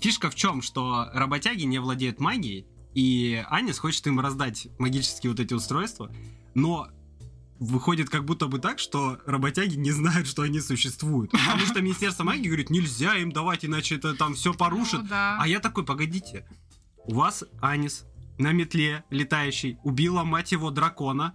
Speaker 1: Фишка в чем, что работяги не владеют магией, и Анис хочет им раздать магические вот эти устройства, но выходит как будто бы так, что работяги не знают, что они существуют. Потому что Министерство магии говорит, нельзя им давать, иначе это там все порушит.
Speaker 3: Ну да.
Speaker 1: А я такой, погодите, у вас Анис на метле летающий убила, мать его, дракона,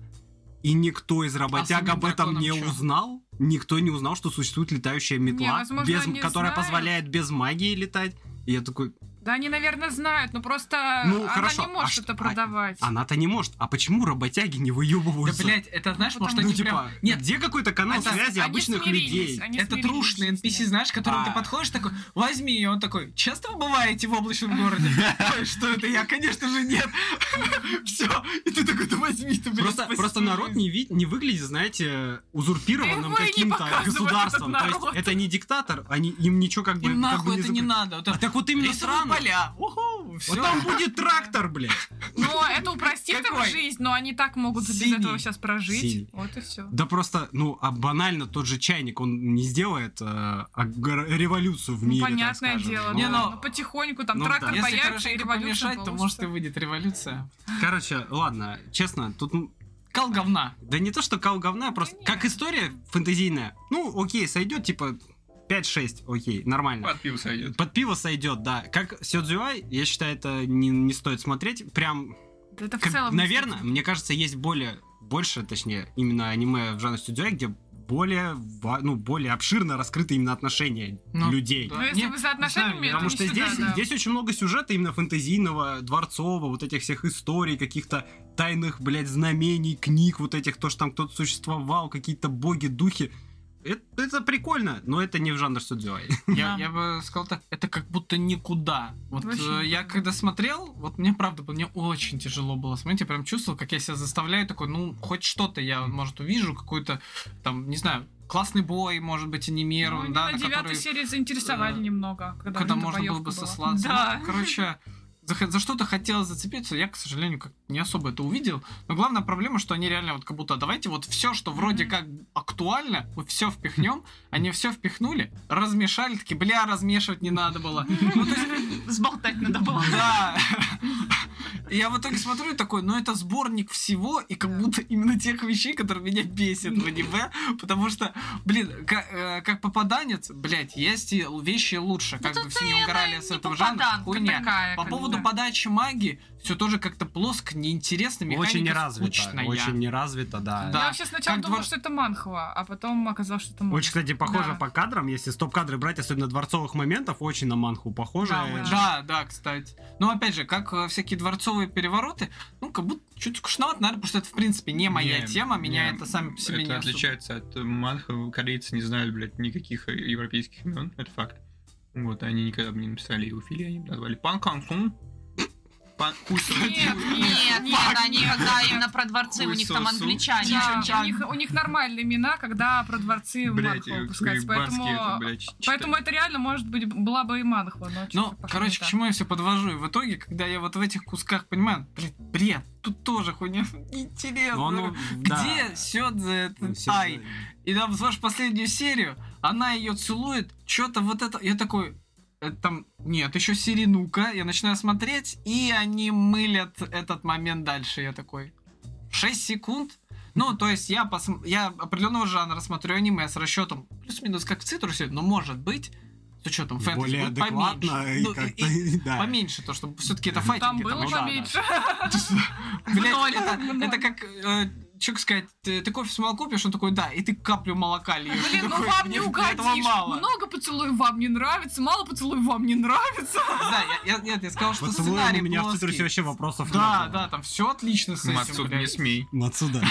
Speaker 1: и никто из работяг
Speaker 4: самим
Speaker 1: об этом
Speaker 4: драконом
Speaker 1: не
Speaker 4: чё?
Speaker 1: узнал. Никто не узнал, что существует летающая метла,
Speaker 3: возможно,
Speaker 1: без,
Speaker 3: они
Speaker 1: которая
Speaker 3: знают.
Speaker 1: позволяет без магии летать. И я такой,
Speaker 3: Да, они, наверное, знают, но просто
Speaker 1: Ну,
Speaker 3: она
Speaker 1: хорошо,
Speaker 3: не может
Speaker 1: а
Speaker 3: это
Speaker 1: что-
Speaker 3: продавать.
Speaker 1: она-то не может. А почему работяги не
Speaker 4: Да,
Speaker 1: выебываются?
Speaker 4: блядь, это знаешь,
Speaker 3: Ну,
Speaker 4: может,
Speaker 3: там-
Speaker 1: ну,
Speaker 4: они
Speaker 1: типа,
Speaker 4: прям... Нет,
Speaker 1: где какой-то канал
Speaker 4: это-
Speaker 1: связи
Speaker 3: Ну Они
Speaker 1: обычных
Speaker 3: смирились,
Speaker 1: людей?
Speaker 3: они
Speaker 4: Это
Speaker 3: смирились
Speaker 4: трушный
Speaker 3: с ней.
Speaker 4: NPC, знаешь, которым
Speaker 1: А.
Speaker 4: ты подходишь такой, возьми, и он такой, часто вы бываете в облачном городе? Ой, Что это я? Конечно же нет. Все. И ты такой, да возьми, ты, блин,
Speaker 1: Просто,
Speaker 4: спаси
Speaker 1: просто
Speaker 4: мою
Speaker 1: народ
Speaker 4: жизнь».
Speaker 1: не, вид, не выглядит, знаете,
Speaker 3: Да
Speaker 1: узурпированным
Speaker 3: его и не
Speaker 1: каким-то
Speaker 3: показывают,
Speaker 1: государством.
Speaker 3: этот
Speaker 1: То есть
Speaker 3: народ.
Speaker 1: это не диктатор, они, им ничего как бы,
Speaker 4: Им
Speaker 1: как бы
Speaker 4: нахуй это не
Speaker 1: запрет-
Speaker 4: надо.
Speaker 1: А Так вот именно
Speaker 4: Рисуй
Speaker 1: страны.
Speaker 4: поля. Уху,
Speaker 1: Вот
Speaker 4: все.
Speaker 1: там будет трактор, блядь.
Speaker 3: Но это упростит им
Speaker 4: Какой?
Speaker 3: жизнь, но они так могут без
Speaker 1: Синий.
Speaker 3: этого сейчас
Speaker 1: Синий.
Speaker 3: прожить. Вот и все.
Speaker 1: Да просто, ну, а банально тот же чайник, он не сделает э, а, гор- революцию в
Speaker 3: Ну,
Speaker 1: мире, так
Speaker 3: понятное
Speaker 1: скажем.
Speaker 3: дело,
Speaker 1: Ну,
Speaker 4: Не,
Speaker 3: да.
Speaker 4: ну,
Speaker 3: Но потихоньку там
Speaker 1: ну
Speaker 3: трактор
Speaker 1: да.
Speaker 4: Если
Speaker 3: появится и
Speaker 4: хорошенько
Speaker 3: революция
Speaker 4: помешать, то может
Speaker 3: получится.
Speaker 4: и выйдет революция.
Speaker 1: ну, Короче, ладно, честно, тут... м,
Speaker 4: Кал говна.
Speaker 1: Да не то, что кал говна, а просто
Speaker 3: нет.
Speaker 1: как история фэнтезийная. Ну, окей, сойдет, типа, 5-6, окей, нормально.
Speaker 5: Под пиво сойдет.
Speaker 1: Под пиво сойдет, да. Как Сёдзюай, я считаю, это не, не стоит смотреть. Прям,
Speaker 3: Да Это в
Speaker 1: как-
Speaker 3: целом...
Speaker 1: наверное, мне кажется, есть более, больше, точнее, именно аниме в жанре Сёдзюай, где более, ва- ну, более обширно раскрыты именно отношения
Speaker 4: Ну,
Speaker 1: людей.
Speaker 4: да.
Speaker 3: Ну, если
Speaker 4: Не,
Speaker 3: вы за отношениями, это
Speaker 1: Потому
Speaker 3: не
Speaker 1: что
Speaker 3: всегда,
Speaker 1: здесь,
Speaker 3: да.
Speaker 1: здесь очень много сюжета именно фэнтезийного, дворцового, вот этих всех историй, каких-то тайных, блядь, знамений, книг, вот этих, то, что там кто-то существовал, какие-то боги, духи. Это, это прикольно, но это не в жанр Судзюай.
Speaker 4: Я,
Speaker 3: Да.
Speaker 4: я бы сказал так, это как будто никуда. Вот
Speaker 3: Вообще
Speaker 4: э,
Speaker 3: никуда.
Speaker 4: я когда смотрел, вот мне правда было, мне очень тяжело было смотреть, я прям чувствовал, как я себя заставляю, такой, ну, хоть что-то я, может, увижу, какую-то, там, не знаю, классный бой, может быть,
Speaker 3: Ну,
Speaker 4: анимирован,
Speaker 3: они
Speaker 4: да,
Speaker 3: на
Speaker 4: на
Speaker 3: девятой
Speaker 4: который,
Speaker 3: серии заинтересовали
Speaker 4: э,
Speaker 3: немного, когда,
Speaker 4: когда
Speaker 3: уже
Speaker 4: можно было
Speaker 3: боевка
Speaker 4: бы
Speaker 3: была.
Speaker 4: сослаться.
Speaker 3: Да.
Speaker 4: Ну, короче, за, за что-то хотелось зацепиться, я, к сожалению, как не особо это увидел. Но главная проблема, что они реально вот как будто «А давайте вот все, что вроде как актуально, вот все впихнем, они все впихнули, размешали, такие, бля, размешивать не надо было. Ну, то есть,
Speaker 2: Сболтать надо было.
Speaker 4: да. И Я в итоге смотрю и такой, ну это сборник всего, и как будто именно тех вещей, которые меня бесят в аниме, потому что, блин, ка- э, как попаданец, блядь, есть и вещи лучше,
Speaker 2: Ну,
Speaker 4: как бы все не угорали с
Speaker 3: Ну,
Speaker 2: не
Speaker 4: этого жанра,
Speaker 2: попаданка
Speaker 4: хуйня.
Speaker 2: такая,
Speaker 4: По
Speaker 2: как
Speaker 4: поводу
Speaker 2: бы.
Speaker 4: подачи магии, все тоже как-то плоско, неинтересно, механика
Speaker 1: Очень неразвито.
Speaker 4: скучная.
Speaker 1: Очень неразвито, да.
Speaker 4: Да.
Speaker 3: Я вообще сначала
Speaker 4: Как
Speaker 3: думала,
Speaker 4: двор-
Speaker 3: что это манхва, а потом оказалось, что это манхва.
Speaker 1: Очень, кстати, похоже
Speaker 3: Да.
Speaker 1: по кадрам, если стоп-кадры брать, особенно дворцовых моментов, очень на манху похоже.
Speaker 3: Да, очень.
Speaker 4: Да, да, кстати. Но опять же, как э, всякие дворцовые перевороты, ну, как будто чуть скучновато, наверное, потому что это, в принципе, не моя
Speaker 5: Не,
Speaker 4: тема, меня
Speaker 5: не,
Speaker 4: это сами по себе не
Speaker 5: это
Speaker 4: особо-
Speaker 5: отличается от манха. Корейцы не знают, блядь, никаких э, европейских имен. Это факт. Вот, они никогда бы не написали его фили, они бы назвали Пан Кансун. Пан
Speaker 3: Нет,
Speaker 2: Нет, нет, они когда именно про дворцы, у них там
Speaker 5: Хуй сосу.
Speaker 2: англичане.
Speaker 3: Да, у,
Speaker 2: англичане.
Speaker 3: них, у них нормальные имена, когда про дворцы в
Speaker 5: Блять,
Speaker 3: манхва выпускаются, поэтому...
Speaker 5: э, это, блядь, ч-
Speaker 3: Поэтому это реально, может быть, была бы и манхва. но что-то
Speaker 4: Ну,
Speaker 3: пошло не
Speaker 4: короче, к
Speaker 3: так.
Speaker 4: чему я все подвожу? И в итоге, когда я вот в этих кусках понимаю, блин, бред, тут тоже хуйня. Интересно.
Speaker 1: Но оно- да.
Speaker 4: Где счет за
Speaker 1: Ну,
Speaker 4: этот
Speaker 1: всё
Speaker 4: ай?
Speaker 1: же-
Speaker 4: И там, слышишь, последнюю серию, она ее целует, что-то вот это... Я такой, э, там, нет, еще Сиренука. Я начинаю смотреть, и они мылят этот момент дальше. Я такой, 6 секунд? Ну, то есть я, посм- я определенного жанра смотрю аниме с расчетом плюс-минус как в Цитрусе, но может быть, с учетом фэнтези,
Speaker 1: более
Speaker 4: будет поменьше.
Speaker 1: адекватно и
Speaker 4: Ну, и-
Speaker 1: как-то,
Speaker 4: и
Speaker 1: да.
Speaker 4: поменьше то, что все-таки это
Speaker 3: Там
Speaker 4: файтинги.
Speaker 3: было
Speaker 1: ну да, да.
Speaker 3: поменьше.
Speaker 4: Блядь, это, это как... э, чё сказать, ты, ты кофе с молоком пьешь, он такой, да, и ты каплю молока льешь.
Speaker 3: Блин,
Speaker 4: Ты
Speaker 3: ну
Speaker 4: такой,
Speaker 3: вам
Speaker 4: «Мне
Speaker 3: не
Speaker 4: Этого
Speaker 3: угодишь. ну.
Speaker 4: мало.
Speaker 3: Много поцелуев вам не нравится, мало поцелуев вам не нравится.
Speaker 4: Да, я, я- нет, я сказал, что
Speaker 1: Вот
Speaker 4: сценарий
Speaker 1: у меня в
Speaker 4: плоский.
Speaker 1: цитрусе вообще вопросов
Speaker 4: Да,
Speaker 1: не было.
Speaker 4: да, там все отлично с этим,
Speaker 5: Мацуд, не
Speaker 4: блядь.
Speaker 5: смей.
Speaker 1: Отсюда.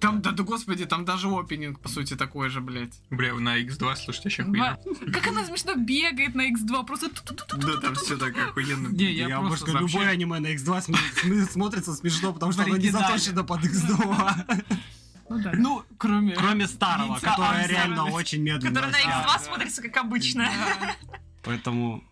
Speaker 4: Там, да, да господи, там даже опенинг, по сути, такой же, блядь.
Speaker 5: Бля, на X2 слушайте, вообще
Speaker 3: Ба-
Speaker 5: хуйня.
Speaker 4: ну,
Speaker 3: Как она смешно бегает на X2, просто ту-ту-ту.
Speaker 5: Да, там все так охуенно.
Speaker 4: Не,
Speaker 1: Я,
Speaker 4: я,
Speaker 1: могу
Speaker 4: просто
Speaker 1: сказать,
Speaker 4: вообще-
Speaker 1: любое аниме на X2 см- см- смотрится смешно, потому что оно не
Speaker 4: Оригинально.
Speaker 1: заточено под X2.
Speaker 3: Ну да.
Speaker 4: Ну, кроме...
Speaker 1: Кроме старого,
Speaker 4: Яйца
Speaker 1: которое
Speaker 4: Амстера.
Speaker 1: реально очень медленно.
Speaker 2: Которые на
Speaker 1: снято.
Speaker 2: X2 смотрятся как обычно.
Speaker 1: Поэтому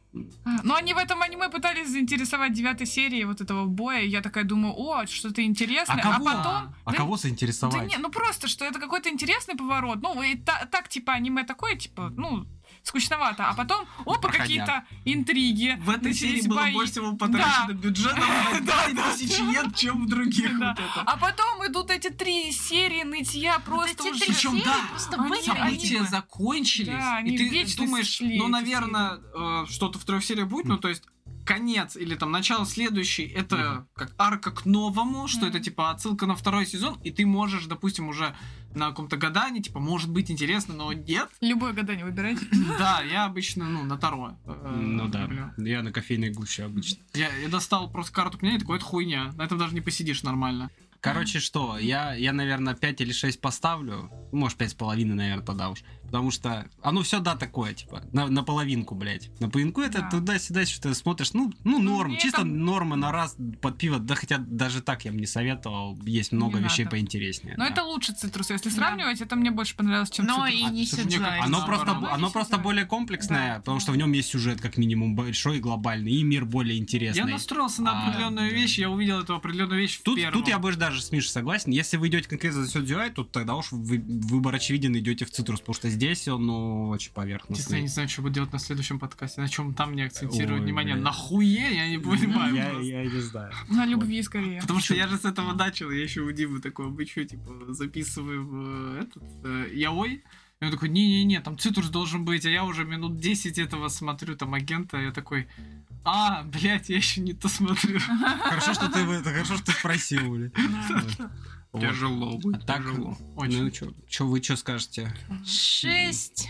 Speaker 3: А, Но они в этом аниме пытались заинтересовать девятой серии вот этого боя. и Я такая думаю, о, что-то интересное.
Speaker 1: А кого?
Speaker 3: потом...
Speaker 1: А
Speaker 3: Да
Speaker 1: кого
Speaker 3: Да
Speaker 1: заинтересовать?
Speaker 3: не, ну просто, что это какой-то интересный поворот. Ну, и та- так, типа, аниме такое, типа, ну, скучновато. А потом, опа,
Speaker 1: Проходняк.
Speaker 3: какие-то интриги.
Speaker 4: В этой
Speaker 3: начались
Speaker 4: серии было
Speaker 3: бои.
Speaker 4: больше всего потрачено бюджета на тысячи лет, чем в других
Speaker 3: Да.
Speaker 4: вот это.
Speaker 3: А потом идут эти три серии нытья просто
Speaker 2: эти
Speaker 3: уже.
Speaker 2: три
Speaker 4: Причем,
Speaker 2: серии
Speaker 4: да,
Speaker 2: просто
Speaker 3: они-
Speaker 2: выиграли.
Speaker 4: события
Speaker 3: аниме.
Speaker 4: а закончились,
Speaker 3: Да, они
Speaker 4: и ты
Speaker 3: вечно
Speaker 4: думаешь,
Speaker 3: шли,
Speaker 4: ну,
Speaker 3: эти
Speaker 4: наверное, э, что-то в трех сериях будет, ну, то есть конец или там начало следующей, это
Speaker 1: Мгм.
Speaker 4: как арка к новому, что
Speaker 3: Мгм.
Speaker 4: это типа отсылка на второй сезон, и ты можешь, допустим, уже на каком-то гадании, типа, может быть интересно, но нет.
Speaker 3: Любое гадание выбирайте.
Speaker 4: Да, я обычно, ну, на Таро. э,
Speaker 1: Ну
Speaker 4: люблю.
Speaker 1: да, я на кофейной гуще обычно.
Speaker 4: Я, я достал просто карту меня и такой, это хуйня. На этом даже не посидишь нормально.
Speaker 1: Короче, что, я, я, наверное, 5 или 6 поставлю. Может, пять с половиной, наверное, тогда уж. Потому что оно все, да, такое, типа, на, на половинку, блядь. На половинку это
Speaker 3: Да.
Speaker 1: туда-сюда, что ты смотришь, ну, ну,
Speaker 3: Ну,
Speaker 1: норм.
Speaker 3: мне
Speaker 1: Чисто
Speaker 3: там-
Speaker 1: нормы на раз под пиво. Да, хотя даже так я бы не советовал. Есть много
Speaker 3: Не
Speaker 1: вещей
Speaker 3: надо.
Speaker 1: поинтереснее.
Speaker 3: Но
Speaker 1: да.
Speaker 3: это лучше цитрус. Если
Speaker 2: Да.
Speaker 3: сравнивать, это мне больше понравилось, чем
Speaker 2: Но
Speaker 3: цитрус.
Speaker 2: и
Speaker 4: А,
Speaker 2: не
Speaker 4: слушай, мне как-
Speaker 2: сюжет.
Speaker 1: Оно
Speaker 4: Да,
Speaker 1: просто,
Speaker 4: наоборот.
Speaker 1: оно
Speaker 3: Больше
Speaker 1: просто
Speaker 3: сюжет.
Speaker 1: более комплексное,
Speaker 3: Да,
Speaker 1: потому
Speaker 3: да.
Speaker 1: что в нем есть сюжет, как минимум, большой и глобальный, и мир более интересный.
Speaker 4: Я настроился на
Speaker 1: А,
Speaker 4: определенную
Speaker 1: да.
Speaker 4: вещь, я увидел эту определенную вещь в
Speaker 1: Тут,
Speaker 4: первом.
Speaker 1: тут я больше даже с Мишей согласен. Если вы идете конкретно за Сёдзюай, то тогда уж вы, выбор очевиден, идете в цитрус, потому что здесь он ну, очень
Speaker 4: Честно, я не
Speaker 1: поверхностный.
Speaker 4: знаю, что буду делать на следующем подкасте. На чем там мне акцентировать
Speaker 1: Ой,
Speaker 4: внимание?
Speaker 1: блин.
Speaker 4: Нахуе я не понимаю. просто.
Speaker 1: не знаю.
Speaker 3: На любви скорее.
Speaker 4: Потому что я же с этого начал. Я еще у Димы такой обычаю, типа, записываем э, этот э, яой. И он такой, не-не-не, там цитрус должен быть. А я уже минут 10 этого смотрю, там, агента. Я такой, а, блядь, я еще не то смотрю.
Speaker 1: Хорошо, что ты в это- хорошо, что ты спросил, блин. Вот.
Speaker 5: Тяжело
Speaker 1: А
Speaker 5: будет,
Speaker 1: так,
Speaker 5: тяжело.
Speaker 1: ну
Speaker 4: Очень.
Speaker 1: что, вы что скажете?
Speaker 2: Шесть.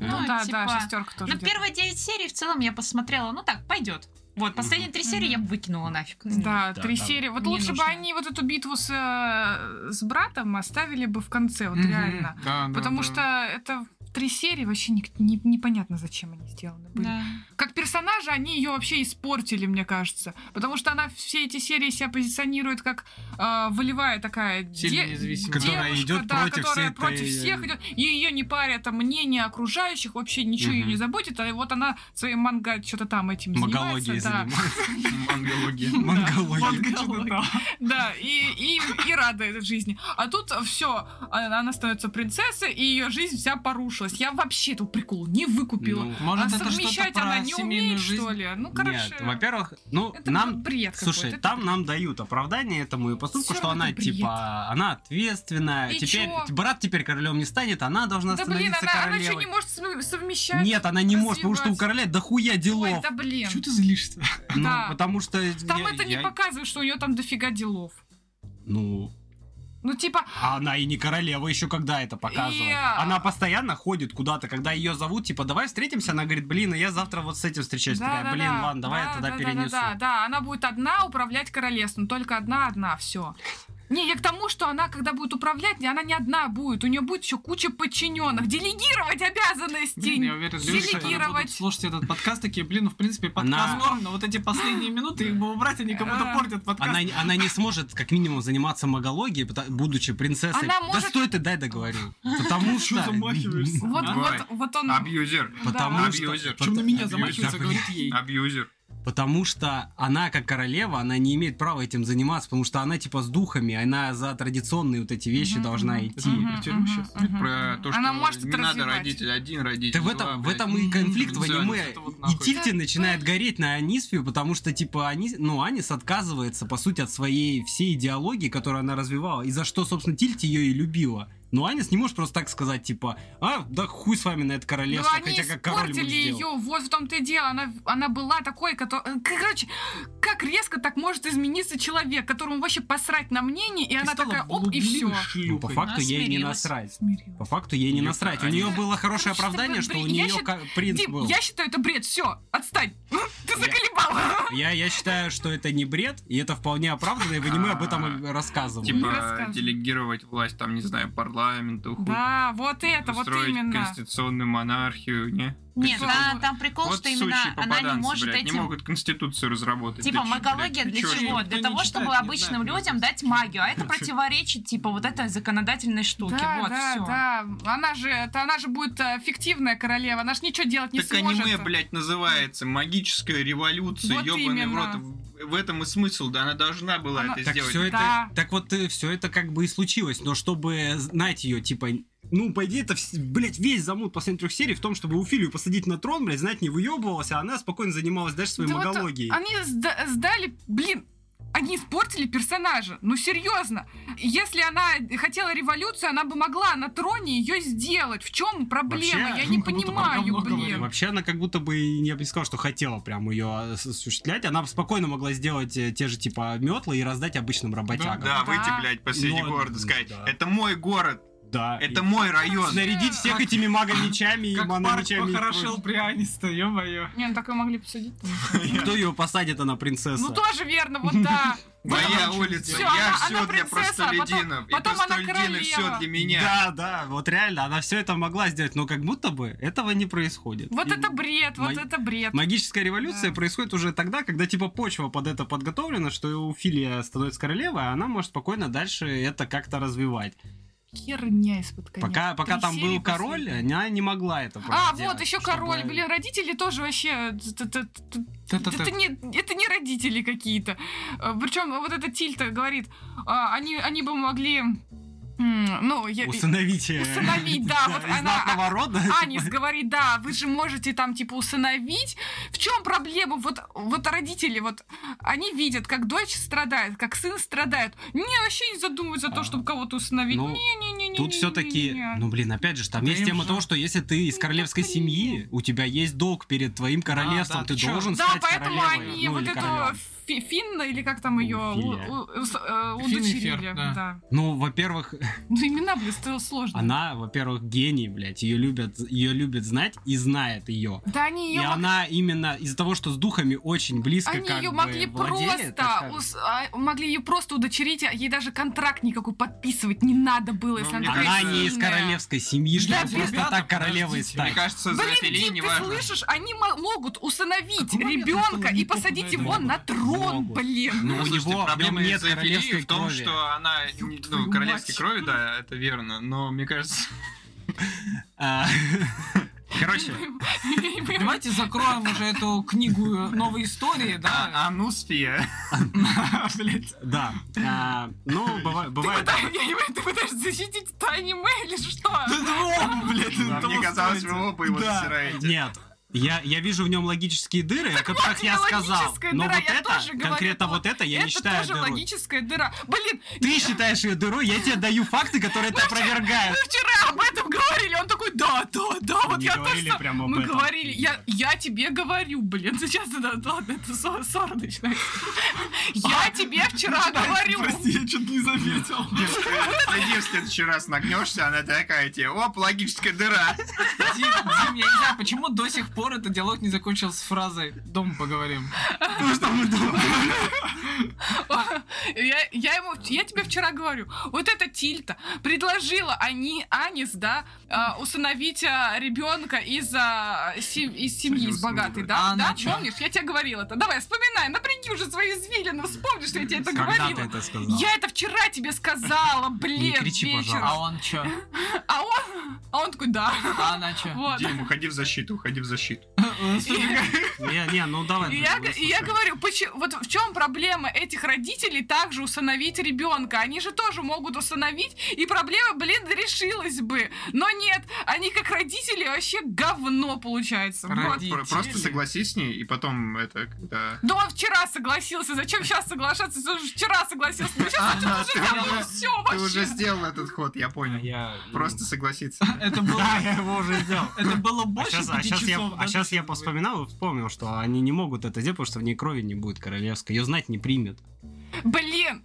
Speaker 3: Ну
Speaker 2: Ну,
Speaker 3: да, да,
Speaker 2: типа,
Speaker 3: шестерка тоже.
Speaker 2: Ну,
Speaker 3: где-то.
Speaker 2: первые девять серий в целом я посмотрела. Ну так, пойдет. Вот, последние три серии я бы выкинула нафиг. Ну,
Speaker 3: Да,
Speaker 1: Да,
Speaker 3: три
Speaker 1: да.
Speaker 3: серии. Вот
Speaker 2: Не
Speaker 3: лучше
Speaker 2: нужно.
Speaker 3: бы они вот эту битву с, э, с братом оставили бы в конце, вот
Speaker 4: Мгм.
Speaker 3: реально.
Speaker 4: Да, да,
Speaker 3: Потому
Speaker 4: да.
Speaker 3: что это три серии вообще не- не- непонятно, зачем они сделаны были.
Speaker 2: Да.
Speaker 3: как персонажа они ее вообще испортили, мне кажется. Потому что она все эти серии себя позиционирует как э, волевая такая
Speaker 4: Сильно
Speaker 3: де-
Speaker 4: независимая.
Speaker 5: Которая
Speaker 3: девушка,
Speaker 5: идет
Speaker 3: да,
Speaker 5: против
Speaker 3: которая
Speaker 5: всей
Speaker 3: против
Speaker 5: этой-
Speaker 3: всех идет. И ее не парят а, мнение окружающих, вообще ничего ее
Speaker 1: Мгм.
Speaker 3: не заботит. А вот она своим манга что-то там этим
Speaker 5: Магология
Speaker 3: занимается. да.
Speaker 5: занимается. Мангология.
Speaker 3: Мангология.
Speaker 5: Что-то там.
Speaker 3: Да, и, и, и рада этой жизни. А тут все, она становится принцессой, и ее жизнь вся порушилась. Я вообще этого прикол не выкупила.
Speaker 1: Ну,
Speaker 4: Может,
Speaker 3: а
Speaker 4: это что-то
Speaker 3: совмещать
Speaker 4: про
Speaker 3: она не
Speaker 4: семейную
Speaker 3: умеет,
Speaker 4: жизнь?
Speaker 3: что ли? Ну, короче,
Speaker 1: Нет, во-первых, ну,
Speaker 3: это
Speaker 1: нам...
Speaker 3: бред какой-то.
Speaker 1: Слушай,
Speaker 3: Это
Speaker 1: там нам дают оправдание этому и поступку,
Speaker 3: Всё
Speaker 1: что
Speaker 3: равно
Speaker 1: она,
Speaker 3: это бред.
Speaker 1: типа, она ответственная.
Speaker 3: И
Speaker 1: теперь
Speaker 3: чё?
Speaker 1: брат теперь королем не станет, она должна
Speaker 3: Да блин,
Speaker 1: становиться
Speaker 3: она, она
Speaker 1: королевой.
Speaker 3: что, не может сов- совмещать?
Speaker 1: Нет, она не может, потому что у
Speaker 3: развивать?
Speaker 1: короля дохуя делов.
Speaker 3: Ой, да блин.
Speaker 5: Чё ты злишься?
Speaker 1: Ну,
Speaker 3: да.
Speaker 1: потому что...
Speaker 3: Там
Speaker 1: я-
Speaker 3: это не
Speaker 1: я-
Speaker 3: показывает, что у нее там дофига делов.
Speaker 1: Ну,
Speaker 3: Ну, типа,
Speaker 1: а она и не королева еще когда это показывает.
Speaker 3: И, а-
Speaker 1: Она постоянно ходит куда-то, когда ее зовут, типа, давай встретимся, она говорит, блин, а я завтра вот с этим встречаюсь. Такая,
Speaker 3: да-да-да.
Speaker 1: блин, ладно, давай я тогда
Speaker 3: Да-да-да-да-да,
Speaker 1: перенесу.
Speaker 3: Да, она будет одна управлять королевством, только одна-одна, все. Не, я к тому, что она, когда будет управлять, она не одна будет, у нее будет еще куча подчиненных, делегировать обязанности.
Speaker 4: Блин, Ну, я уверен, люди, которые
Speaker 3: делегировать.
Speaker 4: будут слушать этот подкаст, такие, блин, ну, в принципе, подкаст
Speaker 1: Она-
Speaker 4: норм, но вот эти последние минуты их бы убрать, они кому-то
Speaker 3: Да.
Speaker 4: портят подкаст.
Speaker 1: Она, она не сможет, как минимум, заниматься магологией, пота- будучи принцессой.
Speaker 3: Она
Speaker 1: Да
Speaker 3: может-
Speaker 1: стой ты, дай договорю. Потому что...
Speaker 4: Чё замахиваешься?
Speaker 3: Вот,
Speaker 4: А?
Speaker 3: вот, вот он.
Speaker 5: Абьюзер.
Speaker 1: Потому
Speaker 3: Да.
Speaker 1: что...
Speaker 5: Абьюзер.
Speaker 1: пот-
Speaker 4: Чем на меня
Speaker 5: Абьюзер,
Speaker 4: замахивается,
Speaker 1: да,
Speaker 4: говорит ей.
Speaker 5: Абьюзер.
Speaker 1: Потому что она, как королева, она не имеет права этим заниматься, потому что она типа с духами, она за традиционные вот эти вещи
Speaker 3: Мгм,
Speaker 1: должна
Speaker 3: мгм.
Speaker 1: идти.
Speaker 4: Мгм. про тюрьму щас?
Speaker 3: мгм,
Speaker 5: Про
Speaker 3: мгм.
Speaker 5: то, что
Speaker 3: она может
Speaker 5: не
Speaker 3: это
Speaker 5: надо
Speaker 3: развивать.
Speaker 5: родитель один, родитель
Speaker 1: Да в этом,
Speaker 5: два,
Speaker 1: в
Speaker 5: блядь.
Speaker 1: этом и
Speaker 4: М,
Speaker 1: конфликт в
Speaker 5: всё,
Speaker 1: аниме.
Speaker 4: это вот
Speaker 1: И
Speaker 4: нахуй.
Speaker 1: Тильти начинает гореть на Анисфе, потому что, типа, Анис, ну, Анис отказывается, по сути, от своей всей идеологии, которую она развивала, и за что, собственно, Тильти ее и любила. Но Анис не может просто так сказать, типа, а, да хуй с вами на это
Speaker 3: Но
Speaker 1: королевство,
Speaker 3: Ну, они
Speaker 1: хотя как король ему
Speaker 3: испортили
Speaker 1: сделал.
Speaker 3: ее, вот в том-то и дело. Она, она была такой, которая... Короче, как резко так может измениться человек, которому вообще посрать на мнение, и
Speaker 4: Ты
Speaker 3: она
Speaker 4: стала
Speaker 3: такая, оп, и
Speaker 4: блудливой
Speaker 3: все.
Speaker 4: шлюхой.
Speaker 1: Ну, по факту
Speaker 2: Она
Speaker 1: ей не
Speaker 2: смирилась.
Speaker 1: насрать. По факту ей не
Speaker 5: Нет,
Speaker 1: насрать. У
Speaker 5: они-
Speaker 1: нее было хорошее
Speaker 3: Короче,
Speaker 1: оправдание,
Speaker 3: такой
Speaker 1: что у
Speaker 3: бред. Я
Speaker 1: нее
Speaker 3: щи-
Speaker 1: ка- принц
Speaker 3: Дим,
Speaker 1: был.
Speaker 3: я считаю, это бред, все, отстань. Ты заколебала.
Speaker 1: Я, я считаю, что это не бред, и это вполне оправданно, и в аниме об этом рассказывают.
Speaker 3: Не
Speaker 5: А. Типа
Speaker 3: рассказывай.
Speaker 5: делегировать власть, там, не знаю, парламенту, хуй.
Speaker 3: Да, вот это, вот
Speaker 5: Устроить
Speaker 3: именно.
Speaker 5: конституционную монархию, не?
Speaker 8: Нет,
Speaker 5: Конститу-
Speaker 8: да, там прикол,
Speaker 5: вот
Speaker 8: что именно
Speaker 5: сучьи
Speaker 8: она не
Speaker 5: попаданцы,
Speaker 8: может
Speaker 5: блядь, не
Speaker 8: этим...
Speaker 5: могут конституцию разработать.
Speaker 8: Типа,
Speaker 5: Ты чё,
Speaker 8: магология
Speaker 5: блядь,
Speaker 8: для
Speaker 5: ты чё,
Speaker 8: чего?
Speaker 4: никто
Speaker 8: Для
Speaker 4: не
Speaker 8: того,
Speaker 4: читает,
Speaker 8: чтобы
Speaker 4: не
Speaker 8: обычным
Speaker 4: знает.
Speaker 8: людям дать магию, а это противоречит, типа, вот этой законодательной штуке.
Speaker 3: Да,
Speaker 8: Вот,
Speaker 3: да,
Speaker 8: все.
Speaker 3: да. Она же, это она же будет э, фиктивная королева, она же ничего делать не
Speaker 5: Так
Speaker 3: сможет.
Speaker 5: аниме, блядь, называется «Магическая революция»,
Speaker 3: Вот
Speaker 5: ёбаный в
Speaker 3: именно.
Speaker 5: рот. В- В этом и смысл, да, она должна была
Speaker 3: Она-
Speaker 5: ну, это
Speaker 1: Так
Speaker 5: сделать.
Speaker 1: все это,
Speaker 3: Да.
Speaker 1: так вот все это как бы и случилось, но чтобы знать ее, типа, ну, по идее, это, вс- блядь, весь замут последних трех серий в том, чтобы Уфилию посадить на трон, блядь, знать не выебывалась, а она спокойно занималась дальше своей
Speaker 3: Да вот
Speaker 1: магологией.
Speaker 3: Они сда- сдали, блин, они испортили персонажа. Ну серьезно. Если она хотела революцию, она бы могла на троне ее сделать. В чем проблема?
Speaker 1: Вообще, ну,
Speaker 3: Я не
Speaker 4: как будто про
Speaker 3: понимаю,
Speaker 4: говно говорим.
Speaker 3: блин.
Speaker 1: Вообще, она как будто бы и не, не сказала, что хотела прям ее осуществлять. Она бы спокойно могла сделать э, те же, типа, метлы и раздать обычным работягам.
Speaker 5: Да,
Speaker 3: Да.
Speaker 5: выйти, блядь, посреди
Speaker 1: Ну,
Speaker 5: города, сказать,
Speaker 1: да.
Speaker 5: это мой город,
Speaker 1: Да,
Speaker 5: это
Speaker 1: и
Speaker 5: мой район.
Speaker 1: Снарядить всех
Speaker 4: Как-
Speaker 1: этими магомечами и
Speaker 4: Как парк
Speaker 1: мономечами. и
Speaker 4: похорошел прянисто, ё-моё.
Speaker 3: Не, ну так ее могли посадить.
Speaker 1: прочим. Кто ее посадит, она принцесса.
Speaker 3: Ну тоже верно, вот да.
Speaker 5: Моя
Speaker 4: Да,
Speaker 5: улица,
Speaker 3: всё,
Speaker 5: я
Speaker 3: она-
Speaker 5: все
Speaker 3: она
Speaker 5: для
Speaker 3: принцесса, а
Speaker 5: простолюдинов, и
Speaker 3: потом она
Speaker 5: простолюдины все
Speaker 3: королева.
Speaker 5: для меня.
Speaker 1: Да, да, вот реально, она все это могла сделать, но как будто бы этого не происходит.
Speaker 3: Вот
Speaker 1: И
Speaker 3: это бред, вот
Speaker 1: Ма-
Speaker 3: это бред.
Speaker 1: Магическая революция
Speaker 3: Да.
Speaker 1: происходит уже тогда, когда типа почва под это подготовлена, что у Филия становится королевой, а она может спокойно дальше это как-то развивать.
Speaker 3: Херня из-под коня.
Speaker 1: Пока, пока
Speaker 3: Три
Speaker 1: там
Speaker 3: серии
Speaker 1: был король,
Speaker 3: последние.
Speaker 1: она не могла это
Speaker 3: А,
Speaker 1: просто
Speaker 3: вот
Speaker 1: делать,
Speaker 3: еще
Speaker 1: чтобы-
Speaker 3: король, блин, родители тоже вообще. т- т- т- т- Это не, это не родители какие-то. Причем вот эта Тильта говорит, а, они, они бы могли, м, ну, я-
Speaker 1: Усыновить. э,
Speaker 3: Усыновить, да, а вот
Speaker 1: из
Speaker 3: она-
Speaker 1: знатного рода.
Speaker 3: Анис говорит, да, вы же можете там типа усыновить. В чем проблема? Вот, вот родители, вот они видят, как дочь страдает, как сын страдает. Не, вообще не задумываются о
Speaker 1: А.
Speaker 3: том, чтобы кого-то усыновить.
Speaker 1: Ну,
Speaker 3: Не-не-не-не.
Speaker 1: Тут все-таки, ну блин, опять же, там
Speaker 4: Да
Speaker 1: есть
Speaker 4: им
Speaker 1: тема
Speaker 4: же-
Speaker 1: того, что если ты из
Speaker 3: Ну,
Speaker 1: королевской
Speaker 3: блин.
Speaker 1: семьи, у тебя есть долг перед твоим королевством,
Speaker 4: да,
Speaker 1: ты
Speaker 4: ты чё?
Speaker 1: должен
Speaker 3: Да,
Speaker 1: стать
Speaker 3: поэтому
Speaker 1: королевой,
Speaker 3: они
Speaker 1: ну,
Speaker 3: вот
Speaker 1: или
Speaker 3: эту
Speaker 1: королём.
Speaker 3: Фи- Финна, или как
Speaker 1: Ну,
Speaker 3: там ее
Speaker 1: Филя.
Speaker 4: Финн и Фер,
Speaker 3: э, удочерили.
Speaker 4: да.
Speaker 3: да.
Speaker 1: Ну, во-первых,
Speaker 3: Ну, имена, блин, стало сложно.
Speaker 1: она, во-первых, гений, блядь, ее любят, ее любят знать и знает ее.
Speaker 3: Да они
Speaker 1: И
Speaker 3: ее
Speaker 1: она именно из-за того, что с духами очень близко
Speaker 3: Они
Speaker 1: как
Speaker 3: ее
Speaker 1: бы
Speaker 3: могли
Speaker 1: владеет, так
Speaker 3: просто
Speaker 1: скажем.
Speaker 3: ус- а, могли ее просто удочерить, а ей даже контракт никакой подписывать не надо было,
Speaker 5: Ну,
Speaker 3: если она
Speaker 5: мне Мне
Speaker 1: Она
Speaker 5: кажется,
Speaker 1: не из королевской семьи,
Speaker 3: Да,
Speaker 1: чтобы просто
Speaker 9: ребята,
Speaker 1: так королевой
Speaker 9: подождите,
Speaker 5: мне
Speaker 1: стать.
Speaker 5: кажется, за
Speaker 3: Блин,
Speaker 5: Фили
Speaker 3: Дим,
Speaker 5: не
Speaker 3: ты
Speaker 5: важно.
Speaker 3: слышишь? Они мо- могут усыновить
Speaker 1: Какой момент
Speaker 3: ребенка и
Speaker 1: установить
Speaker 3: посадить
Speaker 1: опытного
Speaker 3: его на трон,
Speaker 1: Могут.
Speaker 3: блин.
Speaker 1: Ну, у
Speaker 5: Слушайте,
Speaker 1: него в
Speaker 5: проблема
Speaker 1: нем нет
Speaker 5: из-за эпилии
Speaker 1: королевской
Speaker 5: в том,
Speaker 1: крови.
Speaker 5: что она не-
Speaker 3: твою
Speaker 5: ну,
Speaker 3: мать.
Speaker 5: королевской крови, да, это верно, но мне кажется,
Speaker 1: А,
Speaker 5: короче,
Speaker 4: Давайте закроем уже эту книгу э, новой истории, да?
Speaker 5: а- ануспия. Блядь.
Speaker 1: Да. А, Ну, бывает- бывает.
Speaker 3: Пыта- Я не понимаю, ты пытаешься защитить это аниме или что?
Speaker 5: Да, Мне казалось, вы оба его
Speaker 1: Да.
Speaker 5: засираете.
Speaker 1: Нет. Я, я в нем логические дыры, о которых я сказал.
Speaker 3: логическая
Speaker 1: Но
Speaker 3: дыра,
Speaker 1: вот
Speaker 3: я
Speaker 1: это,
Speaker 3: тоже говорю,
Speaker 1: конкретно
Speaker 3: это
Speaker 1: вот это, я не
Speaker 3: Это
Speaker 1: считаю
Speaker 3: тоже
Speaker 1: дырой.
Speaker 3: логическая дыра. Блин,
Speaker 1: Ты считаешь ее дырой, я тебе даю факты, которые это опровергают.
Speaker 3: мы вчера об этом говорили, он такой, да, да, да,
Speaker 1: Мы
Speaker 3: вот
Speaker 1: не
Speaker 3: я тоже...
Speaker 1: говорили
Speaker 3: сам-
Speaker 1: прямо об
Speaker 3: Мы
Speaker 1: этом.
Speaker 3: говорили, я, я тебе говорю, блин, сейчас, да, да, ладно, это ссора, ссора начинается.
Speaker 1: А,
Speaker 3: Я тебе вчера говорю.
Speaker 5: я что-то не заметил. Садись в следующий раз нагнешься, она такая тебе, оп, логическая дыра.
Speaker 4: Дим, Дим, я не знаю, почему до сих пор этот диалог не закончился с фразой «Дом поговорим».
Speaker 5: Ну что мы думаем?
Speaker 3: Я, я ему, я тебе вчера говорю, вот эта Тильта предложила они, Анис, да, э, усыновить э, ребенка из, э, сем- из семьи, из богатой, да?
Speaker 4: А
Speaker 3: да,
Speaker 4: она чё?
Speaker 3: помнишь? Я тебе говорила это. Давай, вспоминай, напряги уже свои извилины, вспомни, что я тебе это
Speaker 1: Когда ты
Speaker 3: говорила.
Speaker 1: это сказал?
Speaker 3: Я это вчера тебе сказала, блин,
Speaker 1: Не кричи,
Speaker 3: вечером.
Speaker 4: А он чё?
Speaker 3: А он, а он такой, да,
Speaker 4: А она чё?
Speaker 3: вот.
Speaker 5: Дим, уходи в защиту, уходи в защиту.
Speaker 1: Не, не, ну давай.
Speaker 3: И
Speaker 1: ну,
Speaker 3: я,
Speaker 1: давай,
Speaker 3: и я
Speaker 1: слушай.
Speaker 3: говорю, почему, вот в чем проблема этих родителей также усыновить ребенка? Они же тоже могут усыновить, и проблема, блин, решилась бы. Но нет, они как родители вообще говно получается. Вот.
Speaker 5: Про- Просто согласись с ней, и потом это, когда...
Speaker 3: Да он вчера согласился, зачем сейчас соглашаться? Если он вчера согласился, ну сейчас
Speaker 5: Ага,
Speaker 3: уже А говно, все
Speaker 5: Ты уже
Speaker 3: вообще.
Speaker 5: сделал этот ход, я понял.
Speaker 1: Я-
Speaker 5: Просто согласиться.
Speaker 4: Это было...
Speaker 1: Да, я его уже сделал.
Speaker 4: Это было
Speaker 1: А
Speaker 4: больше
Speaker 1: сейчас, а
Speaker 4: пяти
Speaker 1: щас я,
Speaker 4: часов.
Speaker 1: а щас я повспоминал и вспомнил, что они не могут это делать, потому что в ней крови не будет королевской. Ее знать не примет.
Speaker 3: Блин.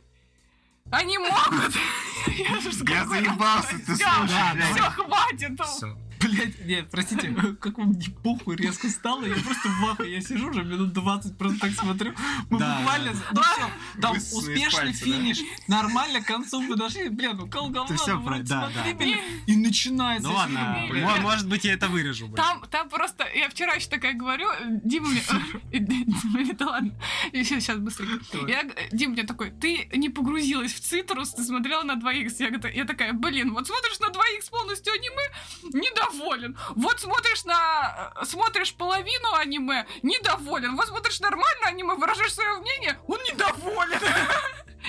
Speaker 3: Они могут. Я же
Speaker 5: Я заебался, ты слушай,
Speaker 1: да,
Speaker 5: блядь.
Speaker 3: Все, хватит.
Speaker 1: Все.
Speaker 4: Блять, нет, простите, как вам не похуй резко стало, я просто в ахуе, я сижу уже минут 20, просто так смотрю, мы
Speaker 1: Да,
Speaker 4: буквально,
Speaker 1: да,
Speaker 4: ну всё, там
Speaker 5: Высосаны из
Speaker 4: успешный
Speaker 5: пальца, да.
Speaker 4: финиш, нормально к концу подошли, блин, ну кол говна,
Speaker 1: Ты всё
Speaker 4: ну,
Speaker 1: про-
Speaker 4: вот
Speaker 1: да,
Speaker 4: смотри,
Speaker 1: да.
Speaker 4: блин, и начинается.
Speaker 1: Ну
Speaker 4: я сижу,
Speaker 1: ладно,
Speaker 4: блин,
Speaker 1: мо- может быть, я это вырежу. блин.
Speaker 3: Там, там просто, я вчера еще такая говорю, Дима мне, Блин, да ладно, сейчас быстренько. Я, г- Дима мне такой, ты не погрузилась в цитрус, ты смотрела на 2х. Я, г- я такая, блин, вот смотришь на 2х полностью аниме, недоволен. Вот смотришь на, смотришь половину аниме, недоволен. Вот смотришь нормально аниме, выражаешь свое мнение, он недоволен.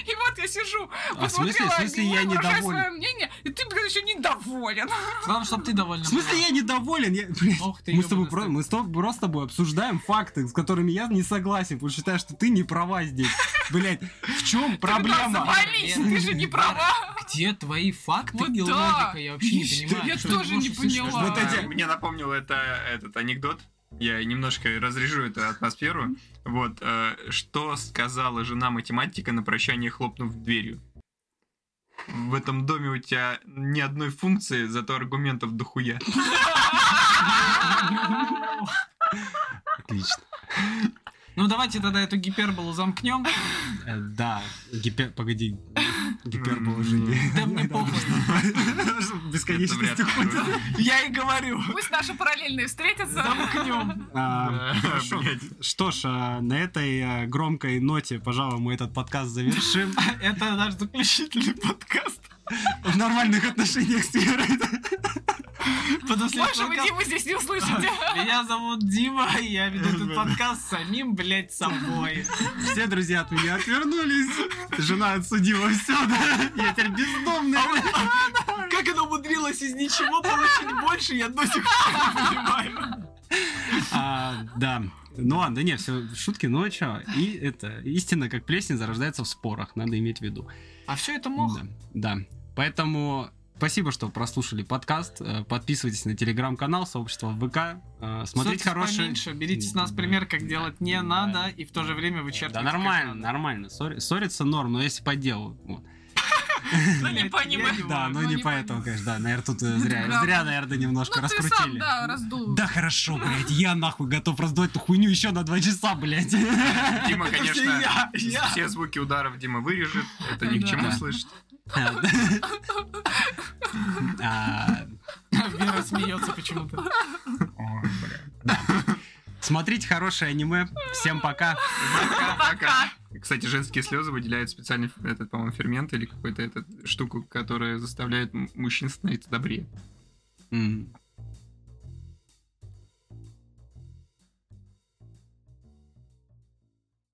Speaker 3: И вот я сижу,
Speaker 1: А в смысле,
Speaker 3: посмотрела
Speaker 1: в смысле
Speaker 3: аниме,
Speaker 1: я
Speaker 3: выражаю свое
Speaker 1: недоволен?
Speaker 3: мнение, и ты, блин, еще недоволен.
Speaker 4: Главное, чтобы ты довольна
Speaker 1: В смысле я недоволен? Я- блин,
Speaker 4: Ох ты,
Speaker 1: Мы с, тобой
Speaker 4: ёбаный
Speaker 1: про- мы с тоб- просто с тобой обсуждаем факты, с которыми я не согласен, потому что считаю, что ты не права здесь. Блять, в чем проблема?
Speaker 3: Завались, ты же не права.
Speaker 4: стыд. Где твои факты
Speaker 3: Вот
Speaker 4: и
Speaker 3: да.
Speaker 4: логика? Я вообще не
Speaker 3: Ишь,
Speaker 4: понимаю.
Speaker 3: я
Speaker 4: что ты
Speaker 3: тоже не
Speaker 4: можешь услышать.
Speaker 3: поняла.
Speaker 1: Вот эти-
Speaker 5: Мне напомнил это этот анекдот. Я немножко разрежу эту атмосферу. Вот, э, что сказала жена математика на прощание, хлопнув дверью? В этом доме у тебя ни одной функции, зато аргументов дохуя.
Speaker 1: Отлично.
Speaker 4: Ну давайте тогда эту гиперболу замкнем.
Speaker 1: Э, Да, гипер... Погоди, гипербола уже не...
Speaker 4: Да мне похуй.
Speaker 1: Бесконечность
Speaker 5: Это вряд ли.
Speaker 1: уходит.
Speaker 4: Я и говорю.
Speaker 3: Пусть наши параллельные встретятся.
Speaker 4: Замкнем.
Speaker 1: А,
Speaker 5: Хорошо.
Speaker 1: Что ж, а, на этой а, громкой ноте, пожалуй, мы этот подкаст завершим.
Speaker 4: Это наш заключительный подкаст.
Speaker 1: В нормальных отношениях с Верой.
Speaker 4: Потому что
Speaker 3: Больше вы
Speaker 4: подкаст-
Speaker 3: Диму здесь не услышите.
Speaker 4: Меня зовут Дима, и я веду этот подкаст с самим, блядь, собой.
Speaker 1: Все друзья от меня отвернулись. Жена отсудила все, да. Я теперь бездомный.
Speaker 4: Как она умудрилась из ничего получить больше, я до сих пор не понимаю.
Speaker 1: А, да. Ну ладно, не, все, шутки, ну а чё? И это, истина, как плесень, зарождается в спорах, надо иметь в виду.
Speaker 4: А все это мох.
Speaker 1: Да, да. Поэтому спасибо, что прослушали подкаст. Э, Подписывайтесь на телеграм-канал, сообщество в ВК. Э, Смотрите
Speaker 4: Ссорьтесь
Speaker 1: хорошие...
Speaker 4: поменьше, берите с нас пример, как делать не
Speaker 1: Да.
Speaker 4: надо, и в то же время
Speaker 1: Да
Speaker 4: вычеркивайте.
Speaker 1: нормально, нормально. Ссори- Ссориться норм, но если по делу. Вот.
Speaker 4: Ну не понимаю.
Speaker 1: Да, ну
Speaker 3: ну,
Speaker 1: не
Speaker 3: не
Speaker 1: поэтому, конечно, да. Наверное, тут э, зря,
Speaker 3: да.
Speaker 1: зря, наверное, немножко
Speaker 3: Ну ты сам,
Speaker 1: раскрутили.
Speaker 3: да, раздул.
Speaker 1: Да хорошо, блядь, я нахуй готов раздавать эту хуйню еще на два часа, блядь.
Speaker 5: Дима, конечно,
Speaker 4: я, я.
Speaker 5: все звуки ударов Дима вырежет. Это ни к
Speaker 3: Да.
Speaker 5: чему
Speaker 1: Да.
Speaker 5: слышать.
Speaker 1: А,
Speaker 4: Вера смеется почему-то.
Speaker 5: Ой, бля.
Speaker 1: Смотрите хорошее аниме. Всем пока.
Speaker 5: Кстати, женские слезы выделяют специальный, этот, по-моему, фермент или какой-то этот штуку, которая заставляет м- мужчин становиться добрее.
Speaker 1: М.